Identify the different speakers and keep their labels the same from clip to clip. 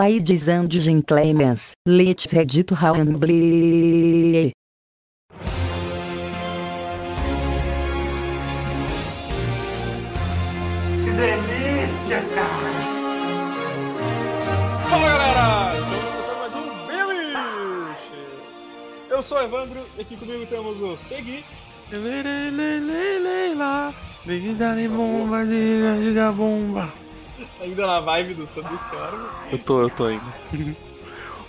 Speaker 1: Ladies and gentlemen, let's edit round play.
Speaker 2: Que delícia, cara!
Speaker 3: Fala galera! Estamos começando mais um Billiches! Eu sou o Evandro e aqui comigo temos o Segui,
Speaker 4: Lelelelelelá, bebida de bomba, diga, diga bomba.
Speaker 3: ainda na vibe do Sandu Senhora.
Speaker 4: Eu tô, eu tô ainda.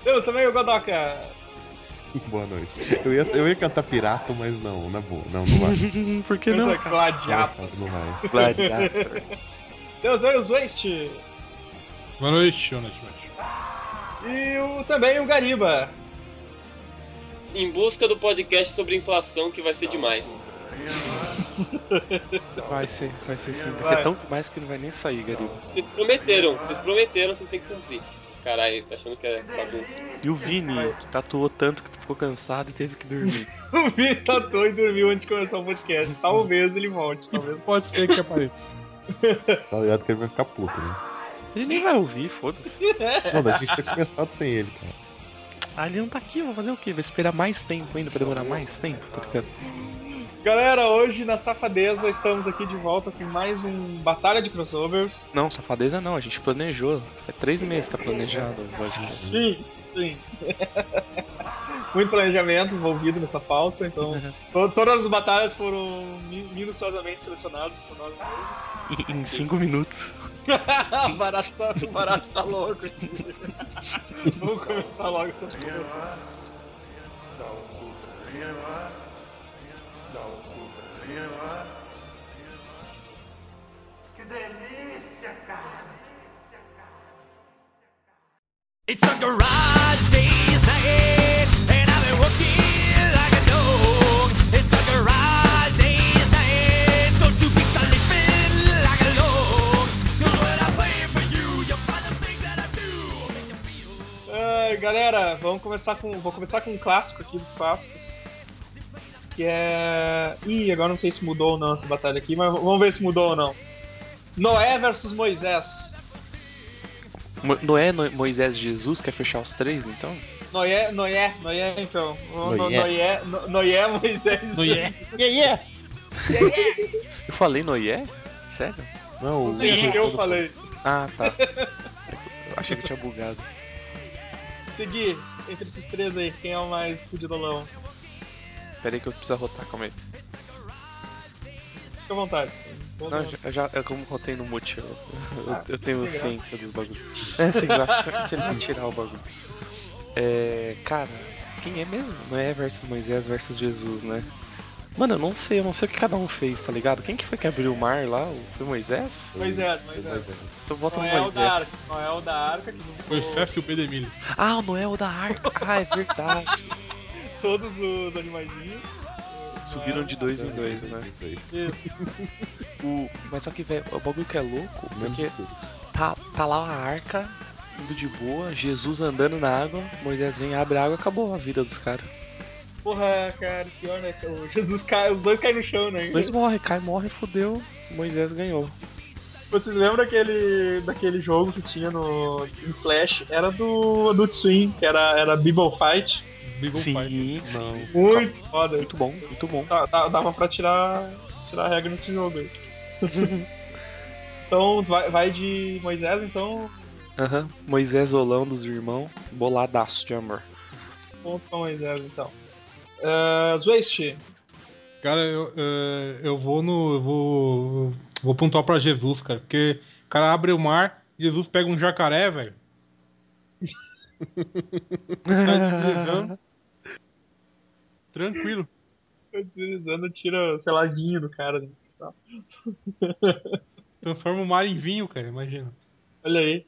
Speaker 3: Temos também o Godoka.
Speaker 5: Boa noite. Eu ia, eu ia cantar pirata, mas não, na boa. Não, não vai.
Speaker 4: Por que não?
Speaker 3: Canta Gladiato.
Speaker 5: Não vai.
Speaker 4: Gladiator.
Speaker 3: Temos também o Zwest
Speaker 6: Boa noite, boa noite, boa noite.
Speaker 3: e o, também o Gariba.
Speaker 7: Em busca do podcast sobre inflação, que vai ser demais.
Speaker 4: Vai ser, vai ser sim. Vai
Speaker 3: Vai.
Speaker 4: ser tão demais que não vai nem sair, Gariba.
Speaker 7: Vocês prometeram, vocês prometeram, vocês têm que cumprir. Esse cara aí tá achando que é bagunça.
Speaker 4: E o Vini, que tatuou tanto que tu ficou cansado e teve que dormir.
Speaker 3: O Vini tatou e dormiu antes de começar o podcast. Talvez ele volte, talvez.
Speaker 6: Pode ser que apareça.
Speaker 5: Tá ligado que ele vai ficar puto, né?
Speaker 4: Ele nem vai ouvir, foda-se.
Speaker 5: Não, a gente tinha começado sem ele, cara.
Speaker 4: Ah, ele não tá aqui, eu vou fazer o quê? Vai esperar mais tempo ainda, pra demorar mais tempo, tá ligado?
Speaker 3: Galera, hoje na Safadeza estamos aqui de volta com mais um Batalha de Crossovers.
Speaker 4: Não, safadeza não, a gente planejou. Faz três meses que tá planejado. Evandro.
Speaker 3: Sim, sim. Muito planejamento envolvido nessa pauta, então to- todas as batalhas foram mi- minuciosamente selecionadas por nós mesmos.
Speaker 4: Em- Em cinco minutos.
Speaker 3: o, barato tá, o barato tá louco. Vamos começar logo essa porra.
Speaker 2: Que delícia, cara!
Speaker 8: It's a garage days night, and I've been working like a dog. It's a garage days night, don't you be sleeping like a log. 'Cause when I play for you, you find the things that I do. Make you feel
Speaker 3: Ai, galera, vamos começar com. Vou começar com um clássico aqui dos clássicos. Que é. Ih, agora não sei se mudou ou não essa batalha aqui, mas vamos ver se mudou ou não. Noé versus Moisés.
Speaker 4: Mo- Noé, No- Moisés e Jesus quer fechar os três, então?
Speaker 3: Noé, Noé, Noé, então. No- no- Noé,
Speaker 5: Noé.
Speaker 3: no- Noé, Moisés.
Speaker 6: Noé.
Speaker 3: Jesus.
Speaker 4: Eu falei Noé? Sério?
Speaker 5: Não, o-
Speaker 3: Sim, é eu falei.
Speaker 4: Ah, tá. Eu achei que eu tinha bugado.
Speaker 3: Segui, entre esses três aí, quem é o mais fudidolão?
Speaker 4: Pera aí que eu preciso arrotar, calma aí.
Speaker 3: Fica à vontade. Vamos-
Speaker 4: Não, eu já, eu, como eu tenho no mute, eu, eu-
Speaker 3: Ah,
Speaker 4: eu tenho
Speaker 3: sem graça.
Speaker 4: ciência dos bagulhos. É, sem graça, se ele me tirar o bagulho. É, cara, quem é mesmo? Não é versus Moisés versus Jesus, né? Mano, eu não sei, eu não sei o que cada um fez, tá ligado? Quem que foi que abriu o mar lá? O- Foi Moisés?
Speaker 3: Moisés,
Speaker 5: Pois
Speaker 3: Moisés.
Speaker 5: é.
Speaker 4: Então volta no
Speaker 3: Noé o da
Speaker 4: Moisés.
Speaker 3: Arca. Noé é o da Arca, que
Speaker 6: Foi
Speaker 3: juntou
Speaker 6: o chefe e o Pedemilho.
Speaker 4: Ah, o Noel da Arca. Ah, é verdade.
Speaker 3: todos os animaizinhos.
Speaker 4: Subiram de dois em dois, né?
Speaker 5: Dois.
Speaker 3: Isso.
Speaker 4: O- Mas só que, velho, o bagulho que é louco,
Speaker 5: Menos
Speaker 4: porque
Speaker 5: dois.
Speaker 4: tá, tá lá a arca, indo de boa, Jesus andando na água, Moisés vem, abre a água, acabou a vida dos caras.
Speaker 3: Porra, cara, pior, né? O Jesus cai, os dois caem no chão, né?
Speaker 4: Os dois morrem, cai, morre, fudeu, Moisés ganhou.
Speaker 3: Vocês lembram daquele, daquele jogo que tinha no em Flash? Era do Adult Swim, que era, era Bible Fight.
Speaker 6: Big Old Pai.
Speaker 4: sim.
Speaker 3: Muito
Speaker 4: Tá.
Speaker 3: foda.
Speaker 4: Muito bom, muito bom.
Speaker 3: Tá- tá- dava pra tirar, tirar a regra nesse jogo aí. então vai, vai de Moisés, então
Speaker 4: Aham, Moisés Olão dos irmãos, boladaço de amor.
Speaker 3: ponto pra Moisés então. Uh, Zwest,
Speaker 6: Cara, eu, eh, eu vou no. Eu vou. Vou pontuar pra um Jesus, cara. Porque o cara abre o mar, Jesus pega um jacaré, velho. deslizando. Tranquilo.
Speaker 3: utilizando, tira, sei lá, vinho do cara. né? Tá.
Speaker 6: Transforma o mar em vinho, cara. Imagina.
Speaker 3: Olha aí.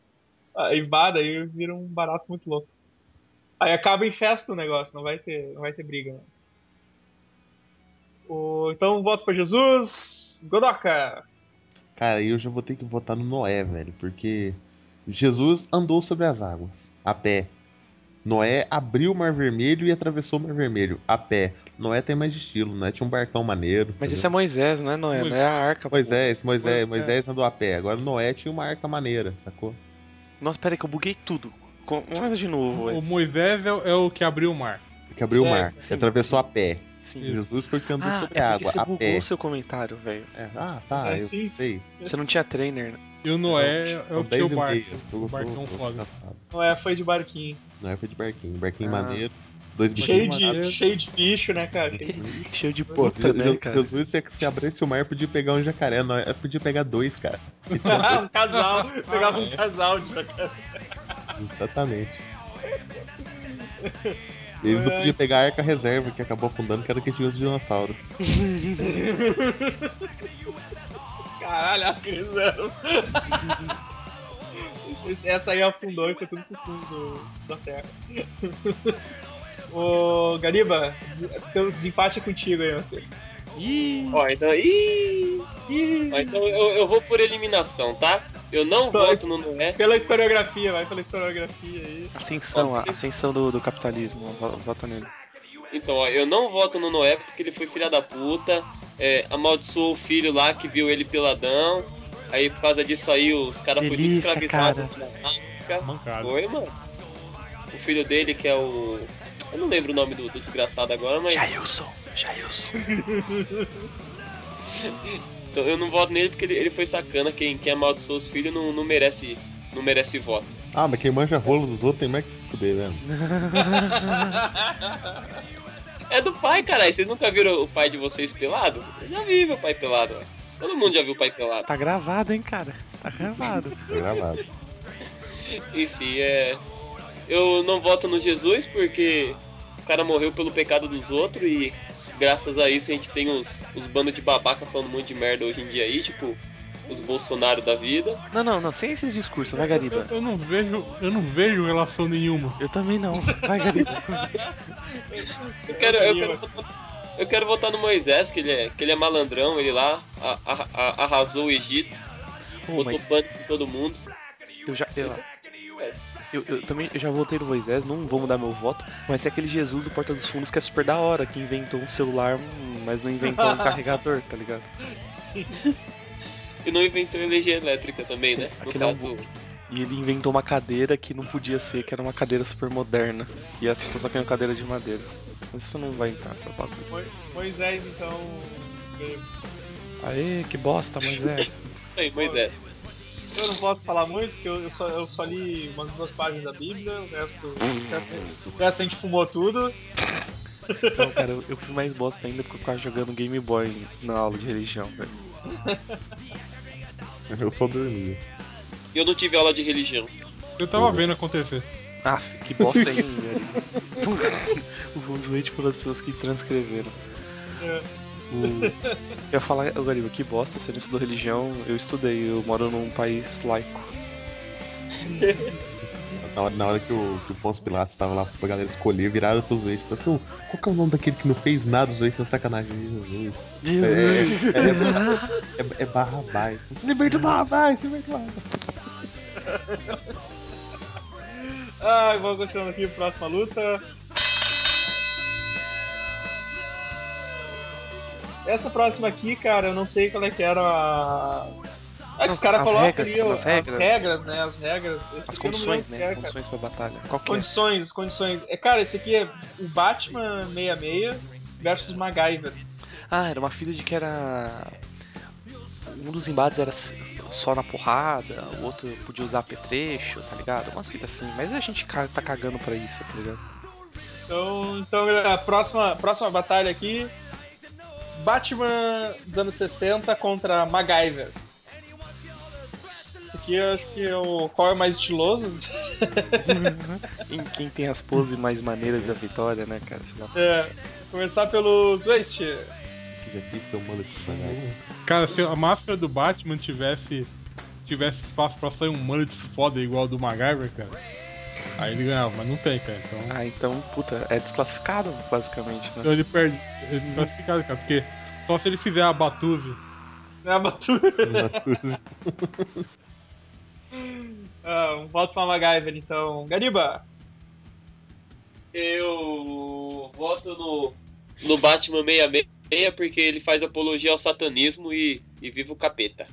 Speaker 3: Aí bada, aí vira um barato muito louco. Aí acaba em festa o negócio, não vai ter, não vai ter briga mais. O- então voto pra Jesus. Godoka!
Speaker 5: Cara, eu já vou ter que votar no Noé, velho, porque Jesus andou sobre as águas, a pé. Noé abriu o Mar Vermelho e atravessou o Mar Vermelho, a pé. Noé tem mais estilo, né? Tinha um barcão maneiro.
Speaker 4: Mas
Speaker 5: entendeu?
Speaker 4: esse é Moisés, não é Noé? Não é a arca. pô.
Speaker 5: Moisés,
Speaker 4: Moisés.
Speaker 5: Moisés, Moisés andou a pé. Agora Noé tinha uma arca maneira, sacou?
Speaker 4: Nossa, peraí que eu buguei tudo. Com- Mas de novo,
Speaker 6: O
Speaker 4: Edson.
Speaker 6: Moisés é, o- é o que abriu o mar.
Speaker 5: Que abriu o
Speaker 4: Certo,
Speaker 5: mar.
Speaker 4: sim,
Speaker 5: Você atravessou a pé.
Speaker 4: Sim.
Speaker 5: Jesus foi que andou
Speaker 4: Ah,
Speaker 5: sobre a
Speaker 4: é porque
Speaker 5: água,
Speaker 4: você
Speaker 5: a
Speaker 4: bugou
Speaker 5: pé.
Speaker 4: o seu comentário, velho.
Speaker 5: É, ah, tá,
Speaker 3: É,
Speaker 5: eu
Speaker 3: sim,
Speaker 5: sei.
Speaker 4: Você não tinha trainer, né?
Speaker 6: E o Noé é
Speaker 5: São
Speaker 6: o que
Speaker 5: 10
Speaker 6: o
Speaker 5: e
Speaker 6: barco.
Speaker 5: meia. Tô,
Speaker 6: O
Speaker 5: tô, tô,
Speaker 6: barcão foda.
Speaker 5: cansado.
Speaker 3: Não é, foi de barquinho.
Speaker 5: Não é foi de barquinho. Barquinho
Speaker 4: Ah.
Speaker 5: maneiro. Dois
Speaker 3: Cheio
Speaker 5: bichos.
Speaker 6: Barquinho maneiro.
Speaker 3: de, cheio de bicho, né, cara? Cheio de bicho.
Speaker 4: Cheio de puta,
Speaker 5: Je-
Speaker 4: né,
Speaker 5: Je-
Speaker 4: cara?
Speaker 5: Jesus, se, se abrisse o mar, podia pegar um jacaré. Não, é- podia pegar dois, cara.
Speaker 3: um casal. Pegava um casal de jacaré.
Speaker 5: Exatamente. Ele não
Speaker 3: Ai.
Speaker 5: podia pegar a arca reserva que acabou afundando, que era que tinha os dinossauros.
Speaker 3: Caralho, é a reserva. Essa aí afundou e foi tudo pro fundo do- da terra. Ô, Gariba, des- pelo desempate é contigo aí, meu filho.
Speaker 7: Ó, então. Ih!
Speaker 3: Ih,
Speaker 7: Ó, então eu, eu vou por eliminação, tá? Eu não
Speaker 3: Estou-
Speaker 7: voto no Noé.
Speaker 3: Pela historiografia, vai pela historiografia aí.
Speaker 4: Ascensão, a ascensão do, do capitalismo. Vo- Vota nele.
Speaker 7: Então, ó, eu não voto no Noé porque ele foi filha da puta. É, amaldiçoou o filho lá que viu ele peladão. Aí por causa disso aí os caras foi tudo
Speaker 4: Delícia,
Speaker 7: escravizado na
Speaker 6: Mancada.
Speaker 7: Foi, mano. O filho dele, que é o. Eu não lembro o nome do, do desgraçado agora, mas.
Speaker 4: Jailson, Jailson.
Speaker 7: só- Eu não voto nele porque ele, ele foi sacana. Quem, quem amaldiçoou os filhos não, não merece. Não merece voto.
Speaker 5: Ah, mas quem manja rolo dos outros tem mais que se fuder, né? velho.
Speaker 7: É do pai, caralho. Vocês nunca viram o pai de vocês pelado? Eu já vi meu pai pelado, ó. Todo mundo já viu o pai pelado.
Speaker 4: Está Tá gravado, hein, cara? Está gravado.
Speaker 5: Tá gravado.
Speaker 7: Enfim, é. Eu não voto no Jesus porque o cara morreu pelo pecado dos outros e graças a isso a gente tem os, os bandos de babaca falando um monte de merda hoje em dia aí, tipo, os Bolsonaro da vida.
Speaker 4: Não, não, não. Sem esses discursos. Vai,
Speaker 6: Eu,
Speaker 4: Gariba.
Speaker 6: eu não vejo, eu não vejo relação nenhuma.
Speaker 4: Eu também não. Vai, Gariba.
Speaker 7: Eu quero, eu quero, votar- eu quero votar no Moisés, que ele é, que ele é malandrão, ele lá a- a- a- arrasou o Egito,
Speaker 4: Pô,
Speaker 7: botou
Speaker 4: mas
Speaker 7: pânico em todo mundo.
Speaker 4: eu já... Eu, eu, eu também eu já voltei no Moisés. Não vou mudar meu voto. Mas é aquele Jesus do Porta dos Fundos que é super da hora. Que inventou um celular, hum, mas não inventou um carregador, tá ligado?
Speaker 3: Sim.
Speaker 7: E não inventou energia elétrica também, né? No
Speaker 4: Aquele é um
Speaker 7: caso,
Speaker 4: E ele inventou uma cadeira que não podia ser, que era uma cadeira super moderna. E as pessoas só queriam cadeira de madeira. Mas isso não vai entrar tá pra bagulho.
Speaker 3: Mo- Moisés, então.
Speaker 4: Aê, que bosta, é Moisés.
Speaker 7: aí, Moisés.
Speaker 3: Eu não posso falar muito, porque eu eu só, eu só li umas duas páginas da Bíblia, o resto, o resto a gente fumou tudo.
Speaker 4: Não, cara, eu, eu fui mais bosta ainda porque eu ficava jogando Game Boy na aula de religião, velho.
Speaker 5: Eu só dormia.
Speaker 7: Eu não tive aula de religião.
Speaker 6: Eu tava vendo acontecer.
Speaker 4: Aff, Ah, que bosta ainda. velho. Vamos ler, tipo, das pessoas que transcreveram.
Speaker 3: É.
Speaker 4: O- Eu ia falar, ô Gariba, que bosta, você não estudou religião, eu estudei, eu moro num país laico.
Speaker 5: Na hora, na hora que, o, que o Ponce Pilatos tava lá pra galera escolher, virada pros dois, tipo assim, "Ô, qual que é o nome daquele que não fez nada, os dois são sacanagem de Jesus?
Speaker 4: Jesus!
Speaker 5: É, é, é, é Barrabás. Se liberta o Barrabás, se liberta o Barrabás.
Speaker 3: Ah, vamos continuando aqui, próxima luta. Essa próxima aqui, cara, eu não sei qual é que era a. É que os
Speaker 4: As-
Speaker 3: caras
Speaker 4: as
Speaker 3: colocam
Speaker 4: regras,
Speaker 3: ali ó,
Speaker 4: as
Speaker 3: as regras.
Speaker 4: regras.
Speaker 3: né? As regras. Esse
Speaker 4: As
Speaker 3: aqui eu não lembro o
Speaker 4: condições,
Speaker 3: que
Speaker 4: né?
Speaker 3: é, cara.
Speaker 4: Condições pra batalha. Qual
Speaker 3: As
Speaker 4: que é?
Speaker 3: condições, as condições. É, cara, esse aqui é o Batman 66 versus MacGyver.
Speaker 4: Ah, era uma filha de que era. Um dos embates era s- só na porrada, o outro podia usar apetrecho, tá ligado? Umas fitas assim, mas a gente ca- tá cagando pra isso, tá ligado?
Speaker 3: Então, então galera, a próxima, próxima batalha aqui: Batman dos anos 60 contra MacGyver. Isso aqui eu acho que é o qual é o mais estiloso.
Speaker 4: Em quem tem as poses mais maneiras da vitória, né, cara? Sei lá.
Speaker 3: É, começar pelo Zwest.
Speaker 5: Já fiz teu mando aqui pra galera.
Speaker 6: Cara, se a máscara do Batman tivesse tivesse espaço pra sair um mullet foda igual ao do MacGyver, cara. Aí ele ganhava, mas não tem, cara. Então,
Speaker 4: Ah, então, puta, é desclassificado, basicamente, né?
Speaker 5: É
Speaker 6: então ele perde. Ele tá ficado, cara, porque só se ele fizer a Batuve.
Speaker 3: Né, Batu? Ah, um voto pra MacGyver, então. Gariba!
Speaker 7: Eu voto no, no Batman 66 porque ele faz apologia ao satanismo e, e viva o capeta.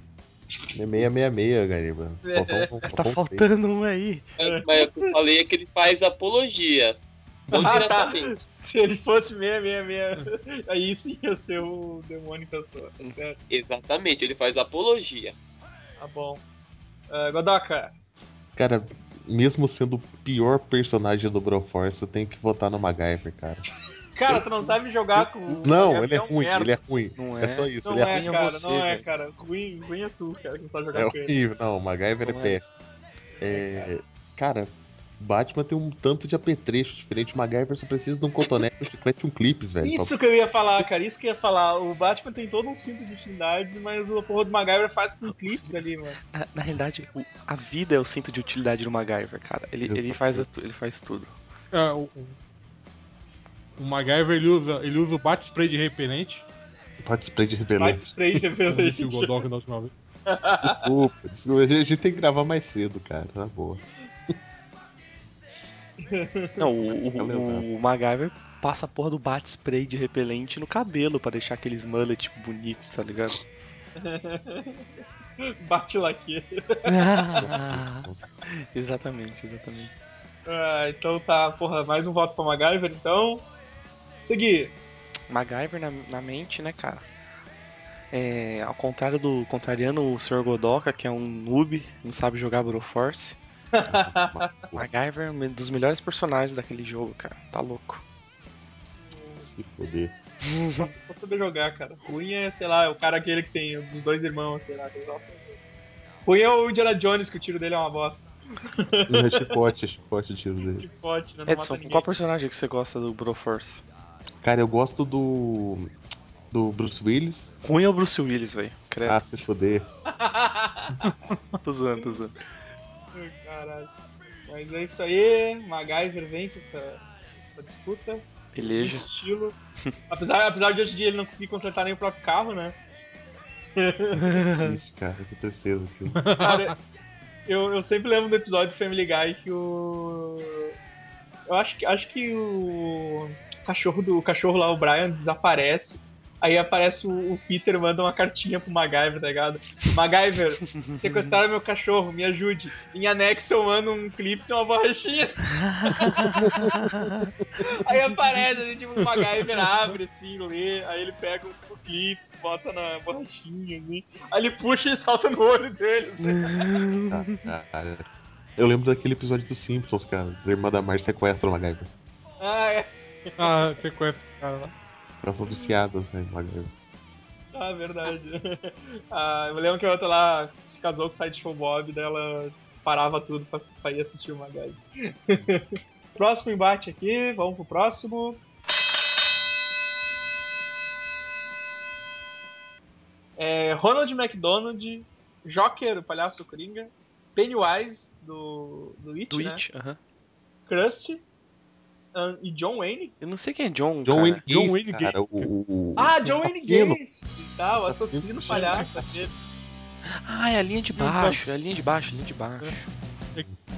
Speaker 5: 666, Gariba. Faltou, um-
Speaker 4: Tá
Speaker 5: faltou um
Speaker 4: faltando um aí.
Speaker 3: É.
Speaker 7: Mas o que eu falei é que ele faz apologia. Não
Speaker 3: Ah, tá.
Speaker 7: diretamente.
Speaker 3: Se ele fosse 666, aí sim ia ser o demônio que eu sou. Tá certo?
Speaker 7: Exatamente, ele faz apologia.
Speaker 3: Tá bom. Ah, Godoka,
Speaker 5: seis. Cara, mesmo sendo o pior personagem do Broforce, eu tenho que votar no MacGyver, cara.
Speaker 3: cara, tu não sabe jogar com.
Speaker 5: Não,
Speaker 3: Jeff
Speaker 5: ele é
Speaker 3: um
Speaker 5: ruim,
Speaker 3: merda.
Speaker 5: ele é ruim.
Speaker 4: Não
Speaker 5: É,
Speaker 4: é?
Speaker 5: só isso,
Speaker 3: Não
Speaker 5: ele é,
Speaker 3: é,
Speaker 4: ruim é
Speaker 3: cara,
Speaker 4: você,
Speaker 3: não é,
Speaker 4: velho.
Speaker 3: cara. Ruim, ruim é tu, cara, que não sabe
Speaker 5: ruim. É
Speaker 3: jogar com ele.
Speaker 5: horrível. Não, o MacGyver
Speaker 4: Não
Speaker 5: é
Speaker 4: é.
Speaker 5: péssimo. É, cara, Batman tem um tanto de apetrecho diferente. O MacGyver só precisa de um cotonete, um chiclete e um clipes, velho.
Speaker 3: Isso que eu ia falar, cara, isso que eu ia falar. O Batman tem todo um cinto de utilidades, mas o porra do MacGyver faz com clipes ali, mano.
Speaker 4: Na, na realidade, o- a vida é o cinto de utilidade do MacGyver, cara. Ele, ele, faz, a tu- ele faz tudo.
Speaker 6: É, o, o MacGyver ele usa, ele usa o bate-spray de repelente.
Speaker 5: Pode spray de
Speaker 3: Bate
Speaker 5: rebelante.
Speaker 3: spray de
Speaker 6: Eu disse o
Speaker 3: repelente.
Speaker 6: Godog da última vez.
Speaker 5: Desculpa, desculpa. A gente tem que gravar mais cedo, cara. Tá boa.
Speaker 4: Não, o,
Speaker 5: Fica levado.
Speaker 4: o, o MacGyver passa a porra do bate spray de repelente no cabelo pra deixar aqueles mullet bonitos, tá ligado?
Speaker 3: Bate laque.
Speaker 4: Ah, exatamente, exatamente.
Speaker 3: Ah, então tá, porra, mais um voto pra MacGyver, então. Seguir.
Speaker 4: MacGyver na, na mente, né, cara? É, ao contrário do contrariando o Sr. Godoka, que é um noob, não sabe jogar Broforce. MacGyver é um dos melhores personagens daquele jogo, cara. Tá louco.
Speaker 5: Se foder.
Speaker 4: Uhum.
Speaker 3: Só, só saber jogar, cara. Ruim é, sei lá, o cara aquele que tem os dois irmãos, sei lá. que- Nossa. Ruim é o Indiana Jones, que o tiro dele é uma bosta.
Speaker 5: Não, é chicote, é chicote o tiro dele.
Speaker 3: Que forte, né? Não
Speaker 4: Edson,
Speaker 3: mata ninguém.
Speaker 4: qual personagem que você gosta do Broforce?
Speaker 5: Cara, eu gosto do. do Bruce Willis.
Speaker 4: Ruim é o Bruce Willis, velho. Credo.
Speaker 5: Ah, se foder.
Speaker 4: Tô zoando, tô zoando.
Speaker 3: Caralho. Mas é isso aí, MacGyver vence essa, essa disputa.
Speaker 4: Beleza.
Speaker 3: Estilo. Apesar, apesar de hoje em dia ele não conseguir consertar nem o próprio carro, né?
Speaker 5: Ixi, cara, que tristeza aquilo.
Speaker 3: Cara, eu, eu sempre lembro do episódio do Family Guy que o. Eu acho que, acho que o cachorro do o cachorro lá, o Brian, desaparece. Aí aparece o, o Peter, manda uma cartinha pro MacGyver, tá ligado? MacGyver, sequestraram meu cachorro, me ajude. Em anexo eu mando um clipe e uma borrachinha. aí aparece, assim, tipo, o MacGyver abre, assim, lê. Aí ele pega o, o clipe, bota na borrachinha, assim. Aí ele puxa e salta no olho dele, assim.
Speaker 5: Cara, Eu lembro daquele episódio dos Simpsons, cara. As irmãs da Marge sequestram o MacGyver.
Speaker 3: Ah, é.
Speaker 6: Ah, sequestra o cara lá.
Speaker 5: Elas são viciadas, né, em MacGyver.
Speaker 3: Ah, verdade. Ah, eu lembro que a outra lá se casou com o Sideshow Bob, daí ela parava tudo pra, pra ir assistir o Magali. próximo embate aqui, vamos pro próximo. É, Ronald McDonald, Joker, o palhaço Coringa, Pennywise, do, do It,
Speaker 4: Do
Speaker 3: né?
Speaker 4: It, aham.
Speaker 3: Krusty ahn, e John Wayne.
Speaker 4: Eu não sei quem é John,
Speaker 5: John
Speaker 4: cara.
Speaker 5: Wayne
Speaker 6: John
Speaker 5: Gacy,
Speaker 6: Wayne
Speaker 5: cara. O, o- o-
Speaker 3: Ah,
Speaker 5: o
Speaker 3: John Wayne
Speaker 5: é um assassino.
Speaker 3: Gacy, tá, o assassino
Speaker 5: Assassino.
Speaker 3: palhaço aquele.
Speaker 4: Ah, é a linha de baixo, é a linha de baixo, a linha de baixo.
Speaker 6: Sequestra-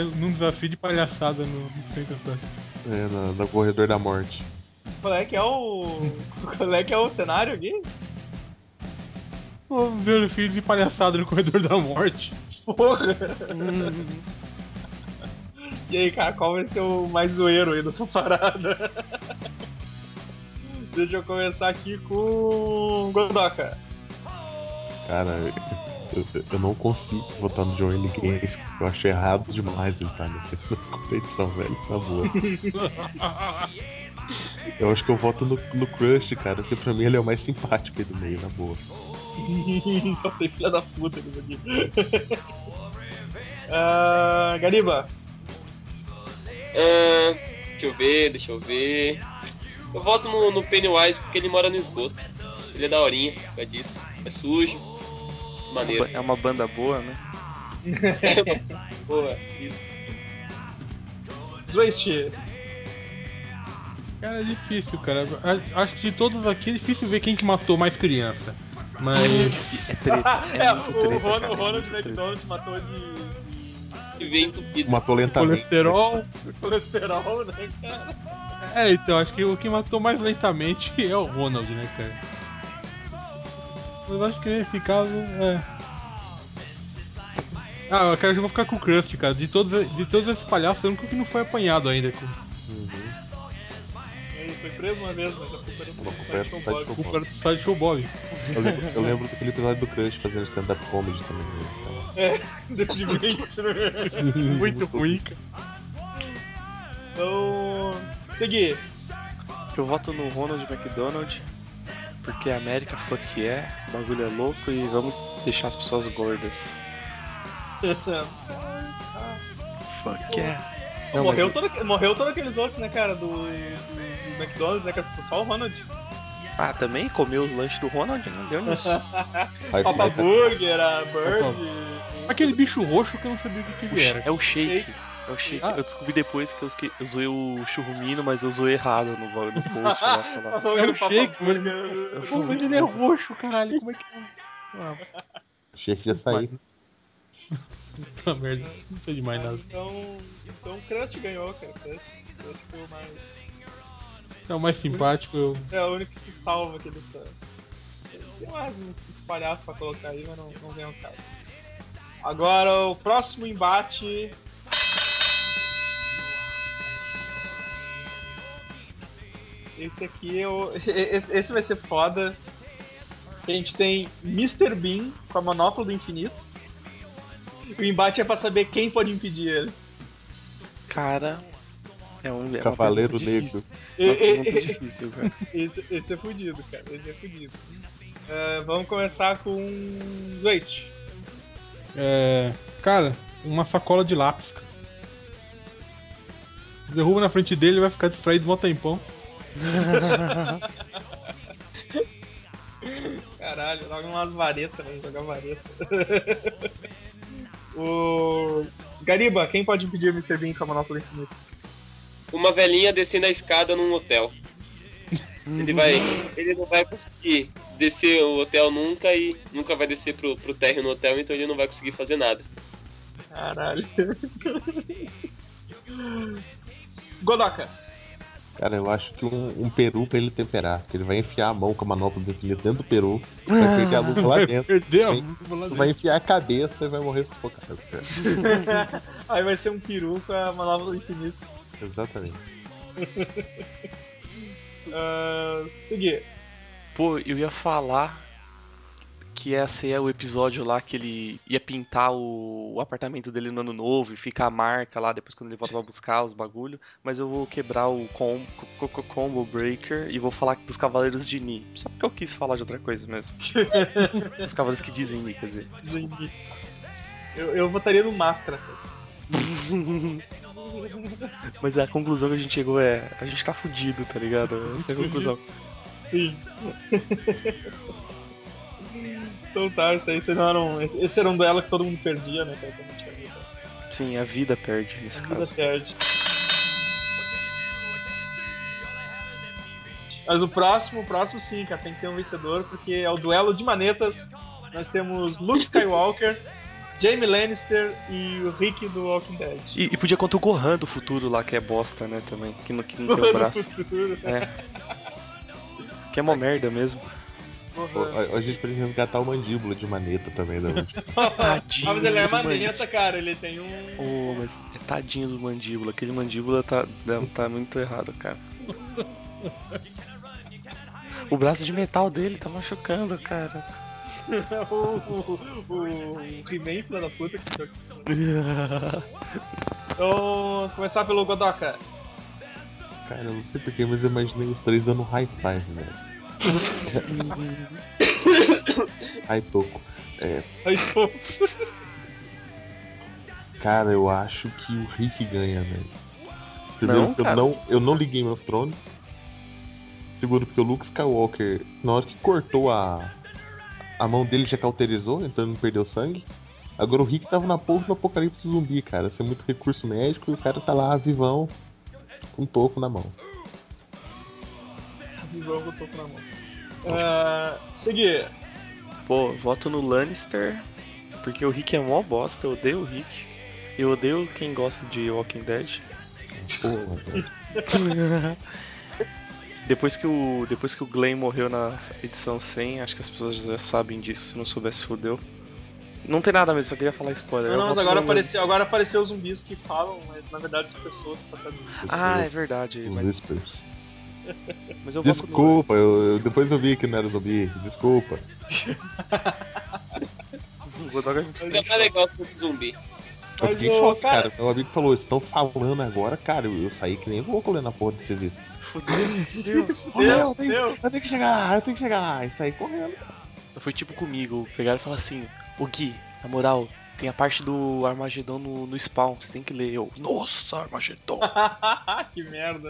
Speaker 6: É num desafio de palhaçada no no centro da cidade.
Speaker 5: É, no, no Corredor da Morte.
Speaker 3: Qual é que é o. Qual é que é o cenário aqui?
Speaker 6: Vou ver o filho de palhaçada no corredor da morte.
Speaker 3: Porra! E aí, cara, qual vai ser o mais zoeiro aí dessa parada? Deixa eu começar aqui com. Godoka.
Speaker 5: Cara, eu, eu não consigo votar no John Wayne Gacy. porque Eu acho errado demais ele estar nessa, nessa competição, velho. Tá boa. Eu acho que eu voto no, no Crush, cara, porque pra mim ele é o mais simpático aí do meio, na boa.
Speaker 3: Só tem filha da puta nisso aqui. Ah, Gariba,
Speaker 7: Ah, deixa eu ver, deixa eu ver. Eu voto no, no Pennywise porque ele mora no esgoto. Ele é daorinha, por causa disso. É sujo. Maneiro.
Speaker 4: É uma banda boa, né?
Speaker 7: Boa, isso.
Speaker 3: Zwist,
Speaker 6: Cara, é difícil, cara. A- Acho que de todos aqui é difícil ver quem que matou mais criança. Mas.
Speaker 4: É treta. É,
Speaker 3: É,
Speaker 4: muito
Speaker 3: o
Speaker 4: treta,
Speaker 3: Ron-
Speaker 4: cara,
Speaker 3: o
Speaker 4: é
Speaker 3: Ronald
Speaker 4: muito treta.
Speaker 3: McDonald matou de
Speaker 7: E vem entupido.
Speaker 5: Matou lentamente.
Speaker 6: Colesterol.
Speaker 3: colesterol, né, cara?
Speaker 6: É, então, acho que o que matou mais lentamente é o Ronald, né, cara? Eu acho que ele ficava. É. Ah, eu quero que eu vou ficar com o Krusty, cara. De todos, de todos esses palhaços, é o único que não foi apanhado ainda.
Speaker 3: Ele foi preso uma vez, mas a culpa era do
Speaker 5: Uma culpa era
Speaker 3: Sideshow Bob.
Speaker 4: é
Speaker 5: do Sideshow
Speaker 6: O cara do Sideshow Bob.
Speaker 5: Eu lembro, eu lembro daquele episódio do Crush fazendo stand-up comedy também. né? Então,
Speaker 3: de mentira.
Speaker 6: Muito ruim, cara.
Speaker 3: Então. Seguir.
Speaker 4: Eu voto no Ronald McDonald, porque a América fuck é, o bagulho é louco e vamos deixar as pessoas gordas. Fuck é. Não, mas
Speaker 3: morreu,
Speaker 4: eu-
Speaker 3: todo, aque- morreu todos aqueles outros, né, cara? Do, do- do McDonald's, né? Que ficou só o Ronald.
Speaker 4: Ah, também comeu o lanche do Ronald? Não deu nisso.
Speaker 5: vai- tá?
Speaker 3: Papa
Speaker 5: vai-
Speaker 3: Burger, a Bird.
Speaker 6: Aquele bicho roxo que eu não sabia o que, que
Speaker 4: O
Speaker 6: ele
Speaker 4: sh-
Speaker 6: era.
Speaker 4: é o shake. É o shake.
Speaker 6: Ah.
Speaker 4: Eu descobri depois que eu, fiquei, eu zoei o churrumino, mas eu zoei errado no, no post lá, sei lá.
Speaker 6: É o shake,
Speaker 3: Burger.
Speaker 4: Eu
Speaker 6: Pô,
Speaker 4: sou um
Speaker 6: mas
Speaker 4: muito
Speaker 6: ele é
Speaker 4: louco.
Speaker 6: roxo, caralho. Como é que. Ah,
Speaker 5: Achei que já saiu.
Speaker 6: puta merda. Não sei de mais nada.
Speaker 3: Então. Então o Crust ganhou, cara. O Crust, o Crust foi o mais.
Speaker 6: É o mais simpático. Eu...
Speaker 3: É o único que se salva aqui dessa. Tem mais uns, uns palhaços pra colocar aí, mas não, não vem ao caso. Agora o próximo embate. Esse aqui é eu. Esse, esse vai ser foda. A gente tem Mr. Bean com a manopla do infinito. E o embate é pra saber quem pode impedir ele.
Speaker 4: Cara. É um é uma
Speaker 5: Cavaleiro
Speaker 4: pergunta difícil. É
Speaker 3: E-
Speaker 5: Negro.
Speaker 4: Uma
Speaker 3: e-
Speaker 4: pergunta difícil, cara.
Speaker 3: Esse, esse é fudido, cara. Esse é fudido. É, vamos começar com. um Waste.
Speaker 6: É. Cara, uma sacola de lápis, cara. Derruba na frente dele, ele vai ficar distraído um tempão.
Speaker 3: Caralho, joga umas varetas, né? Jogar vareta. o. Gariba, quem pode impedir o Mr. Bean com a manopla do infinito?
Speaker 7: Uma velhinha descendo a escada num hotel. Ele vai. Ele não vai conseguir descer o hotel nunca e nunca vai descer pro, pro térreo no hotel, então ele não vai conseguir fazer nada.
Speaker 3: Caralho. Godoka.
Speaker 5: Cara, eu acho que um, um peru pra ele temperar. Porque ele vai enfiar a mão com a manopla do infinito dentro do peru. Vai perder a luva lá Tá dentro.
Speaker 6: Perdeu!
Speaker 5: Vai- Vai enfiar a cabeça e vai morrer sufocado. cara.
Speaker 3: Aí vai ser um peru com a manopla do infinito.
Speaker 5: Exatamente.
Speaker 3: Ah, seguir.
Speaker 4: Pô, eu ia falar que esse é o episódio lá que ele ia pintar o, o apartamento dele no ano novo e fica a marca lá depois quando ele volta pra buscar os bagulho, mas eu vou quebrar o com- co- co- combo breaker e vou falar dos Cavaleiros de Ni. Só porque eu quis falar de outra coisa mesmo. Os Cavaleiros que dizem Ni, quer dizer.
Speaker 3: Zumbi. Eu, eu votaria no máscara. cara.
Speaker 4: Mas a conclusão que a gente chegou é, a gente tá fudido, tá ligado? Essa é a conclusão.
Speaker 3: Sim. então tá, isso aí esse não era um. Esse esse era um duelo que todo mundo perdia, né? cara? Todo mundo perdia.
Speaker 4: Sim, a vida perde nesse
Speaker 3: Vida
Speaker 4: caso.
Speaker 3: perde. Mas o próximo, o próximo sim, cara, tem que ter um vencedor, porque é o duelo de manetas. Nós temos Luke Skywalker, Jamie Lannister e o Rick do Walking Dead.
Speaker 4: E, e podia contar o Gohan do futuro lá, que é bosta, né, também. Que não, que não tem o braço.
Speaker 3: futuro.
Speaker 4: Que é uma merda mesmo.
Speaker 5: Pô,
Speaker 3: Gohan.
Speaker 5: a, a gente pode resgatar o mandíbula de maneta também né? Tipo, da última.
Speaker 4: Tadinho.
Speaker 3: Ah, mas ele é
Speaker 4: do mandíbula.
Speaker 3: maneta, cara, ele tem um.
Speaker 4: Ô, mas é tadinho do mandíbula. Aquele mandíbula tá, dá- tá muito errado, cara. O braço de metal dele tá machucando, cara.
Speaker 3: o, o, o, o He-Man, filha da puta. que- Então, começar pelo Godoka.
Speaker 5: Cara, eu não sei porquê, mas eu imaginei os três dando high five, né? velho. Ai, toco.
Speaker 3: Aí, pô,
Speaker 5: Cara, eu acho que o Rick ganha, velho.
Speaker 4: Não,
Speaker 5: Primeiro, porque
Speaker 4: cara.
Speaker 5: eu, não, eu não li Game of Thrones. Segundo, porque o Luke Skywalker, na hora que cortou a, a mão dele, já cauterizou, então ele não perdeu sangue. Agora o Rick tava na porra do apocalipse zumbi, cara. Sem muito recurso médico e o cara tá lá vivão, com um toco na mão.
Speaker 3: Jogo, tô com na mão. Ah, seguir.
Speaker 4: Pô, voto no Lannister. Porque o Rick é mó bosta. Eu odeio o Rick. Eu odeio quem gosta de Walking Dead.
Speaker 5: Porra, velho.
Speaker 4: Depois que o depois que o Glenn morreu na edição 100, acho que as pessoas já sabem disso, se não soubesse fodeu. Não tem nada mesmo, só queria falar spoiler.
Speaker 3: Não,
Speaker 4: Eu
Speaker 3: não, mas
Speaker 4: vou
Speaker 3: agora
Speaker 4: pulando.
Speaker 3: apareceu, agora apareceu os zumbis que falam, mas na verdade são pessoas que tá fazendo.
Speaker 4: Ah, é verdade.
Speaker 5: Os
Speaker 4: Mas,
Speaker 5: Whispers.
Speaker 4: mas eu foco no-
Speaker 5: Desculpa, eu, eu- depois eu vi que não era zumbi. Desculpa.
Speaker 4: O Godog a gente
Speaker 7: Ainda mais Então, é legal se fosse zumbi.
Speaker 5: Eu
Speaker 3: Mas,
Speaker 5: fiquei
Speaker 3: ô,
Speaker 5: em choque,
Speaker 3: cara-
Speaker 5: cara. Meu amigo falou, estão falando agora, cara. Eu, eu saí que nem louco lendo a porra desse serviço.
Speaker 4: fodeu.
Speaker 5: Oh, não, eu, tenho,
Speaker 3: Deus.
Speaker 5: eu tenho que chegar lá, eu tenho que chegar lá. E saí correndo.
Speaker 4: Foi tipo comigo, pegaram e falaram assim, o Gui, na moral, tem a parte do Armagedon no, no spawn, você tem que ler. Eu, nossa, Armagedon!
Speaker 3: que merda.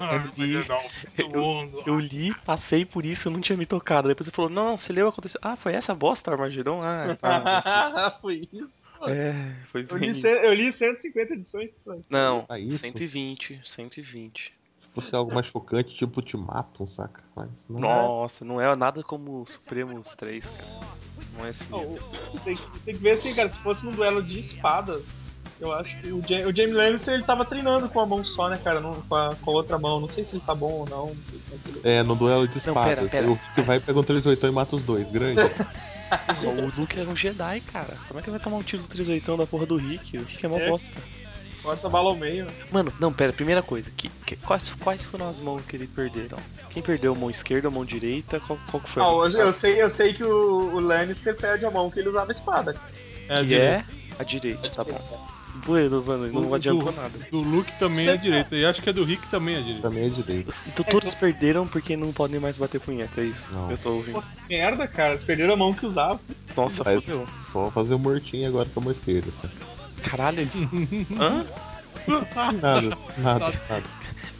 Speaker 4: Eu li, passei por isso, eu não tinha me tocado. Depois você falou, não, não, você leu, aconteceu. Ah, foi essa bosta, Armagedon? Ah, tá.
Speaker 3: Foi isso.
Speaker 4: é, foi
Speaker 3: Eu
Speaker 4: bem
Speaker 3: li,
Speaker 4: isso.
Speaker 3: cem- eu li 150 edições. sabe?
Speaker 4: Não,
Speaker 5: Ah, isso?
Speaker 4: 120, 120.
Speaker 5: Se fosse algo mais chocante, tipo, te matam, saca? Mas não. é?
Speaker 4: Nossa, não é nada como o Supremos 3, cara. Não é assim.
Speaker 3: Não, Tem, que- tem que ver assim, cara, se fosse num duelo de espadas, eu acho que o, Ja- o James Lannister ele tava treinando com a mão só, né, cara, não- com, a, com a outra mão. Não sei se ele tá bom ou não. não sei como é que ele-
Speaker 5: É, no duelo de
Speaker 4: Não, pera,
Speaker 5: espadas.
Speaker 4: pera.
Speaker 5: O que vai pega um 3-8 e mata os dois, grande.
Speaker 4: O Luke era um Jedi, cara. Como é que ele vai tomar um tiro do 38 da porra do Rick? O Rick é uma
Speaker 3: É.
Speaker 4: bosta.
Speaker 3: Corta a bala ao meio. né.
Speaker 4: Mano, não, pera, primeira coisa, que, que- quais, quais foram as mãos que ele perderam? Quem perdeu a mão esquerda, a mão direita? Qual, qual que foi a
Speaker 3: Ah,
Speaker 4: mão
Speaker 3: eu,
Speaker 4: sabe?
Speaker 3: eu sei, eu sei que o, o Lannister perde a mão que ele usava a espada.
Speaker 4: Que é a direita, tá bom. Bueno, mano, não
Speaker 6: Do-
Speaker 4: adiantou
Speaker 6: do-
Speaker 4: nada.
Speaker 6: Do Luke também é
Speaker 3: Você-
Speaker 6: direito. E acho que é do Rick também é direito.
Speaker 5: Também é direito.
Speaker 4: Então todos perderam porque não podem mais bater punheta, é isso.
Speaker 5: Não.
Speaker 4: Eu tô ouvindo.
Speaker 3: Merda, cara, eles perderam a mão que usava.
Speaker 4: Nossa,
Speaker 5: Mas
Speaker 4: fodeu.
Speaker 5: só fazer o mortinho agora com a mão esquerda. saca?
Speaker 4: Caralho, eles. Hã?
Speaker 5: Nada, nada, nada.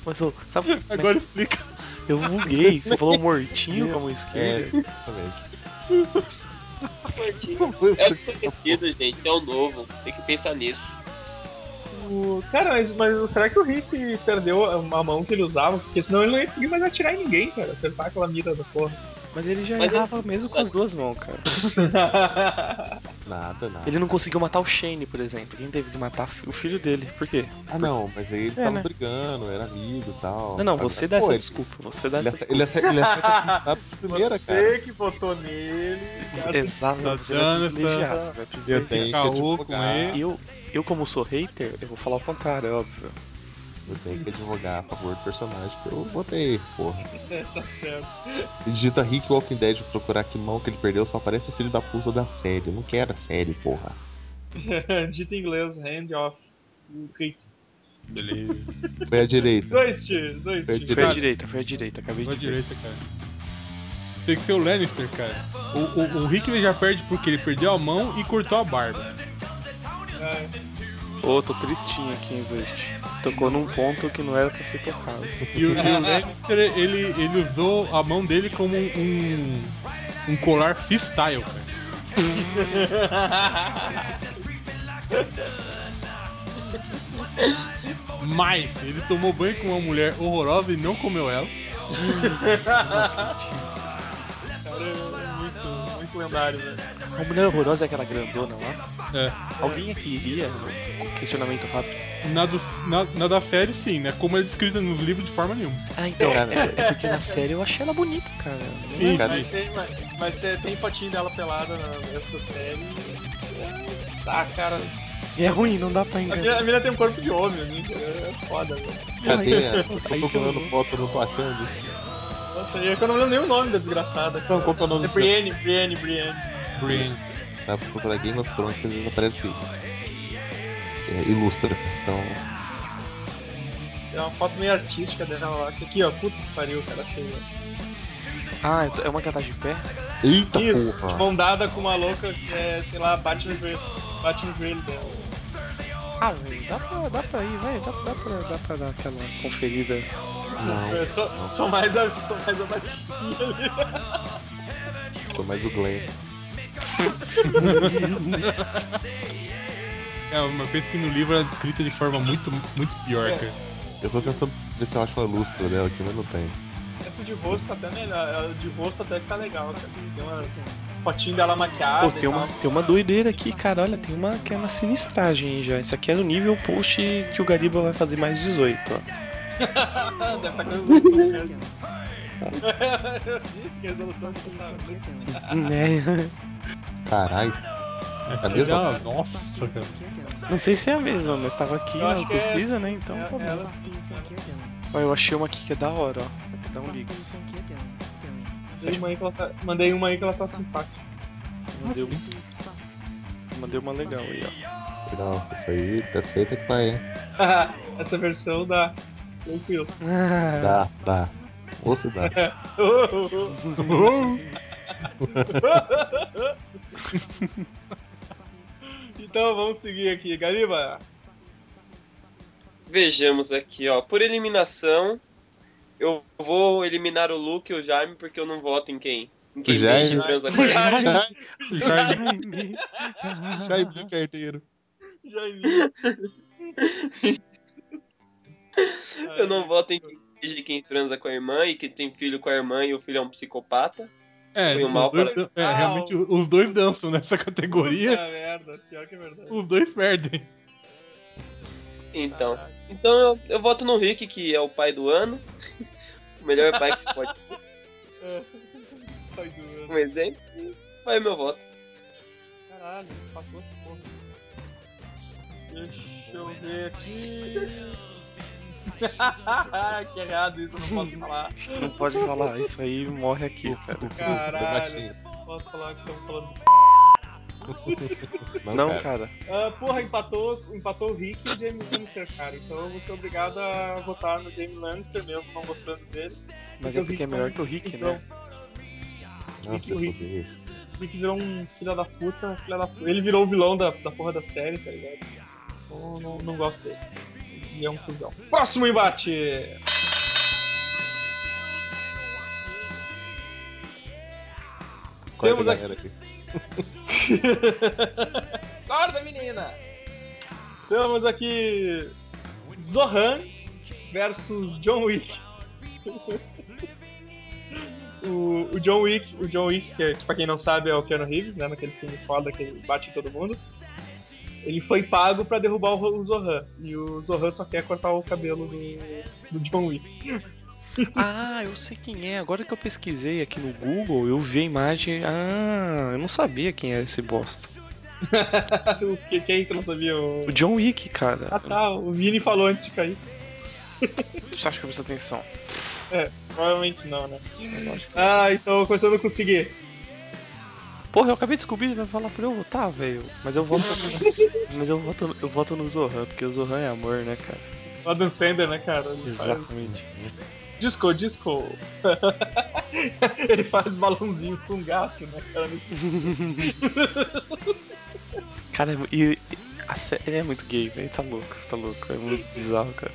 Speaker 4: Mas ô, sabe. mas
Speaker 6: Agora explica.
Speaker 4: é? eu buguei. Você falou mortinho com a mão
Speaker 5: É,
Speaker 4: esquerda.
Speaker 5: exatamente.
Speaker 7: É o que foi esquecido, gente. É o novo. Tem que pensar nisso.
Speaker 3: O- Cara, mas, mas será que o Rick perdeu a a mão que ele usava? Porque senão ele não ia conseguir mais atirar em ninguém, cara. Acertar aquela mira da porra.
Speaker 4: É, Mas ele já
Speaker 7: Mas
Speaker 4: errava mesmo com as duas mãos, cara.
Speaker 5: Nada, nada.
Speaker 4: Ele não conseguiu matar o Shane, por exemplo. Quem teve que matar o filho dele? Por quê?
Speaker 5: Ah, não, mas aí ele
Speaker 4: É,
Speaker 5: tava
Speaker 4: né?
Speaker 5: brigando, era amigo e tal.
Speaker 4: Não, não,
Speaker 5: Agora,
Speaker 4: você dá
Speaker 5: tá pô,
Speaker 4: essa
Speaker 5: ele-
Speaker 4: desculpa. Você dá
Speaker 5: Ele, é
Speaker 4: essa
Speaker 5: acer-
Speaker 4: desculpa.
Speaker 5: ele, acer- ele acerta a de primeira, cara.
Speaker 3: Você que votou nele. cara.
Speaker 4: Exato,
Speaker 6: Tá
Speaker 4: você vai
Speaker 6: dando
Speaker 4: privilegiar,
Speaker 6: essa-
Speaker 4: você vai privilegiar.
Speaker 5: Eu tenho que
Speaker 6: Caô com
Speaker 5: advogar.
Speaker 6: ele.
Speaker 4: Eu, eu, como sou hater, eu vou falar o contrário, é óbvio.
Speaker 5: Eu tenho que advogar a favor do personagem que eu botei, porra.
Speaker 3: Tá certo.
Speaker 5: Se Digita Rick Walking Dead pra procurar que mão que ele perdeu, só aparece o filho da puta da série. Eu não quero a série, porra.
Speaker 3: Dito em inglês, hand off. O Rick.
Speaker 5: Foi a direita.
Speaker 3: Dois tiros, dois
Speaker 5: Foi
Speaker 3: tiros.
Speaker 4: Foi a
Speaker 6: Cara.
Speaker 4: direita, foi a direita, acabei
Speaker 6: Vai
Speaker 4: de ver.
Speaker 6: direita, cara. Tem que ser o Lannister, cara. O, o- o Rick ele já perde porque ele perdeu a mão e cortou a barba.
Speaker 4: Ô, tô tristinho aqui, hein, Zoist. Tocou num ponto que não era pra ser tocado.
Speaker 6: E o, e o Lannister, ele, ele usou a mão dele como um, um colar freestyle, cara. Mas ele tomou banho com uma mulher horrorosa e não comeu ela.
Speaker 3: Cara, é muito, muito lendário, velho.
Speaker 4: A mulher horrorosa é aquela grandona lá.
Speaker 6: É.
Speaker 4: Alguém aqui iria? Um Questionamento rápido.
Speaker 6: Na, do, na, na da série, sim, né? Como é descrita nos livros de forma nenhuma.
Speaker 4: Ah, então,
Speaker 5: Cara.
Speaker 4: é porque na série eu achei ela bonita, cara.
Speaker 6: Sim,
Speaker 5: Cara,
Speaker 3: Mas tem, mas, mas tem, tem fotinho dela pelada na nesta série. É, Tá, cara.
Speaker 4: E é ruim, não dá pra
Speaker 3: A
Speaker 4: enganar.
Speaker 3: mina, a mina tem um corpo de homem, a mina é foda, velho.
Speaker 5: cadê? a- Eu
Speaker 4: Aí
Speaker 5: tô
Speaker 4: que eu
Speaker 5: procurando
Speaker 4: vou.
Speaker 5: foto, não tô achando.
Speaker 3: Nossa, e é que eu não lembro nem o nome da desgraçada.
Speaker 5: Então, qual que é o nome
Speaker 3: É
Speaker 5: do seu?
Speaker 3: Brienne, Brienne, Brienne.
Speaker 6: Brain.
Speaker 5: Dá pra procurar Game of Thrones que às vezes aparece. É, ilustra. Então,
Speaker 3: É uma foto meio artística dela lá. que Aqui, ó, puta que pariu, cara, achei. ó.
Speaker 4: Ah, então é uma que ela tá de pé?
Speaker 5: Eita
Speaker 3: Isso, de
Speaker 5: porra!
Speaker 3: mão dada com uma louca que é, sei lá, bate no joelho, bate no joelho dela.
Speaker 4: Ah, velho, dá pra, dá pra ir, velho. Dá, dá, pra, dá pra dar aquela conferida.
Speaker 5: Não,
Speaker 3: É, só, só mais a, só mais a batidinha ali.
Speaker 5: sou mais o Glenn.
Speaker 6: É, mas penso que no livro é descrita de forma muito, muito pior, cara.
Speaker 5: Eu tô tentando ver se eu acho uma lustra dela aqui, mas não tem.
Speaker 3: Essa de rosto tá até melhor, a de rosto até que tá legal, cara. Tem umas fotinho dela maquiada.
Speaker 4: Pô, tem uma, tem uma doideira aqui, cara. Olha, tem uma que é na sinistragem hein, já. Isso aqui é no nível post que o Gariba vai fazer mais 18, ó.
Speaker 3: Ah, e tal. Deve tá com a evolução mesmo. Eu disse que a resolução não tá muito
Speaker 4: Né?
Speaker 5: Caralho. É a mesma
Speaker 6: Já- nossa, cara.
Speaker 4: Não sei se é a mesma, mas tava aqui
Speaker 3: Eu acho
Speaker 4: na
Speaker 3: que é
Speaker 4: pesquisa,
Speaker 3: essa.
Speaker 4: né? Então tá
Speaker 3: É,
Speaker 4: bom.
Speaker 3: ela-
Speaker 4: Ó, eu achei uma aqui que é da hora, ó. Dá um Leaks.
Speaker 3: Mandei uma aí que ela tá, mandei uma aí que ela tá simpática.
Speaker 4: Mandei, mandei uma legal aí, ó.
Speaker 5: final. Isso aí, dessa aí tá que vai, hein?
Speaker 3: Essa versão da. Tranquilo.
Speaker 4: Ah,
Speaker 5: Dá, dá. Ou se dá.
Speaker 3: então vamos seguir aqui, Gariba.
Speaker 7: Vejamos aqui, ó. Por eliminação, eu vou eliminar o Luke e o Jaime porque eu não voto em quem. Em quem
Speaker 5: O Jaime.
Speaker 7: mente e transa com ele.
Speaker 4: Jaime.
Speaker 5: Jaime Carteiro.
Speaker 3: Jaime.
Speaker 7: Eu não voto em quem finge quem transa com a irmã e que tem filho com a irmã e o filho é um psicopata.
Speaker 6: É,
Speaker 7: Foi um mal
Speaker 6: os dois
Speaker 7: para-
Speaker 6: dan- é, realmente os dois dançam nessa categoria,
Speaker 3: Puta merda, pior que é verdade.
Speaker 6: os dois perdem.
Speaker 7: Então, então eu, eu voto no Rick, que é o pai do ano. o melhor é pai que se pode
Speaker 3: Sai do ano.
Speaker 7: como exemplo. Vai meu voto.
Speaker 3: Caralho, empatou essa porra. Deixa eu ver aqui. que errado isso, eu não posso falar.
Speaker 4: Não pode falar, isso aí morre aqui, cara.
Speaker 3: Caralho, não posso falar que estamos falando
Speaker 4: Não, cara.
Speaker 3: Ah, porra, empatou, empatou o Rick e o Jamie Lannister, cara. Então eu vou ser obrigado a votar no Jamie Lannister mesmo, não gostando dele.
Speaker 4: Mas é porque é melhor que o Rick,
Speaker 3: Então,
Speaker 4: né?
Speaker 5: Nossa,
Speaker 3: Rick.
Speaker 5: fodeu.
Speaker 3: O Rick virou um filho da puta, filho da puta. Ele virou o vilão da, da porra da série, tá ligado? Então eu não, não gosto dele. E é um cuzão. Próximo embate!
Speaker 5: Corta
Speaker 3: Temos
Speaker 5: a
Speaker 3: aqui-
Speaker 5: galera aqui.
Speaker 3: Acorda, menina! Temos aqui Zohan versus John Wick. o, o John Wick, o John Wick, que é, pra quem não sabe é o Keanu Reeves, né? Naquele filme foda que ele bate em todo mundo. Ele foi pago pra derrubar o, o Zohan. E o Zohan só quer cortar o cabelo do, do John Wick.
Speaker 4: Ah, eu sei quem é. Agora que eu pesquisei aqui no Google, eu vi a imagem. Ah, eu não sabia quem era esse bosta.
Speaker 3: o que, quem que não sabia? O...
Speaker 4: O John Wick, cara.
Speaker 3: Ah tá, o Vini falou antes de cair.
Speaker 4: Você acha que eu preciso atenção?
Speaker 3: Provavelmente não, né?
Speaker 4: Eu acho que-
Speaker 3: Ah, então começando com o Sigui.
Speaker 4: Porra, eu acabei de descobrir, ele vai falar pra eu votar, velho. Mas eu voto. Mas eu voto, eu voto no Zohan, porque o Zohan é amor, né, cara?
Speaker 3: O Adam Sandler, né, cara? Ele faz-
Speaker 4: Exatamente.
Speaker 3: Disco, disco. Ele faz balãozinho com gato, né, cara? Nesse filme.
Speaker 4: Cara, é e, e- a sé- ele é muito gay, velho. Tá louco, tá louco. É muito bizarro, cara.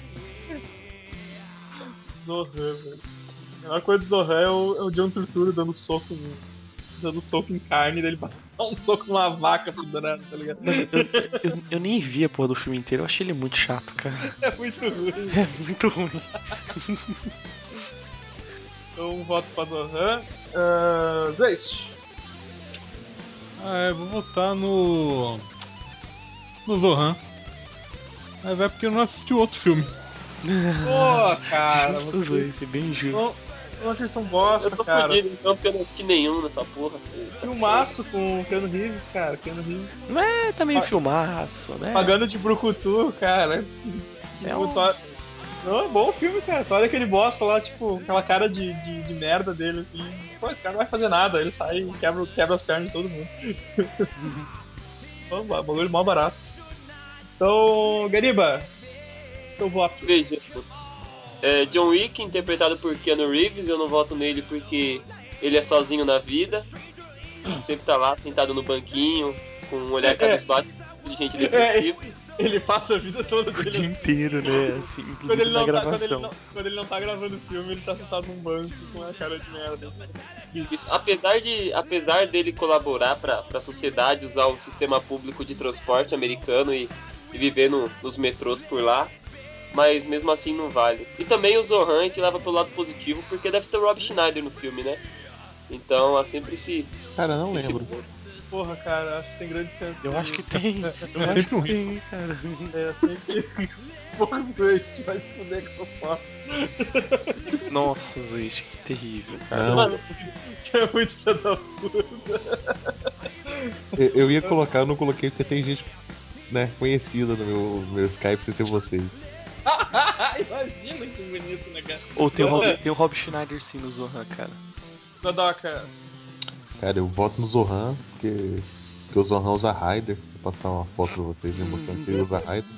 Speaker 3: Zohan, velho. A melhor coisa do Zohan é o, é o John Turturro dando soco em, dando soco em carne, daí ele dá um soco numa vaca pro danado, tá ligado?
Speaker 4: Eu, eu nem vi a porra do filme inteiro, eu achei ele muito chato, cara.
Speaker 3: É muito ruim.
Speaker 4: É muito ruim.
Speaker 3: Então, um voto pra Zohan. Ah, Zeist.
Speaker 6: Ah, eu vou votar no. no Zohan. Mas é porque eu não assisti o outro filme.
Speaker 7: Ah,
Speaker 3: Pô, cara.
Speaker 4: justo
Speaker 3: vocês-
Speaker 4: esse, bem justo.
Speaker 3: é Não- Vocês são bosta,
Speaker 7: Eu tô
Speaker 3: cara.
Speaker 7: fudido, então, porque eu não que nenhum nessa porra.
Speaker 3: Filmaço com o Keanu Reeves, cara. Keanu Reeves
Speaker 4: É, tá meio
Speaker 3: Pa-
Speaker 4: filmaço, né?
Speaker 3: pagando de brucutu, cara.
Speaker 4: É
Speaker 3: Tipo,
Speaker 4: um-
Speaker 3: tu olha- Não, é bom o filme, cara. Tu olha aquele bosta lá, tipo, aquela cara de, de, de merda dele, assim. Pô, esse cara não vai fazer nada. Ele sai e quebra, quebra as pernas de todo mundo. Pô, ba- bagulho mó barato. Então, Gariba, seu voto.
Speaker 7: Vejamos. É, John Wick, interpretado por Keanu Reeves, eu não voto nele porque ele é sozinho na vida. Sempre tá lá, sentado no banquinho, com um
Speaker 5: É,
Speaker 7: olhar cabisbaixo, de gente depressiva.
Speaker 3: Ele passa a vida toda
Speaker 4: o dia
Speaker 3: dele. assim.
Speaker 4: inteiro, né? Assim,
Speaker 3: Quando
Speaker 4: inclusive
Speaker 3: ele,
Speaker 4: na
Speaker 3: não tá, quando, ele
Speaker 4: gravação.
Speaker 3: não, quando ele não tá gravando o filme, ele tá sentado num banco com a cara de merda.
Speaker 7: Isso, apesar, de, apesar dele colaborar pra a sociedade, usar o sistema público de transporte americano e, e viver no- nos metrôs por lá, mas mesmo assim não vale. E também o Zohan a gente leva pelo lado positivo, porque deve ter o Rob Schneider no filme, né? Então há sempre esse,
Speaker 5: Cara, não
Speaker 7: esse
Speaker 5: lembro.
Speaker 3: Porra, cara, acho que tem grande chance.
Speaker 4: Eu
Speaker 3: de-
Speaker 4: acho que tem. Eu
Speaker 6: É
Speaker 4: acho
Speaker 6: sempre um
Speaker 4: que
Speaker 6: risco.
Speaker 4: tem, cara.
Speaker 3: É, sempre que. Porra, Zwist, vai se fuder com o papo.
Speaker 4: Nossa, Zuiz, que terrível.
Speaker 5: Não,
Speaker 3: Mano, que é muito filho da puta.
Speaker 5: eu, eu ia colocar, eu não coloquei porque tem gente né, conhecida no meu, no meu Skype sem ser vocês.
Speaker 3: Imagina que bonito, né, cara?
Speaker 4: Ou tem o Rob, tem o Rob Schneider sim no Zohan, cara.
Speaker 3: Nodoca,
Speaker 5: Cara, eu voto no Zohan, porque, porque o Zohan usa Raider. Vou passar uma foto pra vocês né, mostrando que ele usa Raider.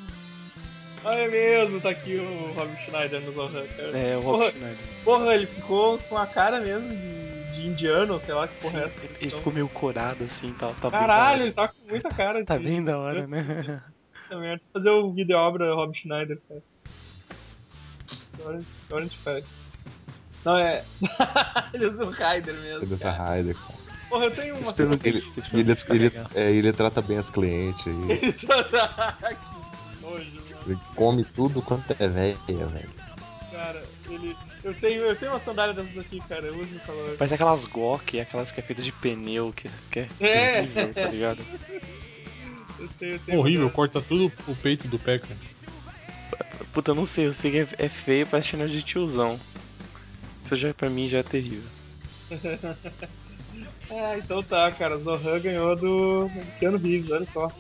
Speaker 3: ah, é mesmo, tá aqui o Rob Schneider no Zohan, cara.
Speaker 4: É, o Rob
Speaker 3: Porra.
Speaker 4: Schneider.
Speaker 3: Porra, ele ficou com a cara mesmo de, de indiano, sei lá que porra
Speaker 4: Sim,
Speaker 3: é essa.
Speaker 4: ele, ele
Speaker 3: Então,
Speaker 4: ficou meio corado assim, tá, tá bem da hora.
Speaker 3: Caralho, ele tá com muita cara
Speaker 4: Tá
Speaker 3: de
Speaker 4: bem da hora, né?
Speaker 3: puta merda. Fazer o vídeo obra Rob Schneider, cara. Agora, agora a gente faz. Não, é. ele usa o Raider
Speaker 5: Ele
Speaker 3: mesmo.
Speaker 5: usa
Speaker 3: Cara.
Speaker 5: Raider, cara.
Speaker 3: Porra, eu tenho
Speaker 4: Tô
Speaker 3: uma
Speaker 4: esperando
Speaker 5: Ele,
Speaker 4: tô esperando
Speaker 5: ele,
Speaker 4: ficar
Speaker 5: ele,
Speaker 4: legal.
Speaker 5: é, ele trata bem as clientes aí.
Speaker 3: Ele tá- que nojo, mano.
Speaker 5: Ele come tudo quanto é velho, velho.
Speaker 3: Cara, ele. Eu tenho, eu tenho uma sandália dessas aqui, cara. Eu uso no calor.
Speaker 4: Parece aquelas GOK, aquelas que é feita de pneu, que, que é
Speaker 3: É.
Speaker 4: terrível, tá ligado?
Speaker 3: Eu tenho, eu tenho
Speaker 6: É Horrível, corta tudo o peito do pé, cara.
Speaker 4: Puta, eu não sei, eu sei que é, é feio, parece chinelo de tiozão. Isso já pra mim já é terrível.
Speaker 3: Ah, então tá, cara. Zohan ganhou do Keanu Reeves, olha só.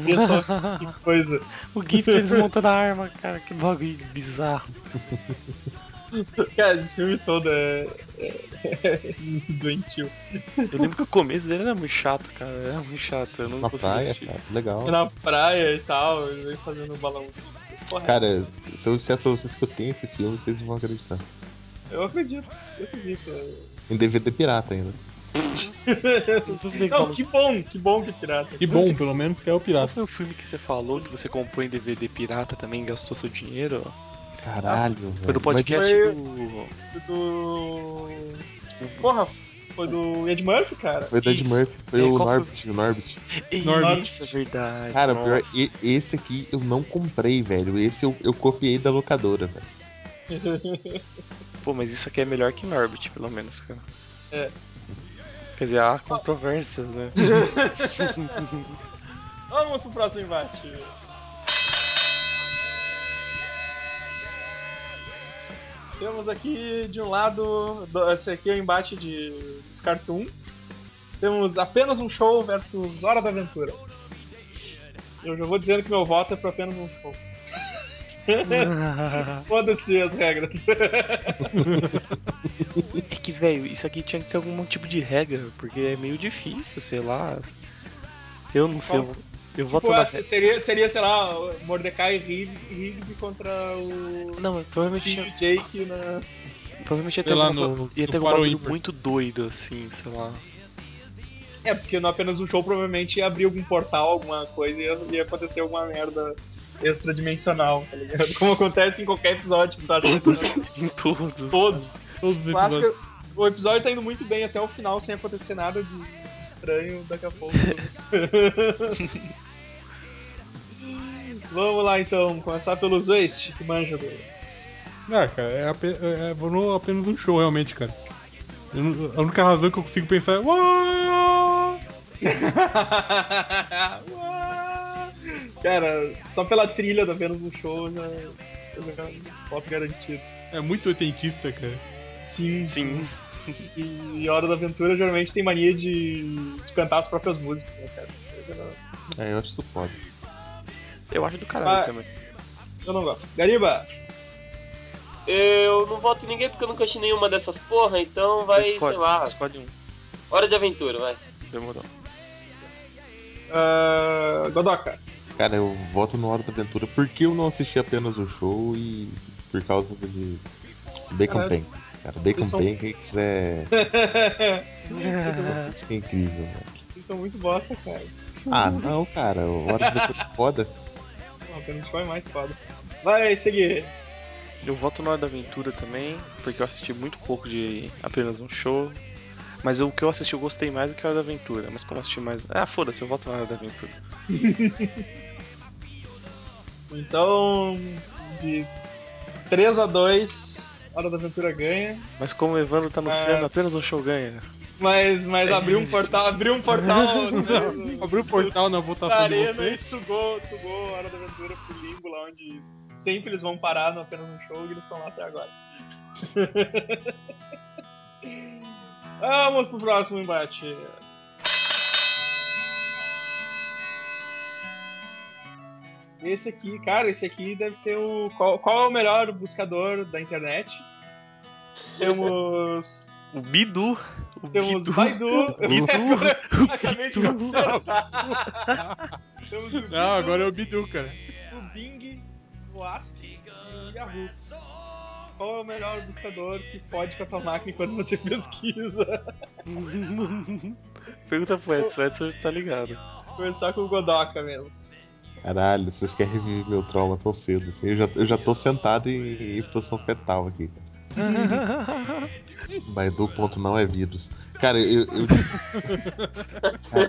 Speaker 3: Olha só que coisa.
Speaker 4: o GIF eles montam na arma, cara, que bagulho bizarro.
Speaker 3: Cara, esse filme todo é. é- é muito doentio.
Speaker 4: Eu lembro que o começo dele era muito chato, cara. Era muito chato, eu não
Speaker 5: Na
Speaker 4: conseguia
Speaker 5: praia,
Speaker 4: assistir.
Speaker 5: cara. Legal.
Speaker 3: Na praia e tal, ele vem fazendo um balão. Porra,
Speaker 5: Cara, se eu disser pra vocês que eu tenho esse filme, vocês não vão acreditar.
Speaker 3: eu acredito, eu acredito. eu-
Speaker 5: Em DVD pirata ainda.
Speaker 4: Não foi você que
Speaker 3: Não,
Speaker 4: falou-
Speaker 3: que bom, que bom que pirata.
Speaker 6: Que bom, pelo menos que é o
Speaker 4: Qual
Speaker 6: pirata.
Speaker 4: foi o filme que você falou que você comprou em DVD pirata também gastou seu dinheiro?
Speaker 5: Caralho, velho.
Speaker 4: Foi no
Speaker 5: Mas é tipo-
Speaker 4: podcast
Speaker 3: foi-
Speaker 4: do.
Speaker 3: Do. Porra, foi do Ed Murphy, cara.
Speaker 5: tipo, Foi o Dead
Speaker 4: Isso.
Speaker 5: Murphy, foi
Speaker 4: É,
Speaker 5: o
Speaker 4: qual foi?
Speaker 5: Norbit, o Norbit.
Speaker 3: Norbit.
Speaker 4: Isso, é verdade.
Speaker 5: Cara,
Speaker 4: nossa.
Speaker 5: pior, é, e- esse aqui eu não comprei, velho. Esse eu, eu copiei da locadora, velho.
Speaker 4: Pô, mas isso aqui é melhor que Norbit, pelo menos, cara.
Speaker 3: É.
Speaker 4: Quer dizer, há controvérsias, né?
Speaker 3: Vamos pro próximo embate. Temos aqui de um lado, do- esse aqui é o embate de Descarto 1. Temos apenas um show versus Hora da Aventura. Eu já vou dizendo que meu voto é pra apenas um show. Foda-se as regras.
Speaker 4: é que, velho, isso aqui tinha que ter algum tipo de regra, porque é meio difícil, sei lá. Eu não sei. Eu,
Speaker 3: Nossa.
Speaker 4: eu voto
Speaker 3: Tipo,
Speaker 4: na.
Speaker 3: essa- seria, seria, sei lá, Mordecai e Rig- Rigby contra o
Speaker 4: Não, mas provavelmente tinha, né?
Speaker 3: Steve Jake na.
Speaker 4: provavelmente ia ter
Speaker 6: Sei lá,
Speaker 4: alguma-
Speaker 6: no-
Speaker 4: ia
Speaker 6: no
Speaker 4: ter algum bagulho
Speaker 6: Paroímper.
Speaker 4: muito doido, assim, sei lá.
Speaker 3: É, porque não apenas o show provavelmente ia abrir algum portal, alguma coisa, e ia, ia acontecer alguma merda extradimensional, tá ligado? Como acontece em qualquer episódio que tá
Speaker 4: Todos,
Speaker 3: acontecendo.
Speaker 4: em todos.
Speaker 3: Todos.
Speaker 6: Todos os
Speaker 3: Eu acho
Speaker 6: episódios.
Speaker 3: que o episódio tá indo muito bem até o final, sem acontecer nada de, de estranho daqui a pouco. Vamos lá então, começar pelo Zwist, que manja dele.
Speaker 6: Ah, cara, é, ape- é- é- vou no- apenas um show, realmente, cara. Eu não- a única razão que eu consigo pensar é. "Uau!"
Speaker 3: Cara, só pela trilha da Vênus no show já. já Pop garantido.
Speaker 6: É muito oitentista, cara.
Speaker 3: Sim,
Speaker 4: Sim.
Speaker 3: E, e Hora da Aventura geralmente tem mania de, de cantar as próprias músicas, né, cara?
Speaker 5: É, eu acho isso foda.
Speaker 4: Eu acho do caralho
Speaker 3: Ah.
Speaker 4: também.
Speaker 3: Eu não gosto. Gariba!
Speaker 7: Eu não voto em ninguém porque eu nunca achei nenhuma dessas porra, então vai,
Speaker 4: escolhe,
Speaker 7: sei lá,
Speaker 4: escolhe um.
Speaker 7: hora de aventura, vai.
Speaker 4: Demorou.
Speaker 3: ah, Godoka!
Speaker 5: Cara, eu voto no Hora da Aventura porque eu não assisti apenas o show e por causa de Bacon
Speaker 3: Caralho.
Speaker 5: Pen. Cara, Bacon
Speaker 3: Vocês são-
Speaker 5: Pen, quem quiser, isso é incrível, velho.
Speaker 3: Vocês são muito bosta, cara.
Speaker 5: Ah, não, cara, o Hora da Aventura é foda.
Speaker 3: Não, a gente vai mais foda. Vai seguir.
Speaker 4: Eu voto na Hora da Aventura também, porque eu assisti muito pouco de apenas um show. Mas o que eu assisti eu gostei mais do que a Hora da Aventura. Mas como eu assisti mais. Ah, foda-se, eu voto na Hora da Aventura.
Speaker 3: Então, de 3 a 2 Hora da Aventura ganha.
Speaker 4: Mas como o Evandro tá anunciando,
Speaker 3: Ah.
Speaker 4: apenas um show ganha.
Speaker 3: Mas, mas abriu um portal, abriu um portal né,
Speaker 6: Abriu o portal na
Speaker 3: da
Speaker 6: votação de
Speaker 3: arena e
Speaker 6: vocês.
Speaker 3: sugou, sugou a Hora da Aventura pro limbo lá onde sempre eles vão parar não apenas um show e eles estão lá até agora. Vamos pro próximo embate. Esse aqui, cara, esse aqui deve ser o. Qual, qual é o melhor buscador da internet? Temos.
Speaker 4: O Bidu. O
Speaker 3: Temos
Speaker 4: Bidu.
Speaker 3: Baidu.
Speaker 4: Bidu.
Speaker 3: Agora- Acabei de me consertar. Temos o Bidu,
Speaker 6: Não, agora é o Bidu, cara.
Speaker 3: o Bing, o Ask e o Yahoo. Qual é o melhor buscador que fode com a tua máquina enquanto você pesquisa?
Speaker 4: Pergunta pro Edson, o Edson tá ligado.
Speaker 3: Conversar com o Godoka mesmo.
Speaker 5: Caralho, vocês querem reviver meu trauma tão cedo. assim. Eu já, eu já tô sentado em, em posição fetal aqui. Baidu ponto não é vírus. Cara, eu. eu... Cara,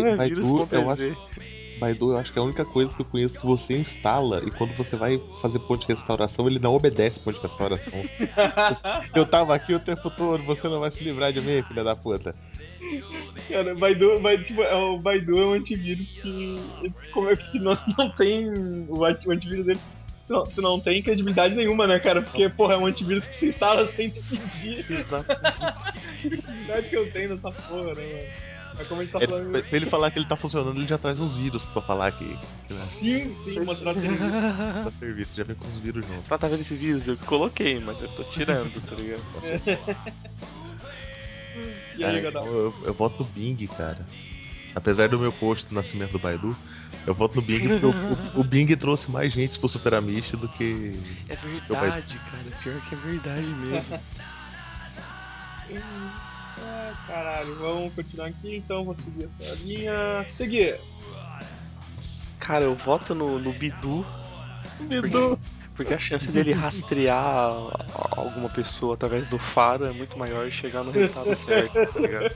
Speaker 4: Não é
Speaker 5: Baidu,
Speaker 4: vírus
Speaker 5: eu acho,
Speaker 4: .ez.
Speaker 5: Baidu, eu acho que é a única coisa que eu conheço que você instala e quando você vai fazer ponto de restauração, ele não obedece ponto de restauração. Eu tava aqui o tempo todo, você não vai se livrar de mim, filha da puta.
Speaker 3: Cara, Baidu, Baidu, tipo, é o Baidu é um antivírus que, como é que não, não tem. O anti- o antivírus dele não, tu não tem credibilidade nenhuma, né, cara? Porque, porra, é um antivírus que se instala sem te pedir.
Speaker 4: Exato.
Speaker 3: Que credibilidade que eu tenho nessa porra, né, mano? Mas como a gente tá
Speaker 5: Ele,
Speaker 3: falando.
Speaker 5: pra ele falar que ele tá funcionando, ele já traz uns vírus pra falar que, que né,
Speaker 3: Sim, sim, mostrar serviço.
Speaker 5: tá serviço, já vem com os vírus juntos.
Speaker 4: Você lá tá vendo esse vírus? Eu coloquei, mas eu tô tirando, tá ligado?
Speaker 3: E aí,
Speaker 5: Cara,
Speaker 3: Gadal?
Speaker 5: eu, eu, eu voto no Bing, cara. Apesar do meu post do nascimento do Baidu, eu voto no Bing porque o, o- o Bing trouxe mais gente pro Super Amish do que.
Speaker 4: É verdade, cara. Pior que é verdade mesmo.
Speaker 3: Ah, Caralho, vamos continuar aqui então, vou seguir essa linha. Seguir!
Speaker 4: Cara, eu voto no, no Bidu,
Speaker 3: Bidu!
Speaker 4: porque a chance dele rastrear a- a- alguma pessoa através do faro é muito maior e chegar no resultado certo, tá ligado?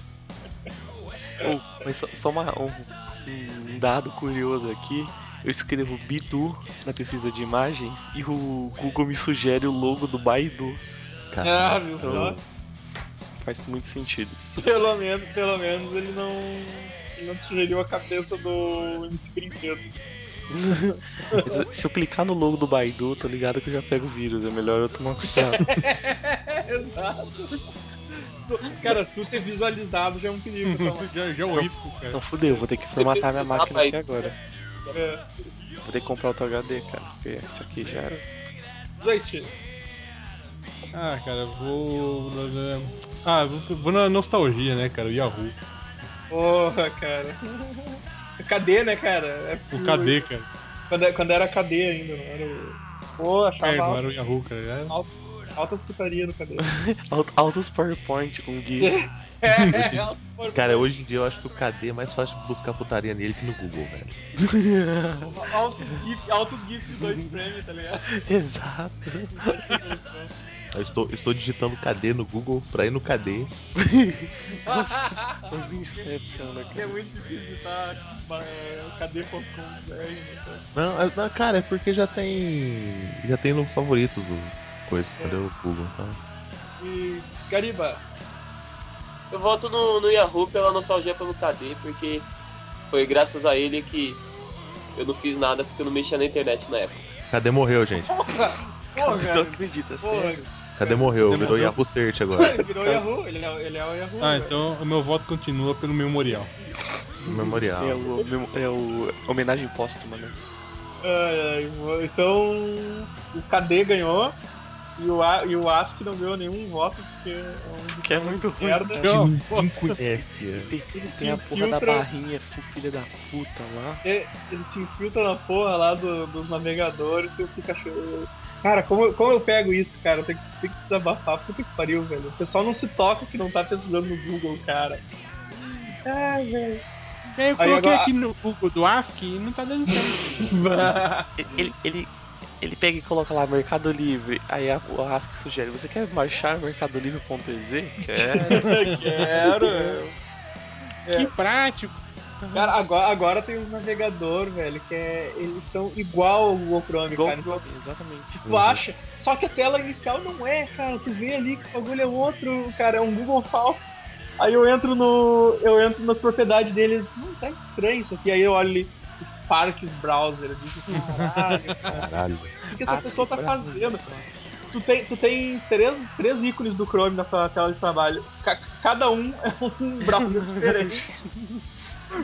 Speaker 4: Oh, mas só, só uma- um, um dado curioso aqui. Eu escrevo Bidu na pesquisa de imagens e o Google me sugere o logo do Baidu.
Speaker 3: Ah, viu só?
Speaker 4: Então, faz muito sentido isso.
Speaker 3: Pelo menos, pelo menos ele não. Ele não te sugeriu a cabeça do MC Brinquedo.
Speaker 4: Mas se eu clicar no logo do Baidu, tô ligado que eu já pego o vírus. É melhor eu tomar cuidado.
Speaker 3: Exato! Se tu- Cara, tu ter visualizado já é um perigo, então.
Speaker 6: Já, já é um risco, cara.
Speaker 4: Então fudeu, vou ter que formatar minha máquina aqui agora.
Speaker 3: É.
Speaker 4: Vou ter que comprar outro HD, cara, porque isso aqui já era.
Speaker 3: Gente,
Speaker 6: Ah, cara, vou. Ah, vou, vou na nostalgia, né, cara? O Yahoo.
Speaker 3: porra, cara. Cadê, né, cara? É
Speaker 6: O
Speaker 3: puro.
Speaker 6: KD, cara.
Speaker 3: Quando, quando era KD ainda, não era o. Pô, achava
Speaker 6: É, não era o
Speaker 3: altas,
Speaker 6: Yahoo, cara. Era...
Speaker 3: altas putaria no KD.
Speaker 4: Alt- Altos PowerPoint com guia.
Speaker 3: é, altas por-
Speaker 5: Cara, hoje em dia eu acho que o KD é mais fácil de buscar putaria nele que no Google, velho.
Speaker 3: Altos GIF, altos GIF de dois frames, tá ligado?
Speaker 4: Exato.
Speaker 5: Eu estou, estou digitando KD no Google pra ir no KD.
Speaker 4: Os Inception, né,
Speaker 3: é
Speaker 4: cara?
Speaker 3: muito difícil digitar é, KD.com. É, então.
Speaker 5: Não, é- não, cara, é porque já tem. Já tem no favoritos o coisa, entendeu? O Google. Então,
Speaker 3: E Gariba,
Speaker 7: Eu voto no, no Yahoo pela nostalgia pelo KD, porque foi graças a ele que eu não fiz nada porque eu não mexia na internet na época.
Speaker 5: KD morreu, gente.
Speaker 3: porra! Porra,
Speaker 4: Não
Speaker 3: cara.
Speaker 4: acredita,
Speaker 3: Porra,
Speaker 4: sério.
Speaker 5: KD morreu, virou Yahoo Search agora.
Speaker 3: ele virou Yahoo, ele é, ele é o Yahoo.
Speaker 6: Ah,
Speaker 3: velho.
Speaker 6: então o meu voto continua pelo memorial.
Speaker 5: Memorial.
Speaker 4: É o, memo- é o homenagem póstuma, né?
Speaker 3: Ai, ai, mo- então o KD ganhou e o, A- e o ASC não ganhou nenhum voto, porque é um dos
Speaker 4: Que é muito ruim.
Speaker 3: Merda.
Speaker 4: cara.
Speaker 6: Não,
Speaker 5: Quem conhece?
Speaker 4: Tem,
Speaker 3: se
Speaker 4: tem a porra da
Speaker 3: infiltra.
Speaker 4: barrinha, fu- filha da puta lá.
Speaker 3: É, ele se infiltra na porra lá do- dos navegadores e o Pikachu. Cara, como, eu- como eu pego isso, cara? Eu tenho, que- tenho que desabafar, puta que pariu, velho. O pessoal não se toca que não tá pesquisando no Google, cara. Ai, velho.
Speaker 6: eu
Speaker 3: coloquei agora- aqui
Speaker 6: no Google do AFK e não tá dando certo.
Speaker 4: Ele, ele, ele, ele pega e coloca lá Mercado Livre. Aí a, o Ask sugere: você quer baixar é mercadolivre.ez? Quer?
Speaker 3: Quero,
Speaker 6: que prático.
Speaker 3: Cara, agora, agora tem uns navegador, velho, que é, eles são igual ao Google Chrome,
Speaker 4: Igual-
Speaker 3: cara. Então,
Speaker 4: Exatamente.
Speaker 3: Tu acha? Só que a tela inicial não é, cara. Tu vê ali que o bagulho é outro, cara. É um Google falso. Aí eu entro no. Eu entro nas propriedades dele e disse, hum, tá estranho isso aqui. Aí eu olho ali, Sparks Browser. Eu disse, caralho, cara,
Speaker 5: Caralho.
Speaker 3: o que essa
Speaker 4: Ah,
Speaker 3: pessoa tá
Speaker 4: sim,
Speaker 3: fazendo? Tu tem, tu tem três, três ícones do Chrome na tua tela de trabalho. Ca- cada um é um browser diferente.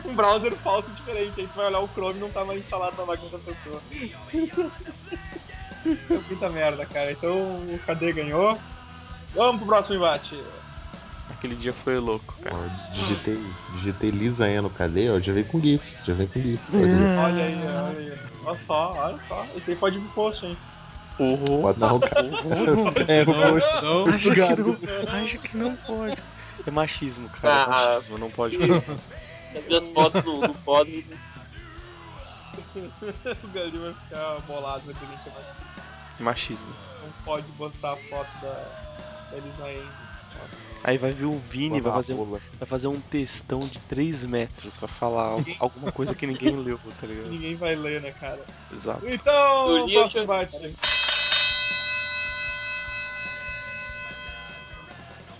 Speaker 3: um browser falso diferente. Aí tu vai olhar o Chrome e não tá mais instalado na máquina da pessoa. Deu muita merda, cara. Então o KD ganhou. Vamos pro próximo embate.
Speaker 4: Aquele dia foi louco, cara.
Speaker 5: Ó, Digitei, digitei Lisa Eno, cadê? Ó, já vem com GIF, já vem com GIF.
Speaker 4: É.
Speaker 5: Olha,
Speaker 3: Olha aí,
Speaker 4: Ah.
Speaker 3: olha aí. Olha só, olha só. Esse aí pode ir pro post, hein?
Speaker 4: "Ah,
Speaker 5: Pode dar um cara. É, o post.
Speaker 6: Então,
Speaker 5: Acho
Speaker 4: Acho que
Speaker 5: Obrigado.
Speaker 4: não, acho que não pode. É machismo, cara. É
Speaker 7: Ah.
Speaker 4: machismo, não pode.
Speaker 7: As minhas fotos não, não podem.
Speaker 3: O Galinho vai ficar bolado, vai dizer que não-
Speaker 4: Machismo.
Speaker 3: não pode postar a foto da, da Elisa aí.
Speaker 4: Aí vai vir o Vini, vai fazer, um,
Speaker 5: Pula.
Speaker 4: vai fazer um textão de 3 metros pra falar al- alguma coisa que ninguém leu, tá ligado?
Speaker 3: Ninguém vai ler, né, cara?
Speaker 4: Exato.
Speaker 3: Então,
Speaker 7: Eu li, eu
Speaker 3: próximo
Speaker 7: tinha-
Speaker 3: embate.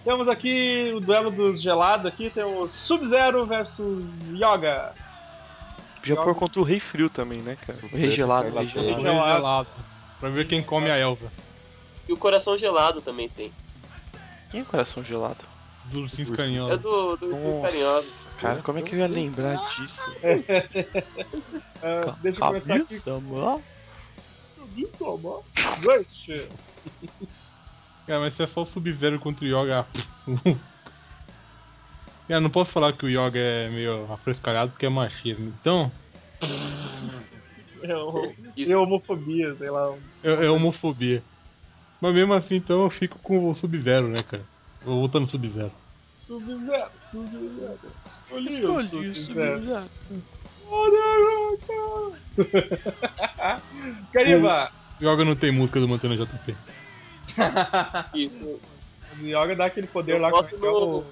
Speaker 3: Temos aqui o duelo dos gelados aqui, tem o Sub-Zero versus Yoga.
Speaker 4: Podia pôr contra o Rei Frio também, né, cara? O Rei
Speaker 5: Preto,
Speaker 4: Gelado,
Speaker 5: Carla
Speaker 4: Rei
Speaker 5: Pérez.
Speaker 4: Tá Gelado.
Speaker 3: gelado.
Speaker 6: é gelado. Pra ver quem come a Elva.
Speaker 7: E o coração gelado também tem.
Speaker 4: Quem é Coração Gelado?
Speaker 6: Dos ursinhos
Speaker 7: É
Speaker 6: carinhosos.
Speaker 7: do, do Ursinhos Carinhosos.
Speaker 4: Nossa, cara, como é que eu ia lembrar disso?
Speaker 3: Ah,
Speaker 4: Ca-
Speaker 3: é, deixa eu começar aqui
Speaker 4: cabeça, mano.
Speaker 3: Alguém tomou? Ghost. É
Speaker 6: Cara, mas se é só o Sub-Zero contra o Yoga. Cara, não posso falar que o Yoga é meio afrescalhado porque é machismo. Então,
Speaker 3: É o-
Speaker 7: Isso.
Speaker 3: E homofobia, sei lá.
Speaker 6: é, é homofobia. Mas mesmo assim, então eu fico com o Sub-Zero, né, cara? Eu vou votar no Sub-Zero.
Speaker 3: Sub-Zero, Sub-Zero. Escolhi,
Speaker 4: Escolhi
Speaker 3: o
Speaker 4: o
Speaker 3: Sub-Zero.
Speaker 4: Sub-Zero.
Speaker 3: Cariba!
Speaker 6: O Yoga não tem música do Mantendo JP.
Speaker 7: Isso.
Speaker 3: Mas o Yoga dá aquele poder
Speaker 7: Eu
Speaker 3: lá
Speaker 7: voto
Speaker 3: com é o,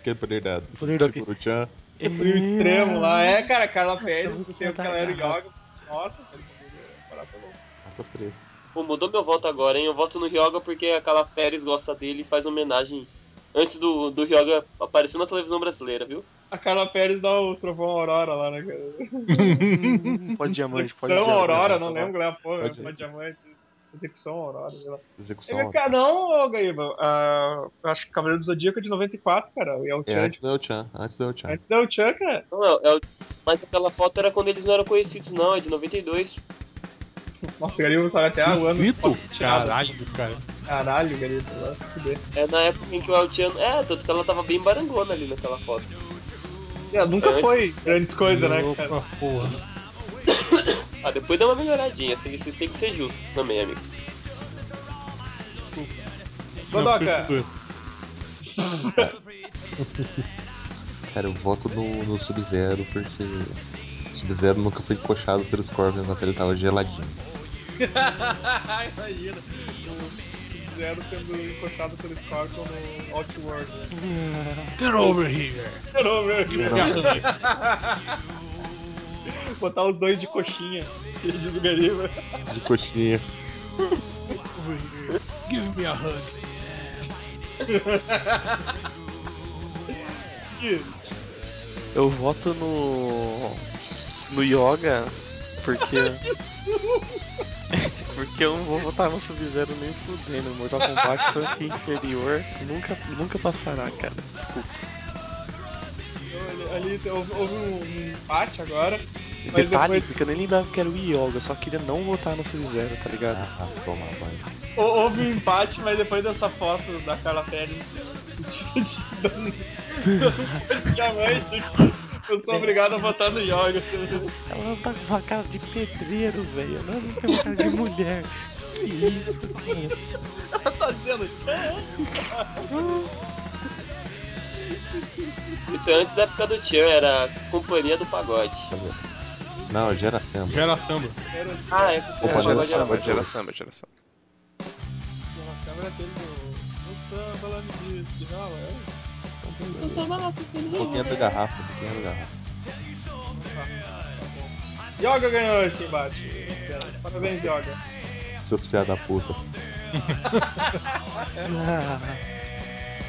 Speaker 5: Aquele poder da
Speaker 4: Poder da-
Speaker 5: Seguro-chan.
Speaker 3: o extremo lá. É, cara, Carla Pérez, do tempo que ela era o Yoga. Nossa, aquele poder é parada louca.
Speaker 5: Nossa, três.
Speaker 7: Pô, mudou meu voto agora, hein? Eu voto no Ryoga porque a Carla Pérez gosta dele e faz homenagem antes do, do Ryoga aparecer na televisão brasileira, viu?
Speaker 3: A Carla Pérez dá o trovão Aurora lá, né, cara?
Speaker 4: Pode diamante, pode
Speaker 3: Execução
Speaker 4: diamante.
Speaker 3: Aurora, não lembro, né? Pô,
Speaker 5: Pode-
Speaker 3: pode diamante. Execução Aurora, sei lá.
Speaker 5: Execução.
Speaker 3: Ele, é cara, não, ô, Gaíba. ah, eu acho que Cavaleiro do Zodíaco é de 94, cara. E é o
Speaker 5: É
Speaker 3: Chan.
Speaker 5: antes da El-chan, antes é da El-chan.
Speaker 3: Antes né? da El Chan, cara.
Speaker 7: Não, é, é o- mas aquela foto era quando eles não eram conhecidos, não, é de 92.
Speaker 3: Nossa, Gariba sabe até ah, o ano.
Speaker 5: Escrito?
Speaker 3: Caralho,
Speaker 6: Caralho, cara.
Speaker 3: Caralho Gariba. vai se fuder.
Speaker 7: É na época em que o Altiano. É, tanto que ela tava bem barangona ali naquela foto.
Speaker 3: É, nunca
Speaker 7: Antes-
Speaker 3: foi grandes coisas, né, cara?
Speaker 6: Opa, porra.
Speaker 7: Ah, depois deu uma melhoradinha, assim, vocês têm que ser justos também, amigos.
Speaker 3: Godoka,
Speaker 5: Cara, eu voto no, no Sub-Zero porque o Sub-Zero nunca foi coxado pelos Corvins enquanto ele tava geladinho.
Speaker 3: Imagina. O Zero sendo encoxado pelo Scorpion no Outworld.
Speaker 6: Get over here.
Speaker 3: Não, meu.
Speaker 6: Cara,
Speaker 3: Botar os dois de coxinha, que diz o Gariba.
Speaker 5: De coxinha.
Speaker 6: Give me a hug.
Speaker 4: Eu voto no. no Yoga, porque. porque eu não vou votar no Sub-Zero nem fudendo. Mortal Kombat foi aqui inferior. Nunca, nunca passará, cara. Desculpa.
Speaker 3: Ali, ali houve houve um empate agora.
Speaker 4: E
Speaker 3: Mas
Speaker 4: detalhe,
Speaker 3: depois-
Speaker 4: porque eu nem lembrava que era o Yoga, eu só queria não votar no Sub-Zero, tá ligado?
Speaker 5: Ah, toma banho.
Speaker 3: Hou- Houve um empate, mas depois dessa foto da Carla Pérez dando dando diamante aqui, eu sou obrigado a votar no Yoga.
Speaker 4: Ela não tá com uma cara de pedreiro, velho. Ela não tem uma cara de mulher. Que isso, cara.
Speaker 3: Ela tá dizendo tchau.
Speaker 7: Isso é antes da época do Tchan, era a Companhia do Pagode.
Speaker 5: Não, gera samba.
Speaker 6: Gera samba.
Speaker 3: Era
Speaker 7: Ah, é, Companhia
Speaker 5: Opa,
Speaker 7: do Pagode
Speaker 5: geração,
Speaker 7: era
Speaker 5: vai
Speaker 7: mais.
Speaker 5: geração.
Speaker 4: samba, gera samba.
Speaker 3: Nossa, samba daquele do. O um, samba lá me diz que não, é.
Speaker 5: Um pouquinho da garrafa, um pouquinho da garrafa.
Speaker 3: Yoga ganhou esse embate. Parabéns, Yoga.
Speaker 5: Seus filha da puta.
Speaker 4: Ah,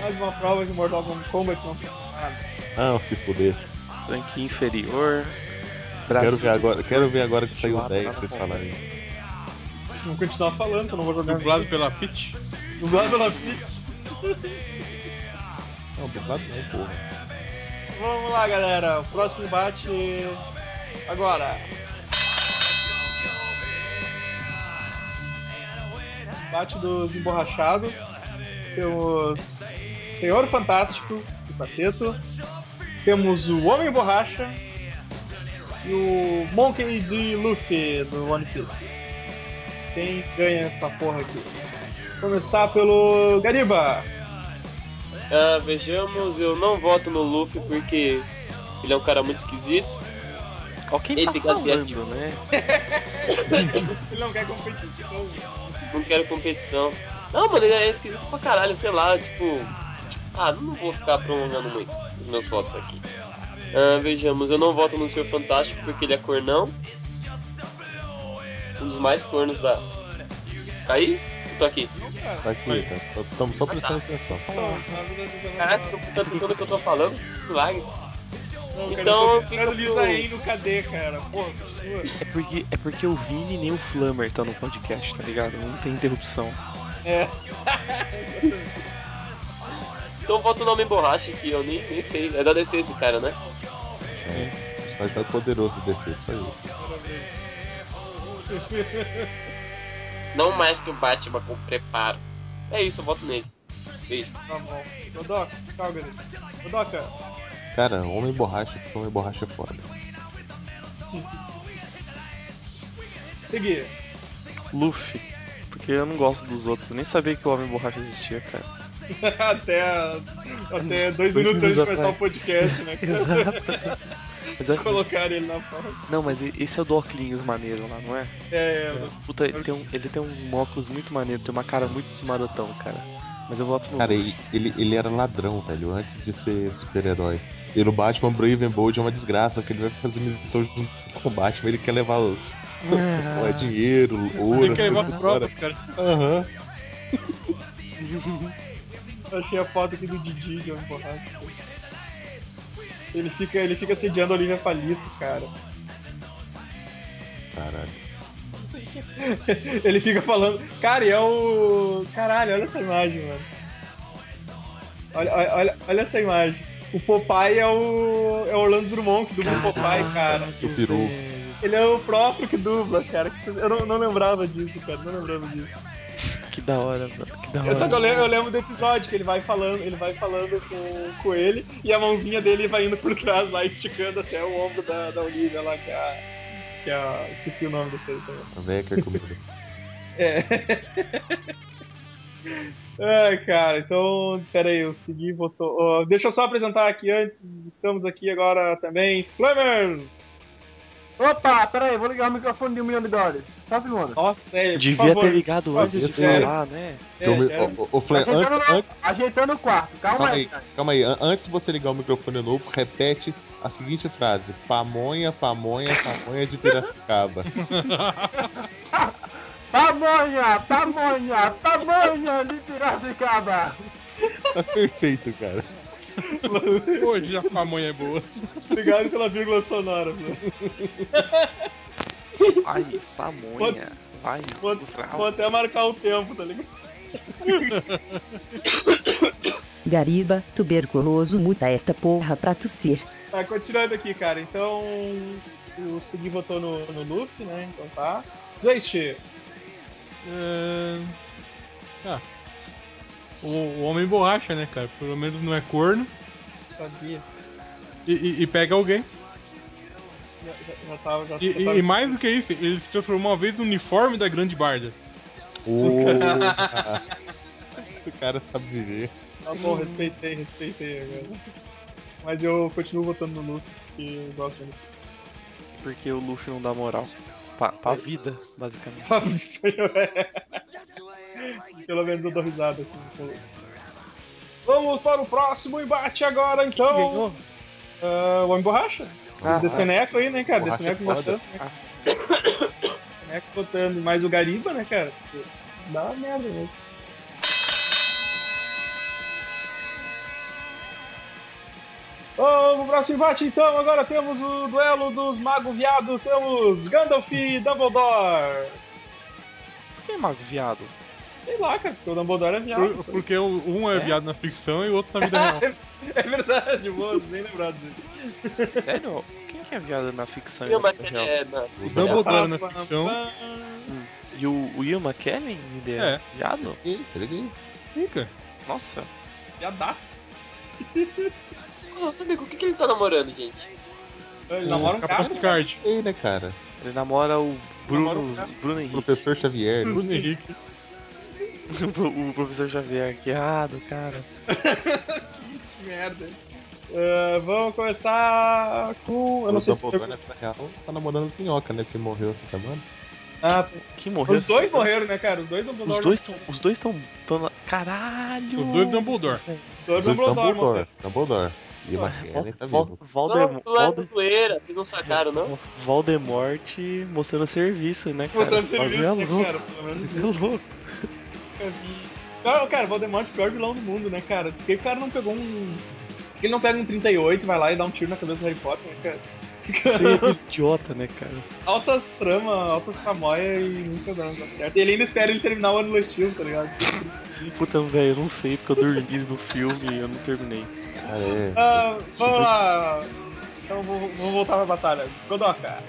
Speaker 3: Mais uma prova de Mortal Kombat não tem nada.
Speaker 5: Ah, se fuder.
Speaker 4: Franquia inferior.
Speaker 5: Quero
Speaker 4: Brasil.
Speaker 5: ver agora, quero ver agora que saiu
Speaker 4: Lá,
Speaker 5: o 10
Speaker 4: lá,
Speaker 5: vocês
Speaker 4: lá.
Speaker 5: falarem.
Speaker 3: Vou continuar falando, que eu não vou jogar.
Speaker 6: Dublado pela Pitch.
Speaker 3: Dublado pela Peach.
Speaker 5: Não, dublado não, porra.
Speaker 3: Vamos lá, galera. O próximo embate. Agora. Bate dos emborrachados. Temos Senhor Fantástico, do Pateto. Temos o Homem Borracha. E o Monkey D. Luffy, do One Piece. Quem ganha essa porra aqui? Vou Começar pelo Gariba.
Speaker 7: Ah, vejamos, eu não voto no Luffy porque ele é um cara muito esquisito.
Speaker 4: Ó, quem
Speaker 7: Ele
Speaker 4: tá
Speaker 7: tem que
Speaker 4: falando,
Speaker 7: atirar.
Speaker 4: né?
Speaker 3: Ele não quer então, competição.
Speaker 7: não quero competição. Não, mano, ele é esquisito pra caralho, sei lá, tipo. Ah, não vou ficar prolongando muito os meus votos aqui. Ah, vejamos, eu não voto no Senhor Fantástico porque ele é cornão. Um dos mais cornos da. Caí? Eu tô aqui.
Speaker 5: Tá aqui, tá. Estamos só prestando atenção.
Speaker 3: Não, não,
Speaker 7: Caraca, vocês estão prestando atenção no que eu tô falando? Milagre.
Speaker 3: Não, cara,
Speaker 7: Então,
Speaker 3: eu tô pensando
Speaker 7: fica
Speaker 3: Lisa
Speaker 7: pro-
Speaker 3: Hay no KD, cara. Porra, continua.
Speaker 4: É porque, é porque o Vini nem o Flammer estão no podcast, tá ligado? Não tem interrupção.
Speaker 3: É.
Speaker 7: Então eu voto no Homem Borracha aqui, eu nem, nem sei. É da DC esse cara, né?
Speaker 5: O site tá poderoso desse, isso aí.
Speaker 7: Não mais que o Batman com preparo. É isso, eu voto nele. Beijo.
Speaker 3: Tá bom. Godoka, tchau, galera. Godoka,
Speaker 5: Cara, homem borracha, porque homem borracha é foda.
Speaker 3: seguir.
Speaker 4: Luffy. Porque eu não gosto dos outros. Eu nem sabia que o Homem Borracha existia, cara.
Speaker 3: até, até dois, minutos antes
Speaker 4: Dois minutos
Speaker 3: de começar
Speaker 4: atrás.
Speaker 3: o podcast, né?
Speaker 4: Mas é-
Speaker 3: Colocaram ele na pauta.
Speaker 4: Não, mas e- esse é o do Oclinhos maneiro lá, não é?
Speaker 3: É,
Speaker 4: Puta, ele tem, um, ele tem um óculos muito maneiro, tem uma cara muito de marotão, cara. Mas eu voto no
Speaker 5: Cara,
Speaker 4: Luffy.
Speaker 5: ele, ele, ele era ladrão, velho, antes de ser super-herói. E no Batman Bravenbold é uma desgraça, porque ele vai fazer missão junto com o Batman, ele quer levar os.
Speaker 4: Ah.
Speaker 5: é dinheiro, ouro,
Speaker 6: Tem
Speaker 5: as
Speaker 6: que levar
Speaker 5: coisas
Speaker 6: pro
Speaker 5: embora.
Speaker 6: próprio, cara.
Speaker 5: Aham.
Speaker 3: eu achei a foto aqui do Didi de Homem Borracha. Ele fica, ele fica sediando a Olivia Palito, cara.
Speaker 5: Caralho.
Speaker 3: Ele fica falando. Cara, e é o. Caralho, olha essa imagem, mano. Olha, olha, olha- olha essa imagem. O Popeye é o. É o Orlando Drummond que dubla o Popeye, cara.
Speaker 5: Tu pirou.
Speaker 3: Ele é o próprio que dubla, cara. que vocês- Eu não, não lembrava disso, cara. Não lembrava disso.
Speaker 4: Que da hora, mano. Que da hora.
Speaker 3: Eu só que eu lembro, eu lembro do episódio que ele vai falando, ele vai falando com, com ele e a mãozinha dele vai indo por trás lá, esticando até o ombro da, da Olivia lá, que é a. Que é a. Esqueci o nome desse aí também.
Speaker 5: A véia quer comida.
Speaker 3: É. Ai, cara, então, peraí, eu segui e votou. Ó, deixa eu só apresentar aqui antes, estamos aqui agora também, Flamer!
Speaker 9: Opa, peraí, vou ligar o microfone de um milhão de dólares. Só um segundo.
Speaker 3: Nossa, é, por
Speaker 4: Devia
Speaker 3: favor.
Speaker 4: ter ligado antes de
Speaker 5: Devia ter.
Speaker 4: falar, né?
Speaker 3: É,
Speaker 5: Então,
Speaker 3: é,
Speaker 5: ô, ô, ô, Flan,
Speaker 9: Ajeitando,
Speaker 5: antes,
Speaker 9: na-
Speaker 5: antes-
Speaker 9: ajeitando o quarto, calma
Speaker 5: calma
Speaker 9: aí.
Speaker 5: aí,
Speaker 9: cara.
Speaker 5: calma aí. An- Antes de você ligar o microfone novo, repete a seguinte frase: Pamonha, pamonha, pamonha de Piracicaba.
Speaker 9: Tá Pamonha, pamonha, pamonha tá de Piracicaba.
Speaker 5: tá perfeito, cara.
Speaker 6: Hoje a pamonha é boa.
Speaker 3: Obrigado pela vírgula sonora, Flamer.
Speaker 4: Ai, pamonha. Ai,
Speaker 3: Vou,
Speaker 4: cultural.
Speaker 3: vou até marcar o tempo, tá ligado?
Speaker 1: Gariba, tuberculoso, muta esta porra pra tossir.
Speaker 3: Tá, continuando aqui, cara, então. O Segui votou no, no Luffy, né? Então tá. Gente,
Speaker 6: É... Ah. O, o homem borracha, né, cara? Pelo menos não é corno.
Speaker 3: sabia.
Speaker 6: E, e- e pega alguém.
Speaker 3: Já, já- já tava. Já,
Speaker 6: E,
Speaker 3: já
Speaker 6: e-
Speaker 3: tava
Speaker 6: e mais do que isso, ele se transformou uma vez no uniforme da grande barda.
Speaker 5: Ô, Esse cara sabe viver.
Speaker 3: Tá bom, respeitei, respeitei agora. Mas eu continuo votando no Luffy, que eu gosto de One Piece.
Speaker 4: Porque o Luffy não dá moral. Pra, pra vida, basicamente.
Speaker 3: Pelo menos eu dou risada aqui. com o Luffy. Vamos para o próximo embate agora, então. Ah, o Homem Borracha.
Speaker 4: Ah,
Speaker 3: Desceneco aí, né, cara?
Speaker 5: Borracha
Speaker 3: Desceneco
Speaker 5: foda.
Speaker 3: votando. né? Desceneco votando. Mas o Gariba, né, cara? Porque Dá uma merda mesmo. Ô, no próximo embate, então, agora temos o duelo dos magos viado. Temos Gandalf e Dumbledore.
Speaker 4: Quem é mago viado?
Speaker 3: Sei lá, cara, porque o Dumbledore é viado.
Speaker 6: Por- porque o- um é,
Speaker 4: É?
Speaker 6: viado na ficção e o outro na vida real.
Speaker 3: É verdade, mano, nem lembrado disso.
Speaker 4: Sério? Quem que é viado na ficção e
Speaker 7: Não,
Speaker 4: na
Speaker 7: mas
Speaker 4: vida real?
Speaker 7: é, não.
Speaker 6: O Dumbledore na ficção.
Speaker 4: E o Will McKellen ele
Speaker 6: É.
Speaker 4: é viado?
Speaker 5: Ih, entreguei.
Speaker 6: Fica.
Speaker 4: Nossa.
Speaker 3: Viadaço.
Speaker 7: Nossa, amigo, o que, que ele tá namorando, gente?
Speaker 3: Ele namora um cara.
Speaker 6: Capitão Card.
Speaker 5: Sei, né, cara?
Speaker 4: Ele namora o
Speaker 3: Namora
Speaker 4: Bruno,
Speaker 3: o cara.
Speaker 4: Bruno Henrique,
Speaker 5: Professor Xavier.
Speaker 6: Bruno Henrique.
Speaker 4: o professor Xavier, que errado, cara.
Speaker 3: Que merda. Ah, vamos começar com. Eu não
Speaker 5: o
Speaker 3: sei se.
Speaker 5: Dumbledore, na vida real, tá namorando as minhocas, né? Que morreu essa semana.
Speaker 3: Ah,
Speaker 4: Quem morreu?
Speaker 3: os dois morreram, né, cara? Os dois Dumbledore.
Speaker 4: Os dois estão. Os dois estão. Na... Caralho!
Speaker 6: Os dois Dumbledore.
Speaker 3: Os dois
Speaker 5: Dois
Speaker 3: Dumbledore,
Speaker 5: Dumbledore.
Speaker 3: morreram.
Speaker 5: Dumbledore. E
Speaker 4: Vol-
Speaker 5: McKellen tá
Speaker 4: Vol-
Speaker 5: vivo.
Speaker 7: Não,
Speaker 4: Voldemort,
Speaker 7: lá é
Speaker 4: Volde-
Speaker 7: zoeira, vocês não sacaram, não?
Speaker 4: Voldemort mostrando serviço, né, cara?
Speaker 3: Mostrando
Speaker 4: O
Speaker 3: serviço,
Speaker 4: bagulho é
Speaker 3: né,
Speaker 4: louco,
Speaker 3: cara? Pelo menos
Speaker 4: o bagulho é louco.
Speaker 3: nunca vi. Cara, cara, Voldemort é o pior vilão do mundo, né, cara? Por que o cara não pegou um. Por que ele não pega um 38, vai lá e dá um tiro na cabeça do Harry Potter, né, cara?
Speaker 4: Você é idiota, né, cara?
Speaker 3: Altas tramas, altas tramóias e nunca dá dá certo. E ele ainda espera ele terminar o ano letivo, tá ligado?
Speaker 4: Puta, velho, eu não sei porque eu dormi no filme e eu não terminei.
Speaker 5: Cara, é.
Speaker 3: Ah, vamos lá. Então vou- vamos voltar pra batalha. Godoka.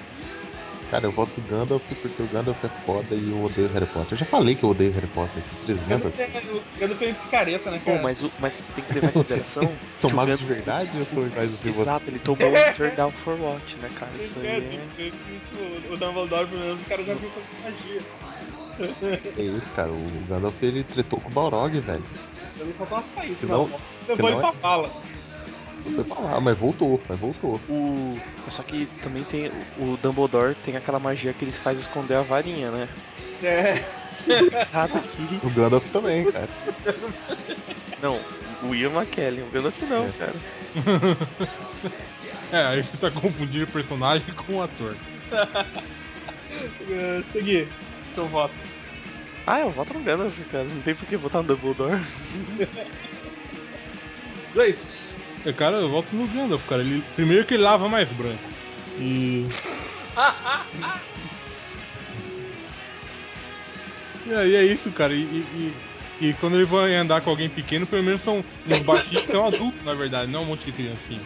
Speaker 5: Cara, eu voto em Gandalf porque o Gandalf é foda e eu odeio Harry Potter. Eu já falei que eu odeio Harry Potter. 300.
Speaker 3: Gandalf é- Gandalf é picareta, né,
Speaker 4: Pô,
Speaker 3: cara?
Speaker 4: mas, o- mas tem que levar em consideração.
Speaker 5: São
Speaker 4: que o
Speaker 5: magos de
Speaker 4: Gandalf-
Speaker 5: verdade ou são mais assim? você?
Speaker 4: Exato, ele tomou o Turn Down for Watch, né, cara? Isso aí
Speaker 3: É,
Speaker 4: é.
Speaker 3: tem- tem- tem- O Dumbledore, pelo menos, o cara já viu fazer magia.
Speaker 5: É isso, cara. O Gandalf ele tretou com o Balrog, velho.
Speaker 3: Ele só tá umas faíscas.
Speaker 5: Se não-
Speaker 3: né? Levou ele
Speaker 5: se não é-
Speaker 3: pra bala.
Speaker 5: Não foi pra lá, mas voltou, mas voltou.
Speaker 4: O... mas Só que também tem. O Dumbledore tem aquela magia que eles fazem esconder a varinha, né?
Speaker 3: É.
Speaker 4: Cada que.
Speaker 5: O Gandalf também, cara.
Speaker 4: Não, o Ian McKellen, o Gandalf não,
Speaker 5: É.
Speaker 4: cara.
Speaker 6: É, aí você tá confundindo o personagem com o ator.
Speaker 3: É, seguir seu voto.
Speaker 4: Ah, eu voto no Gandalf, cara. Não tem por que votar no Dumbledore.
Speaker 3: Mas É isso.
Speaker 6: É, Cara, eu volto no Gandalf, cara. Ele, primeiro que ele lava mais branco. E. e aí é isso, cara. E, e- e- e quando ele vai andar com alguém pequeno, pelo menos são os batistas são adultos, na verdade, não um monte de criancinha.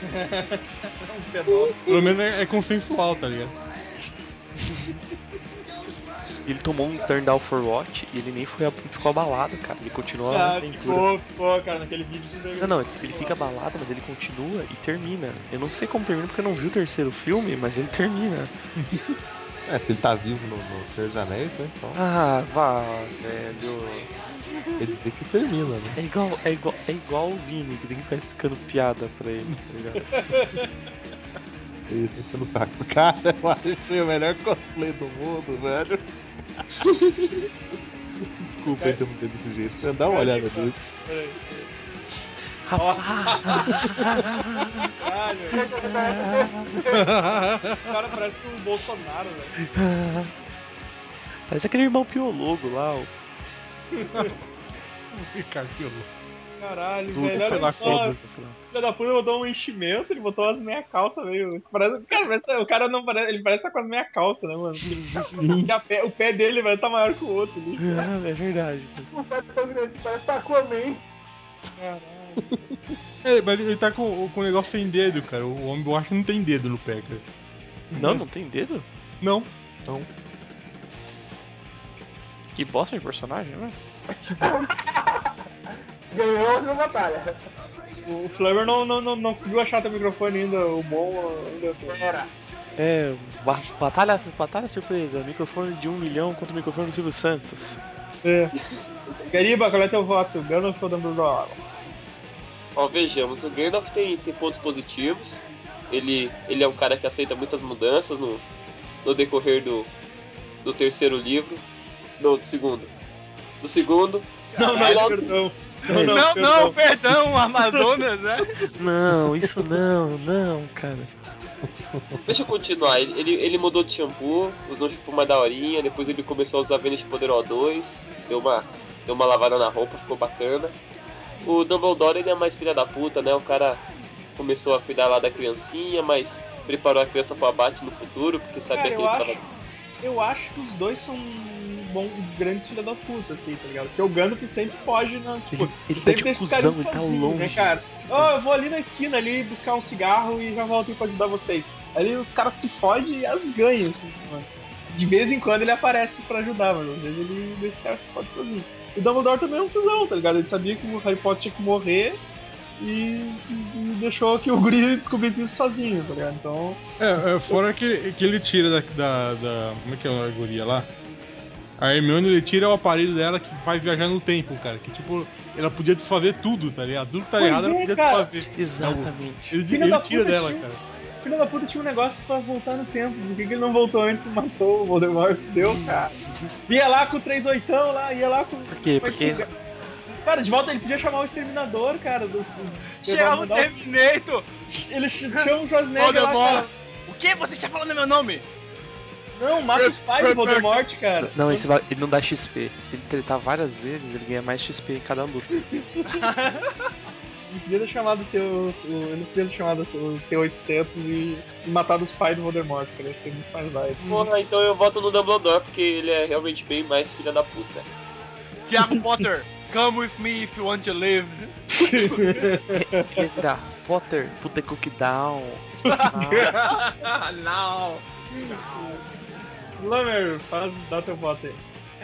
Speaker 3: Um pedófilo.
Speaker 6: Pelo menos é, é consensual, tá ligado?
Speaker 4: Ele tomou um Turn Down for Watch e ele nem foi, ficou abalado, cara. Ele continua a
Speaker 3: Ah,
Speaker 4: aventura.
Speaker 3: ficou, ficou, cara, naquele vídeo.
Speaker 4: Não, não, ele fica abalado, mas ele continua e termina. Eu não sei como termina porque eu não vi o terceiro filme, mas ele termina.
Speaker 5: É, se ele tá vivo no, no Senhor dos Anéis, né? Então
Speaker 4: Ah, vá, velho.
Speaker 5: quer dizer que termina, né?
Speaker 4: É igual, é igual, é igual o Vini, que tem que ficar explicando piada pra ele, tá ligado?
Speaker 5: Você tá enchendo o saco. Cara, eu achei o melhor cosplay do mundo, velho. Desculpa interromper desse jeito. mas Dá uma olhada nisso.
Speaker 3: Peraí. Caralho, o cara parece um Bolsonaro, velho.
Speaker 4: Parece aquele irmão piologo lá, o
Speaker 6: Ricardo, que louco.
Speaker 3: Caralho,
Speaker 4: do
Speaker 3: velho.
Speaker 4: sei
Speaker 3: Olha
Speaker 4: lá
Speaker 3: só,
Speaker 4: qual, sei lá.
Speaker 3: filho da puta botou um enchimento, ele botou umas meia calça meio. Parece, cara, parece- o cara não parece. Ele parece estar com as meia calça, né, mano? E a pé- o pé dele vai estar maior que o outro ali.
Speaker 4: Ah, É verdade.
Speaker 9: Não tá tão grande, parece Aquaman.
Speaker 6: É, mas ele tá com, com o negócio sem dedo, cara. O homem borracha não tem dedo no pé, cara.
Speaker 4: Não, não tem dedo?
Speaker 6: Não.
Speaker 4: Que bosta de personagem, né?
Speaker 9: Ganhou na batalha.
Speaker 3: O Flamengo não, não, não, não conseguiu achar teu microfone ainda, o bom ainda.
Speaker 9: Era.
Speaker 4: É, ba- batalha, batalha surpresa, microfone de um milhão contra o microfone do Silvio Santos.
Speaker 3: É. Gariba, qual é teu voto? Gandalf ou Dumbledore?
Speaker 7: Ó, vejamos, o Gandalf tem, tem pontos positivos. Ele, ele é um cara que aceita muitas mudanças no, no decorrer do, do terceiro livro. Não, do segundo. Do segundo. é
Speaker 3: Não,
Speaker 7: Caralho.
Speaker 3: não, perdão. Não, não,
Speaker 10: Não,
Speaker 3: perdão.
Speaker 10: não, perdão, Amazonas, né?
Speaker 4: Não, isso não, não, cara.
Speaker 7: Deixa eu continuar. Ele, ele, ele mudou de shampoo, usou um shampoo mais daorinha, depois ele começou a usar Vênus de Poder O2, deu uma, deu uma lavada na roupa, ficou bacana. O Dumbledore ele é mais filha da puta, né? O cara começou a cuidar lá da criancinha, mas preparou a criança pra abate no futuro, porque sabia
Speaker 3: Cara, eu
Speaker 7: que ele
Speaker 3: acho,
Speaker 7: precisava.
Speaker 3: eu acho que os dois são bom, grandes filha da puta, assim, tá ligado? Porque o Gandalf sempre foge, né? Tipo,
Speaker 4: Ele, ele tá
Speaker 3: sempre
Speaker 4: de
Speaker 3: deixa os
Speaker 4: cuzão,
Speaker 3: caras
Speaker 4: ele tá
Speaker 3: sozinhos,
Speaker 4: longe.
Speaker 3: né, cara? Ó, eu vou ali na esquina ali buscar um cigarro e já volto aí pra ajudar vocês. Ali os caras se fodem e as ganham, assim, mano. De vez em quando ele aparece pra ajudar, mano. Às vezes ele deixa os caras se fodem sozinho. E o Dumbledore também é um cuzão, tá ligado? Ele sabia que o Harry Potter tinha que morrer e, e- e deixou que o Guri descobrisse isso sozinho, tá ligado? Então.
Speaker 6: É, é, fora que, que ele tira da, da, da- Como é que é a guria lá? A Hermione ele tira o aparelho dela que vai viajar no tempo, cara. Que tipo, ela podia desfazer tudo, tá ligado? Tudo que tá
Speaker 3: Pois
Speaker 6: errado, ela
Speaker 3: é,
Speaker 6: podia
Speaker 3: cara.
Speaker 6: desfazer.
Speaker 4: Exatamente.
Speaker 6: Ele,
Speaker 3: Filho
Speaker 6: ele
Speaker 3: da
Speaker 6: tira
Speaker 3: puta,
Speaker 6: dela,
Speaker 3: tio.
Speaker 6: cara.
Speaker 3: filho da puta tinha um negócio pra voltar no tempo. Por que, que ele não voltou antes e matou o Voldemort? Deu, cara. Ia lá com o 3 oitão lá, ia lá com.
Speaker 4: Por quê?
Speaker 3: com a
Speaker 4: Porque
Speaker 3: espiga- Cara, de volta ele podia chamar o exterminador, cara. Do, do-
Speaker 10: Chegava é o
Speaker 3: mandar
Speaker 10: Terminator.
Speaker 3: Ele ch- chama o Schwarzenegger lá, cara.
Speaker 10: Voldemort. O que? Você está falando meu nome?
Speaker 3: Não, mata os pais do Voldemort, cara.
Speaker 4: Não, esse va- ele não dá XP. Se ele tretar várias vezes, ele ganha mais XP em cada luta.
Speaker 3: Ele podia ter chamado teu, o- ele podia ter chamado o T800 e, e matado os pais do Voldemort, cara. Ia ser muito mais live.
Speaker 7: Porra, então eu voto no Dumbledore, porque ele é realmente bem mais filha da puta.
Speaker 10: Tiago Potter, come with me if you want to live.
Speaker 4: Ele dá Potter, puta cookdown. Ah,
Speaker 3: Não! Lamer, faz, dá teu voto aí.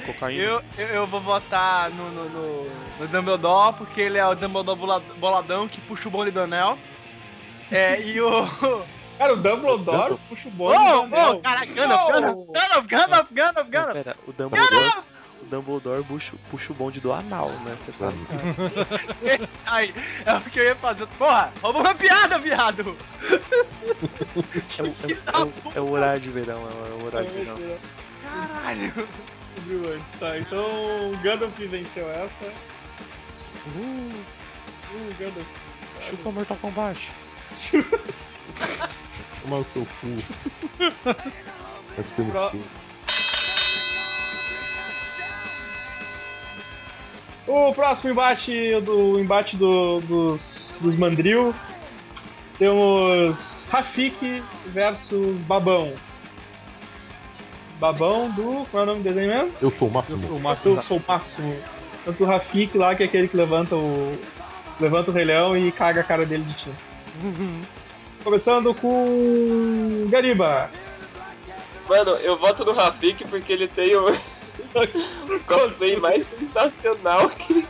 Speaker 4: cocaína.
Speaker 10: Eu, eu, eu vou votar no, no, no, no Dumbledore, porque ele é o Dumbledore bola- boladão que puxa o bonde do anel. É, e o.
Speaker 3: Cara, o Dumbledore puxa o
Speaker 10: Oh,
Speaker 3: bolo. né,
Speaker 10: oh, caraca, Gandalf, Gandalf, Gandalf, Gandalf,
Speaker 4: Não,
Speaker 10: Gandalf.
Speaker 4: pera, o Dumbledore, o Dumbledore puxa, puxa o bonde do anal, né? Você fala.
Speaker 10: Ai, é o que eu ia fazer. Porra, roubou uma piada, viado.
Speaker 4: É, o- é o- é o- é o horário de verão, é o é o horário de verão.
Speaker 10: Caralho.
Speaker 3: Tá, então o Gandalf venceu essa.
Speaker 4: Uh,
Speaker 3: O Gandalf.
Speaker 4: chupa Mortal Kombat.
Speaker 5: Tomar o seu cu. Mas que eu me
Speaker 3: Pro-
Speaker 5: esqueço.
Speaker 3: O próximo embate é do o embate do- dos, dos Mandril. Temos Rafik versus Babão. Babão do. Qual é o nome do desenho mesmo?
Speaker 5: Eu sou o máximo.
Speaker 3: O Matheus sou o máximo. Tanto o Rafik lá, que é aquele que levanta o. levanta o Rei Leão e caga a cara dele de tinta. Começando com. Gariba.
Speaker 7: Mano, eu voto no Rafik porque ele tem o. o cosplay mais sensacional que.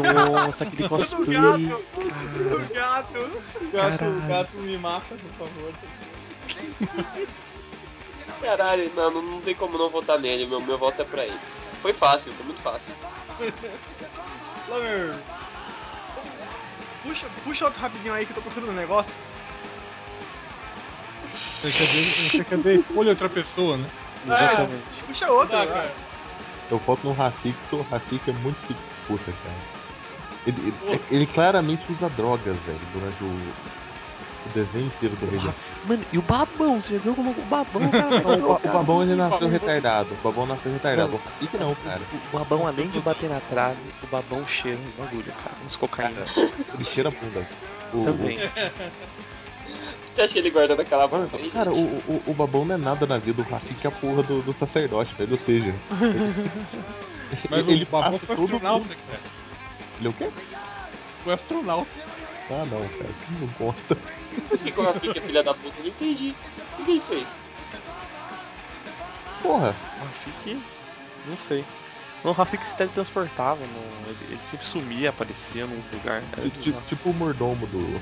Speaker 4: Nossa, aquele cosplay.
Speaker 10: O gato.
Speaker 3: Eu acho que o
Speaker 4: Caralho.
Speaker 3: gato me mata, por favor.
Speaker 7: Caralho, não, não, não tem como não votar nele, meu, meu voto é pra ele. Foi fácil, foi muito fácil.
Speaker 3: Lover.
Speaker 10: Puxa, puxa outro rapidinho aí que eu tô procurando um negócio.
Speaker 6: Você quer ver- Você quer ver escolha outra pessoa, né?
Speaker 4: Exatamente.
Speaker 10: Puxa outro.
Speaker 3: Dá, Tá, cara.
Speaker 5: Eu voto no Rafik, porque o Rafik é muito filho de puta, cara. Ele, ele- ele claramente usa drogas, velho, durante o, o desenho inteiro do Rei
Speaker 4: Mano, e o babão? Você já viu como o babão, tá cara?
Speaker 5: Não, o, Ba- o Babão ele nasceu retardado. O Babão nasceu retardado. O Rafik não, cara.
Speaker 4: O babão, além de bater na trave, o babão cheira uns bagulho, cara. Uns cocaína.
Speaker 5: Ele cheira a bunda. O-
Speaker 4: Também.
Speaker 7: Você acha ele guardando aquela
Speaker 5: Mano,
Speaker 7: bosta aí?
Speaker 5: cara, o, o, o Babão não é nada na vida, o Rafik é a porra do, do sacerdote, velho. Ou seja,
Speaker 6: Mas
Speaker 5: ele, ele
Speaker 6: o Babão
Speaker 5: passa
Speaker 6: foi
Speaker 5: todo mundo.
Speaker 6: astronauta, cara.
Speaker 5: Ele é o quê?
Speaker 6: Foi astronauta.
Speaker 5: Ah, não, cara, isso não conta.
Speaker 7: Por que que o Rafik é filha da puta? Eu Não entendi. O que que ele fez?
Speaker 5: Porra,
Speaker 4: O Rafik. Não sei. O Rafik se teletransportava, não... ele, ele sempre sumia, aparecia nos lugares.
Speaker 7: É
Speaker 4: Era
Speaker 5: ti- ti-
Speaker 4: bizarro.
Speaker 5: tipo o mordomo do.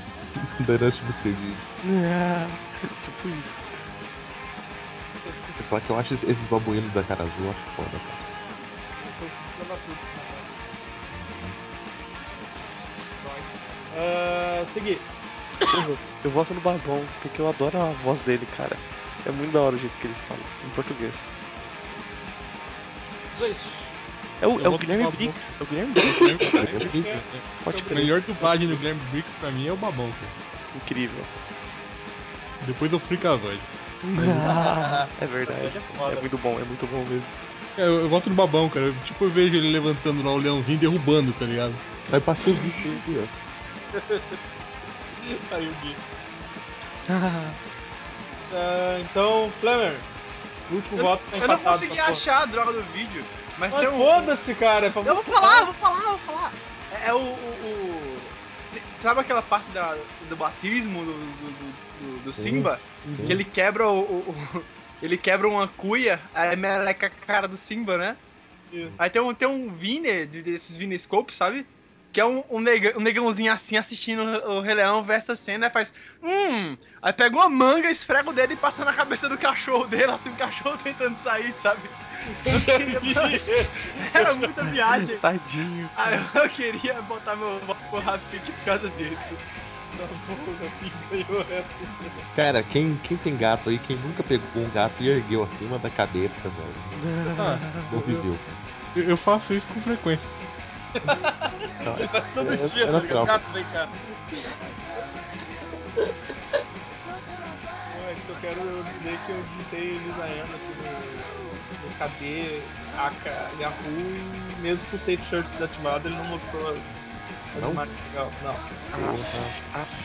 Speaker 5: da herança do Feliz.
Speaker 4: tipo isso.
Speaker 5: Você fala que eu acho esses- esses babuínos da cara azul, eu acho foda, cara.
Speaker 3: Ah, seguir.
Speaker 4: Porra, eu gosto do Babão, porque eu adoro a voz dele, cara. É muito da hora o jeito que ele fala, em português.
Speaker 3: Dois.
Speaker 4: É o,
Speaker 6: Eu
Speaker 4: é o
Speaker 6: gosto do
Speaker 4: Guilherme
Speaker 6: Babão.
Speaker 4: Briggs. É o Guilherme Briggs, pode
Speaker 6: A
Speaker 4: crer.
Speaker 6: melhor dublagem do Guilherme Briggs pra mim é o Babão, cara.
Speaker 4: Incrível.
Speaker 6: Depois eu fico a voz.
Speaker 4: é verdade. É muito bom, é muito bom mesmo.
Speaker 6: É, Eu, eu voto no Babão, cara. Eu, tipo, eu vejo ele levantando lá o leãozinho e derrubando, tá ligado?
Speaker 5: Aí passei o bicho aqui, ó.
Speaker 3: Aí o Gui. Ah, então, Flamer, último voto que tá
Speaker 10: Eu não
Speaker 3: empatado.
Speaker 10: consegui
Speaker 3: essa porra.
Speaker 10: achar a droga do vídeo, mas, tem
Speaker 3: Mas
Speaker 10: um.
Speaker 3: foda-se, cara. é pra-
Speaker 10: Eu vou falar, eu vou falar, eu vou falar. É, é o, o, o- Sabe aquela parte da, do batismo do, do- do- do- do
Speaker 5: Sim,
Speaker 10: Simba?
Speaker 5: sim.
Speaker 10: Que ele quebra o. o- o- ele quebra uma cuia, aí meleca é a cara do Simba, né?
Speaker 3: Isso.
Speaker 10: Aí tem um, tem um Viner, de- desses Vinescopes, sabe? Que é um, um, nega- um negãozinho assim assistindo o Rei Leão, vê essa cena e faz. Hum! Aí pega uma manga, esfrega o dedo e passa na cabeça do cachorro dele, assim, o cachorro tentando sair, sabe?
Speaker 3: é
Speaker 10: Era muita viagem.
Speaker 4: Tadinho.
Speaker 10: Ah, eu queria botar meu voto pro Rafik por causa disso. Não, porra, Rafik ganhou
Speaker 3: é assim.
Speaker 10: essa.
Speaker 5: Cara, quem, quem tem gato aí, quem nunca pegou um gato e ergueu acima da cabeça, velho,
Speaker 6: Ah,
Speaker 5: não viveu.
Speaker 6: eu, eu faço isso com frequência.
Speaker 3: Ele faz todo
Speaker 5: É,
Speaker 3: dia,
Speaker 5: era
Speaker 3: tá ligado?
Speaker 5: tropa.
Speaker 3: Gato, vem cá. Ué, só quero dizer que eu digitei Lisaiana aqui no, no KD, AK, Yahoo, e mesmo com o Safe Shirt desativado, ele não mostrou as, as
Speaker 5: Não?
Speaker 3: imagens legal. Não.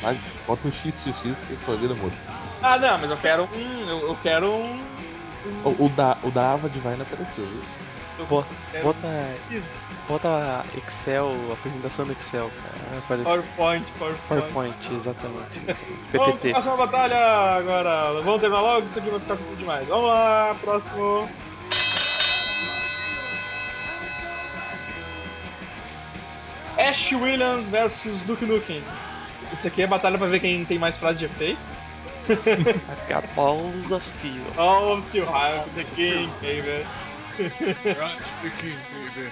Speaker 5: Vai, bota um XXX que sua vida muda.
Speaker 3: Ah, não, mas eu quero um. Eu, eu quero um.
Speaker 5: O, o da, o da Ava Divine apareceu, viu?
Speaker 4: Bota,
Speaker 3: É.
Speaker 4: bota,
Speaker 3: Preciso.
Speaker 4: bota Excel, apresentação no Excel, cara. Vai aparecer.
Speaker 3: PowerPoint, É. PowerPoint.
Speaker 4: PowerPoint, exatamente.
Speaker 3: Vamos
Speaker 4: PPT.
Speaker 3: pra próxima batalha agora. Vamos terminar logo, isso aqui vai ficar pouco demais. Vamos lá, próximo. Ash Williams versus Duke Nukem. Isso aqui é batalha pra ver quem tem mais frase de efeito.
Speaker 4: Aqui, a Balls of Steel.
Speaker 3: Oh, I'm still high the king, baby.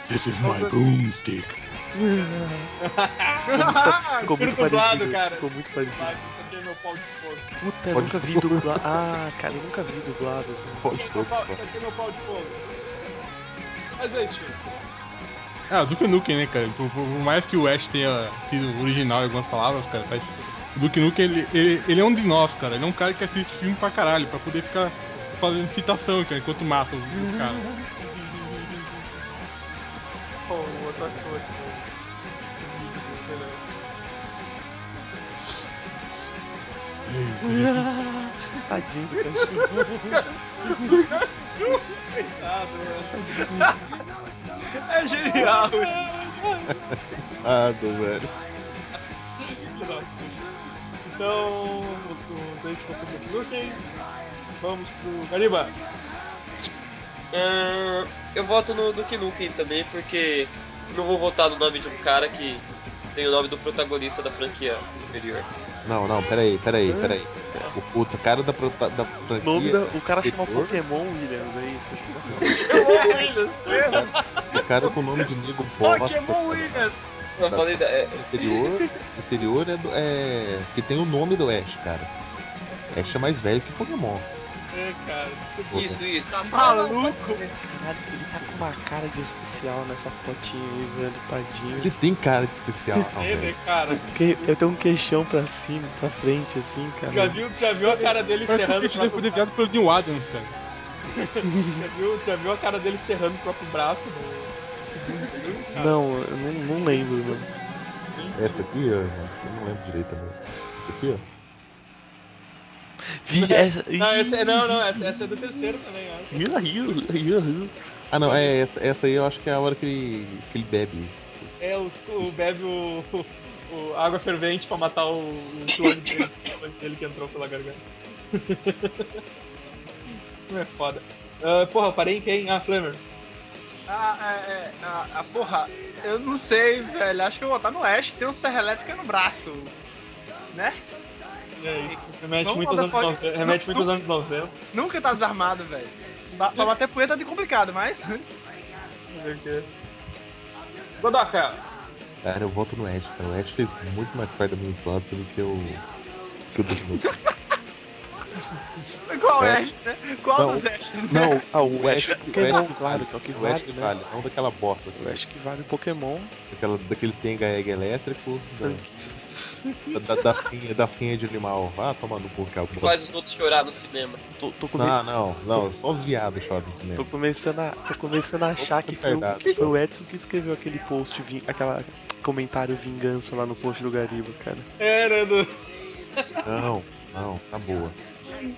Speaker 6: This is my boomstick.
Speaker 4: Ficou muito
Speaker 3: Dublado,
Speaker 4: parecido.
Speaker 3: cara.
Speaker 4: Ficou muito parecido.
Speaker 3: Ah, Isso aqui é meu pau de fogo.
Speaker 4: Puta, eu
Speaker 5: Pode-
Speaker 4: nunca vi dublado. Ah, cara, eu nunca vi dublado.
Speaker 5: Pode,
Speaker 3: Isso aqui é meu
Speaker 5: pode,
Speaker 3: pau-
Speaker 5: pode.
Speaker 3: Isso aqui é meu pau de fogo. Mas é isso, filho.
Speaker 6: Ah, Duke Nukem, né, cara? Por, por mais que o Ash tenha sido original em algumas palavras, cara, faz... o Duke Nukem, ele, ele, ele é um de nós, cara. Ele é um cara que assiste filme pra caralho, pra poder ficar fazendo citação, cara, enquanto mata os, os caras.
Speaker 4: Uhum.
Speaker 3: Pô, o outro achou aqui. né? Beleza.
Speaker 4: Tadinho do cachorro.
Speaker 10: É genial isso.
Speaker 5: Ah, do velho.
Speaker 3: Então, os gente vão pro Brooklyn. Vamos pro Gariba.
Speaker 7: Ahn, É, eu voto no Duke Nukem também, porque não vou votar no nome de um cara que tem o nome do protagonista da franquia inferior.
Speaker 5: Não, não, peraí, peraí, peraí. O puta cara da, prota, da franquia.
Speaker 4: O nome da- o cara chama
Speaker 5: Anterior?
Speaker 4: Pokémon Williams, é isso?
Speaker 5: O cara com o nome de Nego
Speaker 3: Ah,
Speaker 5: Bosta.
Speaker 3: é
Speaker 10: Pokémon Williams.
Speaker 7: Eu
Speaker 5: Tá.
Speaker 7: falei da- é,
Speaker 5: Interior, interior é, do, é. que tem o nome do Ash, cara. Ash é mais velho que Pokémon.
Speaker 3: É, cara. Você
Speaker 5: Pô,
Speaker 7: isso, isso.
Speaker 10: Tá maluco?
Speaker 4: Caralho, ele tá com uma cara de especial nessa fotinha aí, velho, tadinho.
Speaker 5: Ele tem cara de especial,
Speaker 3: vê, né,
Speaker 5: velho.
Speaker 3: cara?
Speaker 4: Que- Eu tenho um queixão pra cima, pra frente, assim, cara.
Speaker 3: Já viu, já viu a cara dele
Speaker 6: Parece que
Speaker 3: serrando
Speaker 6: ele
Speaker 3: o próprio
Speaker 6: foi deviado pelo Neil Adams, cara.
Speaker 3: Já viu, já viu a cara dele serrando o próprio braço no segundo filme, cara?
Speaker 4: Não, eu não, não lembro, mano.
Speaker 5: Essa aqui, ó, eu não lembro direito também. Essa aqui, ó.
Speaker 4: Vi essa.
Speaker 3: Não, essa, não, não, essa, essa é do terceiro também, ó.
Speaker 4: Rio, Rio, Rio, Rio.
Speaker 5: Ah não, é essa, essa aí eu acho que é a hora que ele, que ele bebe. os-
Speaker 3: É, os, o bebe o, o- o água fervente pra matar o, o clone dele, o clone dele que entrou pela garganta. Isso não é foda. Ah, porra, eu parei em quem? Ah, Flamer.
Speaker 10: Ah, é, é, ah, ah, porra, eu não sei, velho. Acho que eu vou votar no Ash, que tem um serra elétrica no braço. Né?
Speaker 3: É isso, remete
Speaker 10: Vamos
Speaker 3: muito aos
Speaker 10: lá,
Speaker 3: anos,
Speaker 10: pode-
Speaker 3: nove- remete muito aos anos 90.
Speaker 10: Nunca tá desarmado, velho. Ba- Pra bater punheta é complicado, mas.
Speaker 3: Vamos ver o que é. Godoka!
Speaker 5: Cara, eu voto no Ash, cara. O Ash fez muito mais parte da minha infância do que o. que o Duke Nukem.
Speaker 10: Qual
Speaker 5: É.
Speaker 10: Ash, né? Qual
Speaker 5: Não.
Speaker 10: dos Ash?
Speaker 5: Não, ah, o Ash.
Speaker 4: Pokémon, claro, que é o que
Speaker 5: o Ash
Speaker 4: vale,
Speaker 5: que
Speaker 4: né?
Speaker 5: vale, não daquela bosta.
Speaker 4: Eu acho que vale Pokémon.
Speaker 5: Daquela, daquele tenga egg elétrico, da, da, da- das, rinhas, das rinhas de animal. Ah, toma no cu, cara.
Speaker 7: Que faz os outros chorar no cinema.
Speaker 4: Tô, tô, come-
Speaker 5: Não, não, não, só os viados choram no cinema.
Speaker 4: tô começando a, tô começando a achar
Speaker 5: é
Speaker 4: que foi, o-
Speaker 5: Retardado.
Speaker 4: foi o Edson que escreveu aquele post, vin- aquela comentário vingança lá no post do Gariba, cara.
Speaker 3: Era É, né, do.
Speaker 5: Não, não, tá boa.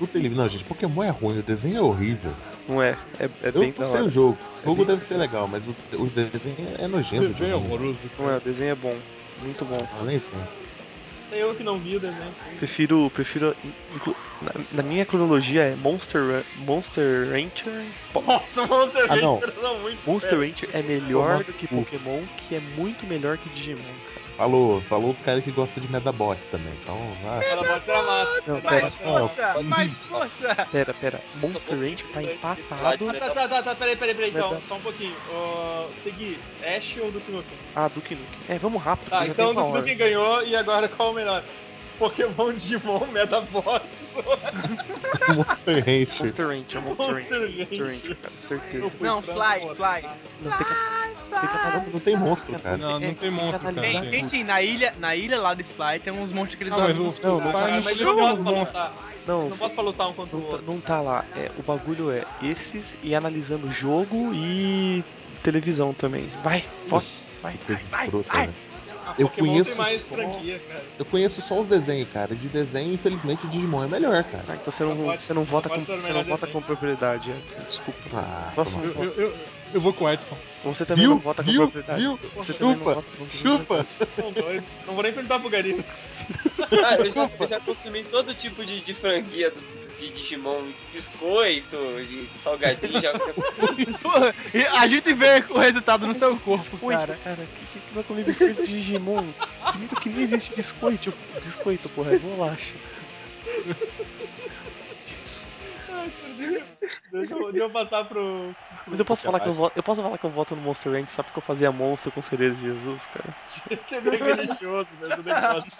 Speaker 5: Luta ele. Não, gente, Pokémon é ruim, o desenho é horrível.
Speaker 4: Não é? É, é
Speaker 5: Eu
Speaker 4: bem da
Speaker 5: não sei
Speaker 4: hora.
Speaker 5: o jogo. O jogo deve ser legal, mas o, o desenho é nojento.
Speaker 6: Bem
Speaker 5: demais.
Speaker 6: horroroso.
Speaker 4: Não é, o desenho é bom. Muito bom.
Speaker 5: Ah, nem tem.
Speaker 3: Eu um que não vi o desenho.
Speaker 4: Prefiro. prefiro inclu- na, na minha cronologia é Monster, Ra- Monster Rancher.
Speaker 3: Nossa, Monster
Speaker 5: Ah, não.
Speaker 3: Hunter não. muito.
Speaker 4: Monster Rancher é melhor
Speaker 5: Tomar
Speaker 4: do que
Speaker 5: no cu.
Speaker 4: Pokémon, que é muito melhor que Digimon, cara.
Speaker 5: Falou, falou o cara que gosta de Medabots também. Então, vai.
Speaker 3: Ela pode ser a massa.
Speaker 4: Não,
Speaker 3: Vai,
Speaker 4: pera,
Speaker 10: Mais
Speaker 3: vai.
Speaker 10: força! Mais força!
Speaker 4: Pera, pera. Monster
Speaker 7: Só
Speaker 4: Rancher tá
Speaker 7: Pokémon,
Speaker 4: empatado.
Speaker 3: Ah, tá, tá, tá, tá, peraí, peraí, peraí, então,
Speaker 4: Vai, tá.
Speaker 3: só um pouquinho. Ô, Segui, Ash ou Duke Nukem?
Speaker 4: Ah, Duke Nukem. É, vamos rápido.
Speaker 3: Tá,
Speaker 4: já
Speaker 3: então
Speaker 4: tem uma
Speaker 3: Duke
Speaker 4: hora.
Speaker 3: Nukem ganhou e agora qual o melhor? Pokémon Digimon, Metabots,
Speaker 5: Monster Rancher.
Speaker 4: Monster Rancher, Monster
Speaker 3: Monster
Speaker 4: Rancher. Monster
Speaker 3: Rancher.
Speaker 4: Rancher, cara,
Speaker 3: Eu
Speaker 4: certeza.
Speaker 3: fui
Speaker 10: Não,
Speaker 3: pra
Speaker 10: fly,
Speaker 3: outra.
Speaker 10: fly.
Speaker 4: Não, tem que, tem que analisar-
Speaker 5: Não tem monstro, cara.
Speaker 6: Não, não
Speaker 4: é,
Speaker 6: tem monstro, cara.
Speaker 4: analisar
Speaker 10: Tem, tem sim, na ilha, na ilha lá de Fly tem uns monstros que eles
Speaker 6: Ah,
Speaker 10: guardam
Speaker 6: mas
Speaker 10: nos
Speaker 6: não-
Speaker 10: tubos.
Speaker 6: não-
Speaker 3: Cara, mas eu não boto pra lutar.
Speaker 4: Não,
Speaker 3: Não boto pra lutar um contra o
Speaker 4: não, tá,
Speaker 3: outro.
Speaker 4: não tá lá. É, o bagulho é esses e analisando jogo e televisão também. Vai, pode. Vai,
Speaker 5: Que
Speaker 4: vai,
Speaker 5: coisa
Speaker 4: vai,
Speaker 5: escrota,
Speaker 4: vai.
Speaker 5: né?
Speaker 3: Ah,
Speaker 5: Eu
Speaker 3: Pokémon
Speaker 5: conheço
Speaker 3: tem mais
Speaker 5: só-
Speaker 3: franquia, cara.
Speaker 5: Eu conheço só os desenhos, cara. De desenho, infelizmente, o Digimon é melhor, cara.
Speaker 4: Ah, então você não,
Speaker 3: Não pode-
Speaker 4: você não
Speaker 3: não
Speaker 4: vota,
Speaker 3: pode
Speaker 4: com,
Speaker 3: ser o
Speaker 4: você não
Speaker 3: melhor
Speaker 4: vota com propriedade, Edson. Desculpa.
Speaker 5: Ah,
Speaker 4: Próximo Então
Speaker 5: toma.
Speaker 6: Eu, eu, eu, eu vou com o Edson.
Speaker 4: Você também
Speaker 5: Viu?
Speaker 4: não vota com
Speaker 5: Viu?
Speaker 4: propriedade.
Speaker 5: Viu?
Speaker 4: Você também não
Speaker 5: Chupa.
Speaker 4: vota com
Speaker 5: Chupa.
Speaker 4: propriedade.
Speaker 3: São dois. Não vou nem perguntar pro Gariba.
Speaker 7: Ah, eu já, eu já consumi todo tipo de, de franquia do- de Digimon, biscoito, de salgadinho, já
Speaker 10: Tu- e A gente vê o resultado no seu corpo,
Speaker 4: Biscoito,
Speaker 10: cara.
Speaker 4: cara. Que, que, que vai comer biscoito de Digimon? Primeiro que nem existe biscoito. Biscoito, porra, é bolacha.
Speaker 3: Deixa eu, deixa eu passar pro.
Speaker 4: Mas eu posso,
Speaker 5: Puta
Speaker 4: falar que eu, voto, eu posso falar que eu voto no Monster Ranch só porque eu fazia monstro com CD de Jesus, cara.
Speaker 3: Você bem religioso né? nesse negócio.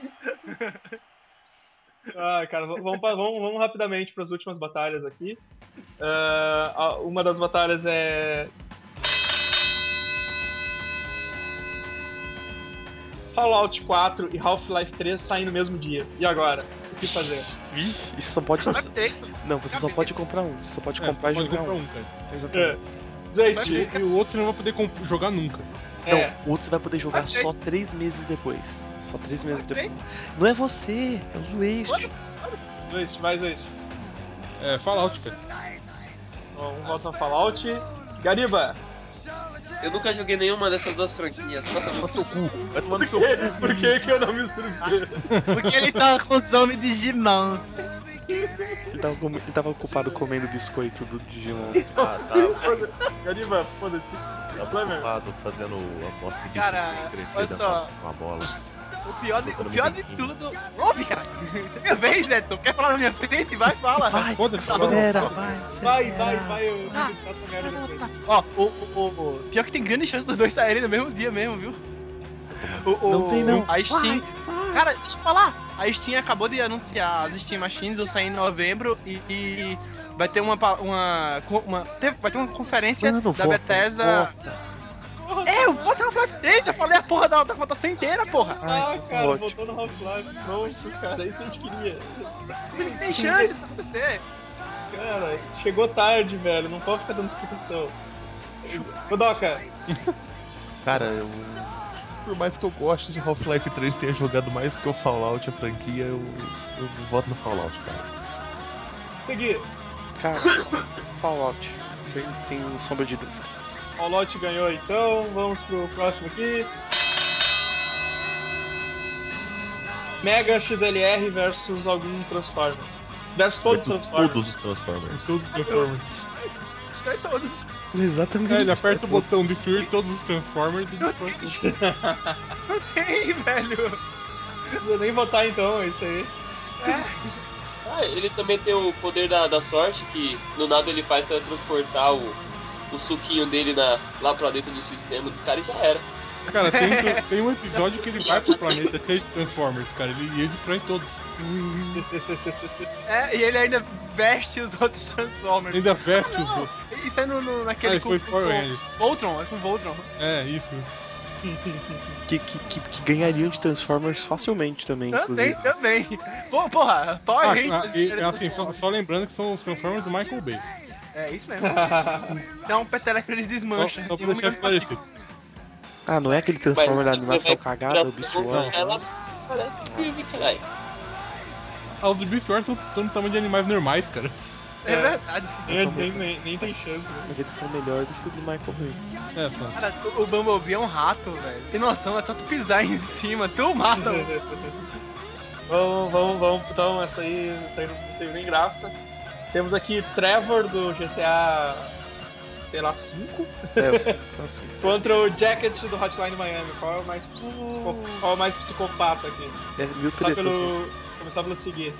Speaker 3: Ah, cara, v- vamos, pa- vamos, vamos rapidamente para as últimas batalhas aqui. Ah, a- uma das batalhas é. Fallout 4 e Half-Life 3 saem no mesmo dia. E agora? O que fazer?
Speaker 4: Vixe, isso só pode.
Speaker 10: Mas três,
Speaker 4: Não, você só pode comprar um. Você só pode
Speaker 6: É,
Speaker 4: comprar e
Speaker 6: pode
Speaker 4: jogar
Speaker 6: comprar
Speaker 4: um.
Speaker 6: um, cara.
Speaker 3: É.
Speaker 4: Exatamente.
Speaker 3: Gente,
Speaker 6: E o outro você não vai poder comp- jogar nunca.
Speaker 3: é,
Speaker 4: Não, o outro você vai poder jogar
Speaker 10: Mas
Speaker 4: só três meses depois. Só três
Speaker 10: mas
Speaker 4: meses depois.
Speaker 10: três.
Speaker 4: Não é você, é o Waste.
Speaker 3: dois, mais dois.
Speaker 6: É, Fallout, cara.
Speaker 3: Bom, Um voto no Fallout. Gariba!
Speaker 7: Eu nunca joguei nenhuma dessas duas franquias. Nossa,
Speaker 5: Seu cu. Vai tomar no seu cu.
Speaker 3: Por que, que eu não me surpreendo?
Speaker 10: Porque tá eles só consomem Digimon.
Speaker 4: tipo, Ele tava, com- ele tava ocupado comendo biscoito do Digimon.
Speaker 5: Ah, tá.
Speaker 3: Gariba, foda-se.
Speaker 5: Tá preocupado fazendo aposta de
Speaker 10: Cara,
Speaker 5: crescer
Speaker 10: olha
Speaker 5: da
Speaker 10: só.
Speaker 5: com a bola.
Speaker 10: O pior de, o pior de tudo. Ouve, cara. Minha vez, Edson. Quer falar na minha frente? Vai, fala.
Speaker 4: Vai,
Speaker 6: Foda-se,
Speaker 4: acelera, vai.
Speaker 3: Vai,
Speaker 4: acelera.
Speaker 3: vai, vai, eu
Speaker 10: Ah,
Speaker 3: eu faço merda depois.
Speaker 10: Ó, o, o, o- Pior que tem grande chance dos dois saírem no mesmo dia mesmo, viu? O, o,
Speaker 4: Não tem, não.
Speaker 10: A Steam. Cara, deixa eu falar. A Steam acabou de anunciar as Steam Machines, eu saí em novembro e. e vai ter uma. pa- uma, co- uma teve- vai ter uma conferência
Speaker 4: Mano,
Speaker 10: da
Speaker 4: vota,
Speaker 10: Bethesda. É, eu vou ter uma Half-Life 3, eu falei a porra da, da votação inteira, porra.
Speaker 3: Ah, cara,
Speaker 4: ótimo.
Speaker 3: voltou no Half-Life. Pronto, cara, é isso que a gente queria.
Speaker 10: Você não tem chance disso acontecer.
Speaker 3: Cara, chegou tarde, velho, não pode ficar dando explicação. Kodoka,
Speaker 5: Cara, eu. Por mais que eu goste de Half-Life 3 tenha jogado mais que o Fallout, a franquia, eu, eu voto no Fallout, cara.
Speaker 3: segui.
Speaker 4: Cara, Fallout. Sem, sem sombra de dúvida.
Speaker 3: O Lote ganhou então, vamos pro próximo aqui. Mega XLR versus algum Transformer. Versus todos os Transformers.
Speaker 5: Todos os Transformers.
Speaker 6: Tudo Transformers.
Speaker 10: Destrói todos.
Speaker 4: Exatamente.
Speaker 6: É, ele aperta o botão destruir todos os Transformers e depois.
Speaker 10: Tem, velho.
Speaker 3: Não precisa nem votar então, é isso aí.
Speaker 7: Ah, ele também tem o poder da, da sorte, que do nada ele faz teletransportar o, o suquinho dele na, lá pra dentro do sistema dos caras e já era.
Speaker 6: Cara, tem, tem um episódio que ele vai pro planeta cheio de Transformers, cara. Ele, e ele destrói todos.
Speaker 10: É, e ele ainda veste os outros Transformers.
Speaker 6: Ainda veste os
Speaker 10: Não,
Speaker 6: outros.
Speaker 10: isso é no, no-
Speaker 6: Ah,
Speaker 10: naquele
Speaker 6: ele foi
Speaker 10: com-
Speaker 6: Power
Speaker 10: com-
Speaker 6: Rangers.
Speaker 10: Voltron, é com Voltron.
Speaker 6: É, isso.
Speaker 4: Que, que, que, que ganhariam de Transformers facilmente também,
Speaker 10: Também,
Speaker 4: inclusive.
Speaker 10: também. Pô, porra, Power
Speaker 6: Ah,
Speaker 10: Rangers.
Speaker 6: ah, e, assim, só, só lembrando que são os Transformers do Michael Bay.
Speaker 10: É isso mesmo. Dá um peteleco eles
Speaker 6: Só,
Speaker 10: desmancham.
Speaker 6: só
Speaker 10: E um
Speaker 6: pra deixar
Speaker 10: milhão de
Speaker 6: esclarecido.
Speaker 4: Ah, não é aquele Transformer
Speaker 7: Mas-
Speaker 4: da animação
Speaker 7: mas-
Speaker 4: cagada, o Beast Wars.
Speaker 7: Ela parece filme, caralho.
Speaker 6: Ah, Os do Beast Wars são são do tamanho de animais normais, cara.
Speaker 10: É,
Speaker 3: É.
Speaker 10: verdade.
Speaker 3: É, nem, nem, nem tem chance, velho.
Speaker 4: Mas eles são melhores que o do Michael Bay.
Speaker 6: É, só.
Speaker 10: Cara, o o Bumblebee é um rato, velho. Tem noção, é só tu pisar em cima, tu mata. o-
Speaker 3: vamos, vamos, vamos. Então, essa aí, essa aí não teve nem graça. Temos aqui Trevor do GTA, sei lá, 5,
Speaker 4: É, eu sei, eu sei.
Speaker 3: contra o Jacket do Hotline Miami. Qual é o mais, ps- psico- qual é o mais psicopata aqui?
Speaker 4: É, mil
Speaker 3: Começar
Speaker 4: tretas. né?
Speaker 3: pelo, começar pelo seguir.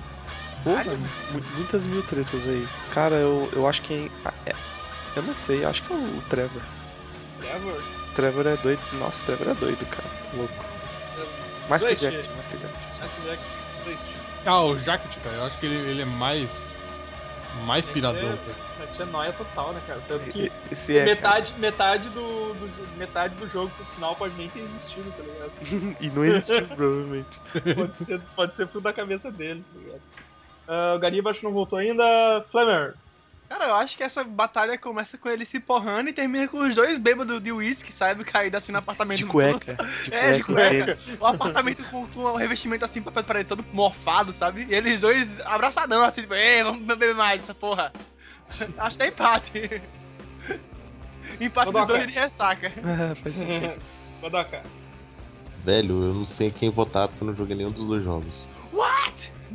Speaker 4: Porra, mu- muitas mil tretas aí. Cara, eu, eu acho que. é- eu não sei, acho que é o Trevor.
Speaker 3: Trevor?
Speaker 4: Trevor é doido. Nossa, Trevor é doido, cara. Tá louco. Mais que o
Speaker 3: Dois,
Speaker 4: Jack, mais que o Jack.
Speaker 3: Mas que o Jacket triste.
Speaker 6: Ah, o Jacket, cara, eu acho que ele, ele é mais. Mais
Speaker 3: Ele
Speaker 6: piradão,
Speaker 3: é-
Speaker 6: cara.
Speaker 3: Jacket é noia total, né, cara? Tanto que
Speaker 4: E- Esse é.
Speaker 3: metade, metade, do, do jo- metade do jogo pro final pode nem ter existido, tá ligado?
Speaker 4: cara. e não existiu, provavelmente.
Speaker 3: Pode ser, pode ser fruto da cabeça dele, tá ligado? Ah, o Gariba acho que não voltou ainda. Flamer.
Speaker 10: Cara, eu acho que essa batalha começa com ele se porrando e termina com os dois bêbados de uísque, sabe? Caído assim no apartamento.
Speaker 4: De
Speaker 10: do-
Speaker 4: cueca. De
Speaker 10: É, de
Speaker 4: cueca.
Speaker 10: cueca. O apartamento com, com o revestimento assim, papel de parede todo morfado, sabe? E eles dois abraçadão assim, tipo, ei, vamos beber mais essa porra. Acho que é empate. Empate dos
Speaker 3: Todoca.
Speaker 10: dois de ressaca.
Speaker 4: Ah, faz sentido.
Speaker 3: Badoca.
Speaker 5: Velho, eu não sei quem votar porque eu não joguei nenhum dos dois jogos.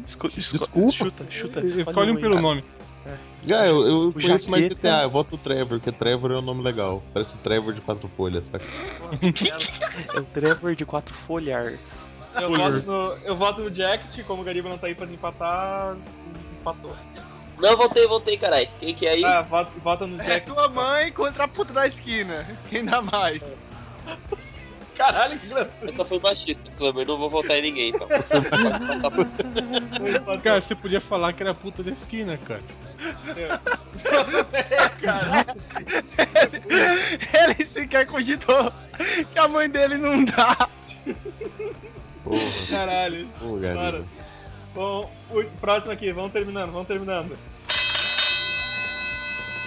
Speaker 4: Esco- esco-
Speaker 5: Desculpa.
Speaker 4: Chuta, chuta.
Speaker 6: Escolhe um
Speaker 4: aí,
Speaker 6: pelo
Speaker 4: cara.
Speaker 6: nome.
Speaker 5: Ah, eu, eu conheço mais
Speaker 4: Jaqueta.
Speaker 5: GTA, eu voto o Trevor, porque Trevor é um nome legal. Parece Trevor de quatro folhas, saca?
Speaker 4: É o Trevor de quatro folhars.
Speaker 3: Eu
Speaker 6: Flamer.
Speaker 3: voto, no, eu voto no Jacket, como o Gariba não tá aí pra desempatar, empatou.
Speaker 7: Não, voltei, voltei, carai. Quem que é aí?
Speaker 3: Ah, vota, vota no
Speaker 10: É
Speaker 3: Jacket.
Speaker 10: tua mãe contra a puta da esquina. Quem dá mais?
Speaker 3: Caralho, que gratuito.
Speaker 7: Essa foi machista, Flamengo. Não vou votar em ninguém, então.
Speaker 3: Empatou.
Speaker 6: Cara, você podia falar que era a puta da esquina, cara. Tipo,
Speaker 10: Ele sequer cogitou que a mãe dele não dá.
Speaker 5: Porra,
Speaker 3: Caralho.
Speaker 5: pô, galera.
Speaker 3: Bom, o próximo aqui, vamos terminando, vamos terminando.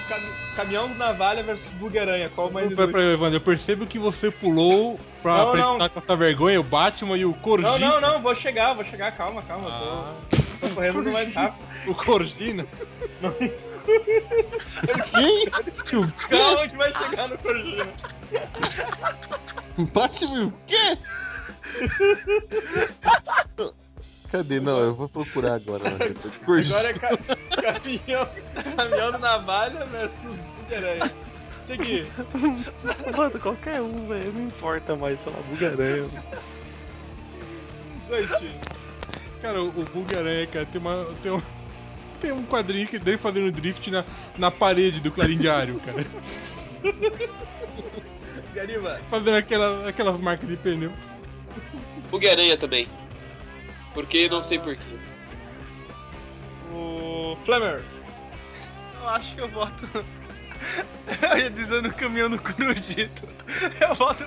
Speaker 3: Cam- caminhão navalha versus bugaranha, qual mais
Speaker 6: Peraí,
Speaker 3: inútil?
Speaker 6: peraí, Evandro, eu percebo que você pulou pra
Speaker 3: Não,
Speaker 6: pra
Speaker 3: não.
Speaker 6: estar com essa vergonha, o Batman e o Corgina.
Speaker 3: Não, não, não, vou chegar, vou chegar, calma, calma.
Speaker 6: Ah,
Speaker 3: Tô, tô correndo no mais rápido.
Speaker 6: o Corgina?
Speaker 3: Calma que vai chegar no Corgina.
Speaker 5: Batman, o quê? Cadê? Não, eu vou procurar agora. né? Corgi-
Speaker 3: Agora é ca- caminhão, caminhão navalha versus bugaranha. Seguir.
Speaker 4: Mano, qualquer um, velho. Não importa mais, sei lá, bugaranha.
Speaker 3: Zoichi.
Speaker 6: Cara, o, o Bulgaranha, cara, tem, uma, tem, um, tem um quadrinho que dele fazendo drift na, na parede do Clarim Diário, cara.
Speaker 3: Gariba.
Speaker 6: Fazendo aquela, aquelas marcas de pneu.
Speaker 7: Bugaranha também. Porque não sei porquê.
Speaker 3: O Flamer.
Speaker 10: Eu acho que eu voto. Eu ia dizer no caminhão do Crudito. Eu voto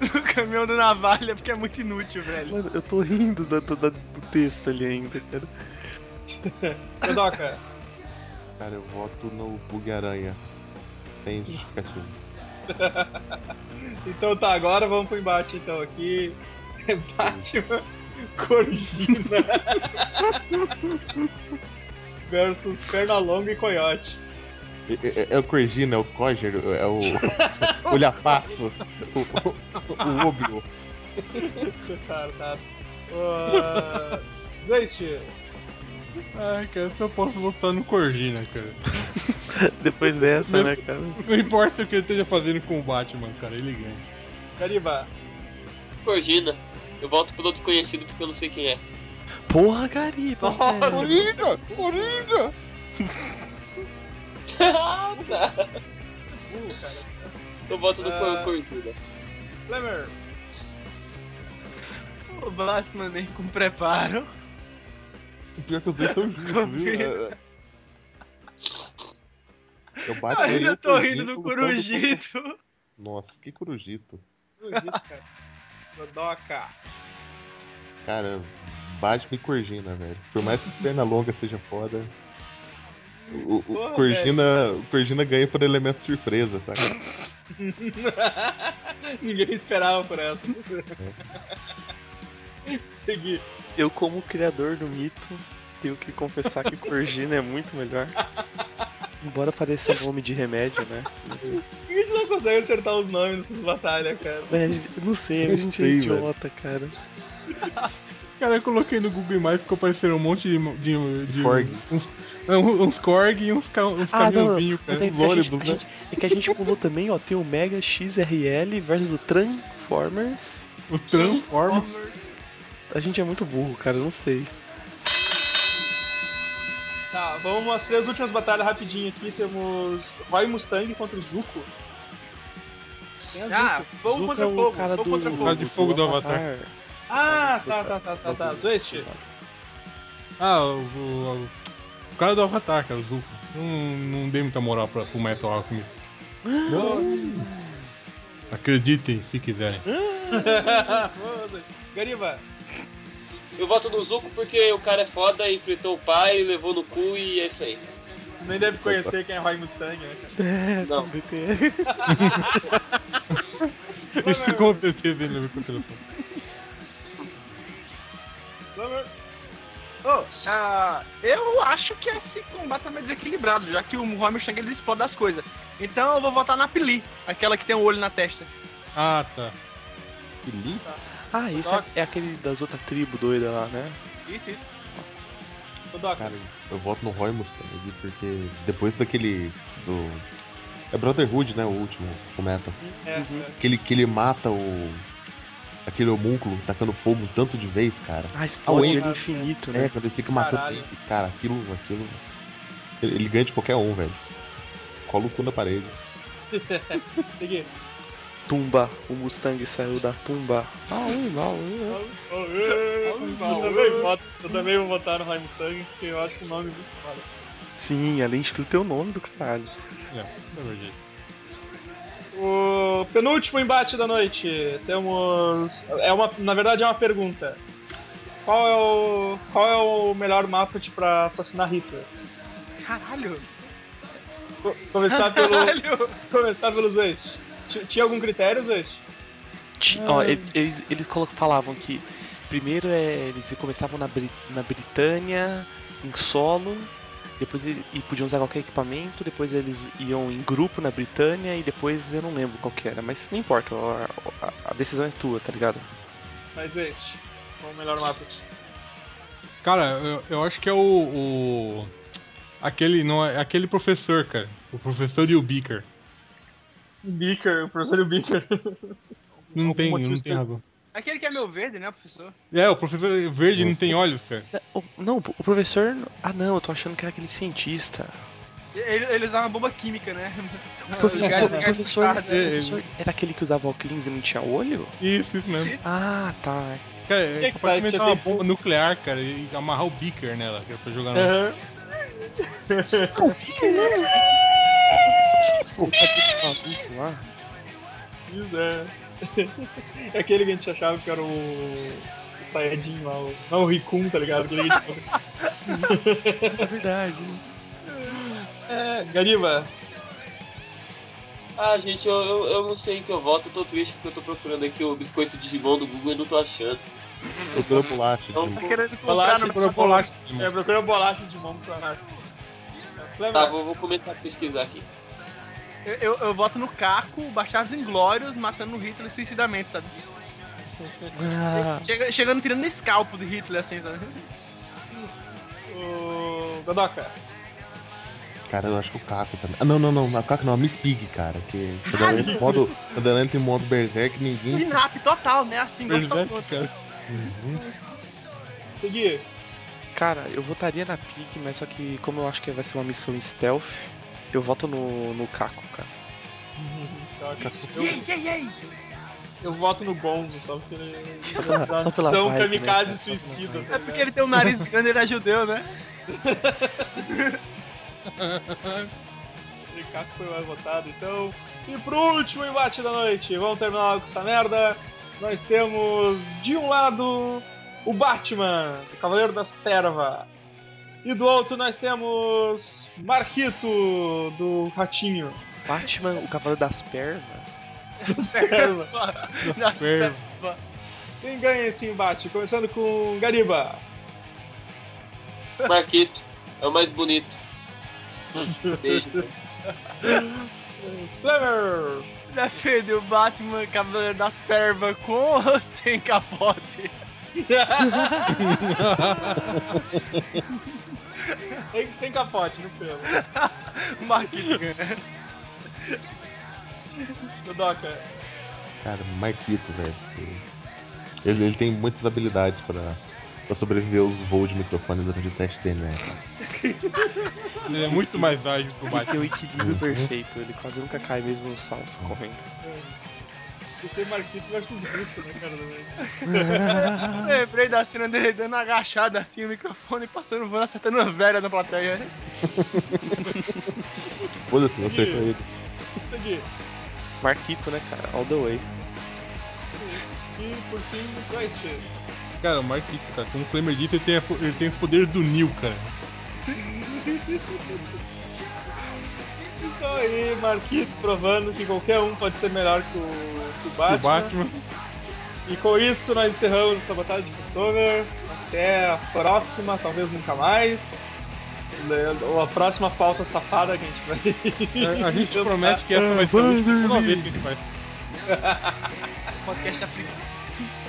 Speaker 10: no caminhão do Navalha porque é muito inútil, velho.
Speaker 4: Mano, eu tô rindo da- da- da- do texto ali ainda, cara.
Speaker 3: Kodoka.
Speaker 5: Cara, eu voto no Bugaranha. Sem justificativa.
Speaker 3: Então tá, agora vamos pro embate então aqui. Batman Corgina versus Pernalonga e Coyote.
Speaker 5: É, é- é o Corgina, é o Coger, é o. o Lhapasso, o, o, o Obio.
Speaker 3: Cara, tá. Ah, Zwist,
Speaker 6: Ai, cara, eu só posso votar no Corgina, cara.
Speaker 4: Depois dessa,
Speaker 6: Meu-
Speaker 4: né, cara?
Speaker 6: Não importa o que ele esteja fazendo com o Batman, cara, ele ganha.
Speaker 3: Gariba,
Speaker 7: Corgina. Eu volto pelo desconhecido porque eu não sei quem é.
Speaker 4: Porra, é. gariba, velho.
Speaker 5: Coringa! Coringa!
Speaker 7: Ah, tá. Eu voto no
Speaker 3: Ah.
Speaker 7: Cor- Corgina.
Speaker 3: Flamer,
Speaker 10: O Batman nem com preparo.
Speaker 5: Pior é que os dois tão juntos, viu? É- Eu bato
Speaker 10: Ah, Eu
Speaker 5: ele e
Speaker 10: ainda
Speaker 5: o
Speaker 10: tô rindo
Speaker 5: Corgito
Speaker 10: do
Speaker 5: lutando contra-
Speaker 10: Corujito.
Speaker 5: Nossa, que Corujito.
Speaker 3: Jujutsu, cara. Kodoka.
Speaker 5: Cara, Batman e Corgina, velho. Por mais que perna longa seja foda. O, o-
Speaker 3: Porra,
Speaker 5: Corgina, o Corgina ganha por elemento surpresa, saca?
Speaker 3: Ninguém esperava por essa. Seguir.
Speaker 4: Eu, como criador do mito, tenho que confessar que Corgina é muito melhor. Embora pareça um nome de remédio, né?
Speaker 3: Por que a gente não consegue acertar os nomes dessas batalhas, cara?
Speaker 4: É, eu não sei, a
Speaker 5: Eu
Speaker 4: gente é
Speaker 5: sei,
Speaker 4: idiota, cara.
Speaker 6: É Cara, eu coloquei no Google Imagens ficou aparecendo um monte de. de, de
Speaker 4: Korg.
Speaker 6: Uns, não, uns Korg e uns, ca, uns
Speaker 4: Ah, não,
Speaker 6: caminhãozinhos,
Speaker 4: Mas
Speaker 6: cara.
Speaker 4: é,
Speaker 6: Uns
Speaker 4: que a
Speaker 6: ônibus,
Speaker 4: gente, a
Speaker 6: né?
Speaker 4: gente- é que a gente pulou também, ó, tem o Mega XRL versus o Transformers.
Speaker 6: Os Transformers.
Speaker 4: A gente é muito burro, cara, eu não sei.
Speaker 3: Tá, vamos às três últimas batalhas rapidinho aqui. Temos Roy Mustang contra o Zuko. Quem é
Speaker 10: Ah,
Speaker 3: Zuko?
Speaker 10: fogo
Speaker 4: Zuko
Speaker 10: contra
Speaker 4: é o
Speaker 10: fogo,
Speaker 4: cara
Speaker 10: fogo
Speaker 4: do...
Speaker 10: contra fogo.
Speaker 6: Cara de fogo do Avatar.
Speaker 3: Ah, tá, tá, tá, tá, tá. Zwest.
Speaker 6: Ah, o, o, o cara do Avatar, cara, o Zuko. Não, não dei muita moral pra, pro Metal Alchemist. Acreditem se quiserem.
Speaker 3: Foda-se. Gariba,
Speaker 7: Eu voto no Zuko porque o cara é foda, enfrentou o pai, levou no cu e é isso aí.
Speaker 3: tu nem deve conhecer quem é Roy Mustang, né? cara?
Speaker 7: Não.
Speaker 6: Isso ficou acontecendo ele lembra com o telefone.
Speaker 3: Vamos-
Speaker 10: Ô, ah, eu acho que esse combate tá meio desequilibrado, já que o Roy Mustang ele explode as coisas. Então eu vou votar na Pili, aquela que tem o olho na testa.
Speaker 6: Ah, tá.
Speaker 4: Ah, esse é, é aquele das outras tribos doida lá, né?
Speaker 10: Isso, isso.
Speaker 3: Ô, Doca,
Speaker 5: Cara, eu voto no Roy Mustang, porque depois daquele. do. É Brotherhood, né? O último, o Metal.
Speaker 3: é,
Speaker 4: uhum.
Speaker 3: é.
Speaker 5: Que ele, que ele mata o. aquele homúnculo tacando fogo um tanto de vez, cara.
Speaker 4: Ah, explode
Speaker 5: Ah,
Speaker 4: ele infinito, né?
Speaker 5: É, quando ele fica matando.
Speaker 3: Caralho.
Speaker 5: ele, Cara, aquilo, aquilo. Ele, ele ganha de qualquer um, velho. Cola o cu na parede.
Speaker 3: Seguir.
Speaker 4: Tumba, o Mustang saiu da tumba. Ah, um mal, um, um.
Speaker 3: Eu também, voto, eu também vou votar no Roy Mustang, porque eu acho o nome muito foda.
Speaker 4: Sim, além de tudo tem o nome do caralho.
Speaker 3: O penúltimo embate da noite. Temos. É uma, na verdade, é uma pergunta. Qual é o, qual é o melhor mapa de- pra assassinar Hitler?
Speaker 10: Caralho,
Speaker 3: Co- Começar pelo.
Speaker 10: caralho.
Speaker 3: começar pelo Zeus. Ti- Tinha algum critério, Zeus?
Speaker 4: Ti- Ó, e- eles, eles colo- falavam que primeiro é, eles começavam na, Bri- na Britânia, em solo, depois e, e podiam usar qualquer equipamento, depois eles iam em grupo na Britânia e depois eu não lembro qual que era, mas não importa, ó, a, a decisão é tua, tá ligado?
Speaker 3: Mas este. Qual é o melhor mapa?
Speaker 6: Cara, eu, eu acho que é o. o- aquele, não, é aquele professor, cara. O professor e o Beaker.
Speaker 3: Beaker, o professor Beaker.
Speaker 6: Não
Speaker 3: Algum
Speaker 6: tem,
Speaker 3: motivo
Speaker 6: não
Speaker 3: você-
Speaker 6: tem razão.
Speaker 10: Aquele que é meu verde, né, professor?
Speaker 6: É, o professor verde não tem olhos, cara.
Speaker 4: É, O- Não, o professor. Ah não, eu tô achando que era aquele cientista.
Speaker 10: Ele, ele usava bomba química, né?
Speaker 4: O professor,
Speaker 10: Gás-
Speaker 4: o
Speaker 10: gás
Speaker 4: professor-
Speaker 10: mostarda.
Speaker 4: o professor era aquele que usava óculos e não tinha olho?
Speaker 6: Isso, isso mesmo.
Speaker 4: Ah, tá.
Speaker 6: Cara, é
Speaker 3: que
Speaker 6: capaz
Speaker 3: tá,
Speaker 6: de
Speaker 3: tinha
Speaker 6: inventar uma
Speaker 3: sempre-
Speaker 6: bomba nuclear, cara, e amarrar o Beaker nela, que era pra jogar na.
Speaker 3: Aham.
Speaker 4: Ah, o que que
Speaker 3: é
Speaker 4: ele
Speaker 3: um
Speaker 4: era? Esse- esse maluco lá.
Speaker 3: Isso é. É aquele que a gente achava que era o. o Sayajin lá, o... não o Rikun, tá ligado? Aquele que a gente...
Speaker 4: É verdade.
Speaker 3: É, Gariba,
Speaker 7: Ah, gente, eu, eu, eu não sei em que eu voto, eu tô triste porque eu tô procurando aqui o biscoito Digimon do Google e não tô achando.
Speaker 5: Eu tô na bolacha,
Speaker 7: Então,
Speaker 5: Digimon.
Speaker 10: Tá querendo comprar
Speaker 3: bolacha,
Speaker 10: no
Speaker 3: procura
Speaker 10: Bolsa.
Speaker 3: bolacha. É, procura bolacha de mão pra nós.
Speaker 7: tá, vou, vou começar a pesquisar aqui.
Speaker 10: Eu, eu, eu voto no Caco, Baixados Inglórios, matando o Hitler suicidamente, sabe?
Speaker 4: Ah,
Speaker 10: Chega- chegando tirando escalpo do Hitler, assim, sabe?
Speaker 3: O Godoka.
Speaker 5: Cara, eu acho que o Caco também. Ah, não, não, não. O Caco não, a Miss Pig, cara. Que quando ela entra em modo, quando ela entra em modo Berserk, ninguém. se-
Speaker 10: Inap total, né? Assim, gostoso.
Speaker 6: Berserk, cara.
Speaker 3: Seguir.
Speaker 4: cara, eu votaria na Pig, mas só que como eu acho que vai ser uma missão stealth, eu voto no, no Caco, cara.
Speaker 3: Eu, eu voto no Gonzo, só porque ele.
Speaker 4: Só pela, só pela
Speaker 3: São
Speaker 4: vibe, né, cara?
Speaker 3: kamikaze
Speaker 4: Só pela
Speaker 3: suicida. tá
Speaker 4: vibe.
Speaker 10: É porque ele tem um nariz grande, ele é judeu, né?
Speaker 3: O Ricardo foi o mais votado, então. E pro último embate da noite, vamos terminar logo com essa merda. Nós temos, de um lado, o Batman, o Cavaleiro das Terva. E do outro nós temos Marquito, do Ratinho.
Speaker 4: Batman, o cavalo das pernas.
Speaker 3: Terva.
Speaker 10: Nossa,
Speaker 6: Perva.
Speaker 3: Quem ganha esse embate? Começando com Gariba.
Speaker 7: Marquito, é o mais bonito. Beijo.
Speaker 3: Flamer!
Speaker 10: Defende o Batman Cavaleiro das Pervas com ou sem capote?
Speaker 3: sem, sem capote, no pelo.
Speaker 10: Marquinhos ganha.
Speaker 3: Dodoca,
Speaker 5: Cara, Marquito, velho. Ele, ele tem muitas habilidades pra, pra sobreviver aos voos de microfone durante o teste dele, né? cara?
Speaker 6: Ele é muito mais ágil que o
Speaker 4: Ele tem
Speaker 6: Batman.
Speaker 4: o é
Speaker 3: Uhum.
Speaker 4: equilíbrio perfeito, ele quase nunca cai mesmo no salto correndo.
Speaker 3: você é Marquito versus Russo, né, cara? também.
Speaker 10: Lembrei da cena dele dando agachada assim, o microfone passando voando, acertando uma velha na plateia.
Speaker 5: Foda-se, não acertou ele.
Speaker 3: Isso aqui.
Speaker 4: Marquito, né, cara? All the way.
Speaker 3: E por fim, o Christ.
Speaker 6: Cara, o Marquito, cara. Como o Flamer disse, ele tem, a fo- ele tem o poder do Nil, cara.
Speaker 3: Então aí, Marquito provando que qualquer um pode ser melhor que o, que o Batman.
Speaker 6: O Batman.
Speaker 3: E com isso nós encerramos essa batalha de crossover. Até a próxima, talvez nunca mais. Le- Ou a próxima pauta safada que a gente vai.
Speaker 6: A, a gente promete que essa vai ser a última vez que a gente faz.
Speaker 10: Podcast africano.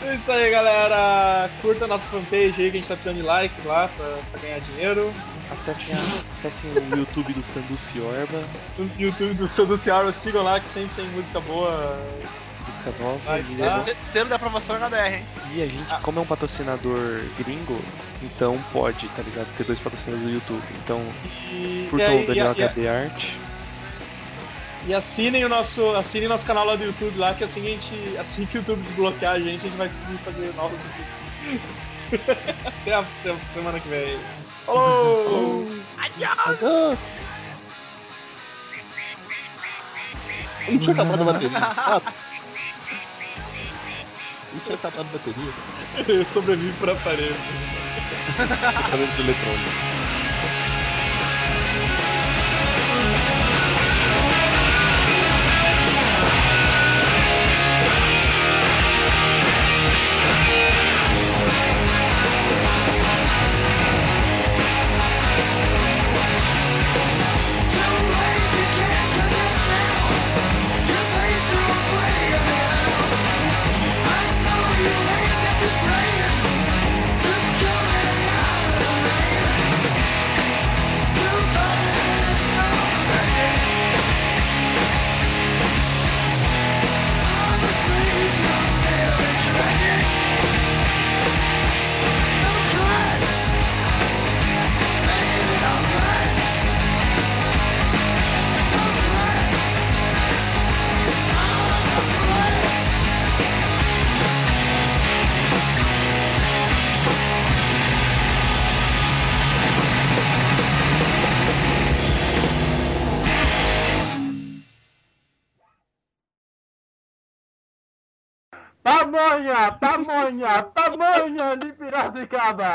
Speaker 3: É isso aí, galera. Curta a nossa fanpage aí que a gente tá precisando de likes lá pra, pra ganhar dinheiro.
Speaker 4: Acessem, a- acessem o YouTube do Sandu Ciorba,
Speaker 3: No YouTube do Sandu Ciaro, sigam lá que sempre tem música boa.
Speaker 4: busca nova.
Speaker 3: Vai,
Speaker 4: E,
Speaker 3: tá.
Speaker 4: é-
Speaker 10: Selo da aprovação HDR, hein?
Speaker 4: e a gente, como é um patrocinador gringo, então pode, tá ligado? Ter dois patrocinadores do YouTube. Então,
Speaker 3: E, e,
Speaker 4: curtam
Speaker 3: aí-
Speaker 4: o Daniel
Speaker 3: e,
Speaker 4: HD Art.
Speaker 3: e, e assinem o nosso, assinem nosso canal lá do YouTube lá, que assim, a gente, assim que o YouTube desbloquear a gente, a gente vai conseguir fazer novos vídeos. Até a semana que vem. Falou!
Speaker 5: Não tinha acabado a bateria. sabe? Não tinha acabado a bateria.
Speaker 3: Eu sobrevivo pra parede.
Speaker 5: Aparelho de eletrônico.
Speaker 9: Pamonha, pamonha, pamonha de Piracicaba.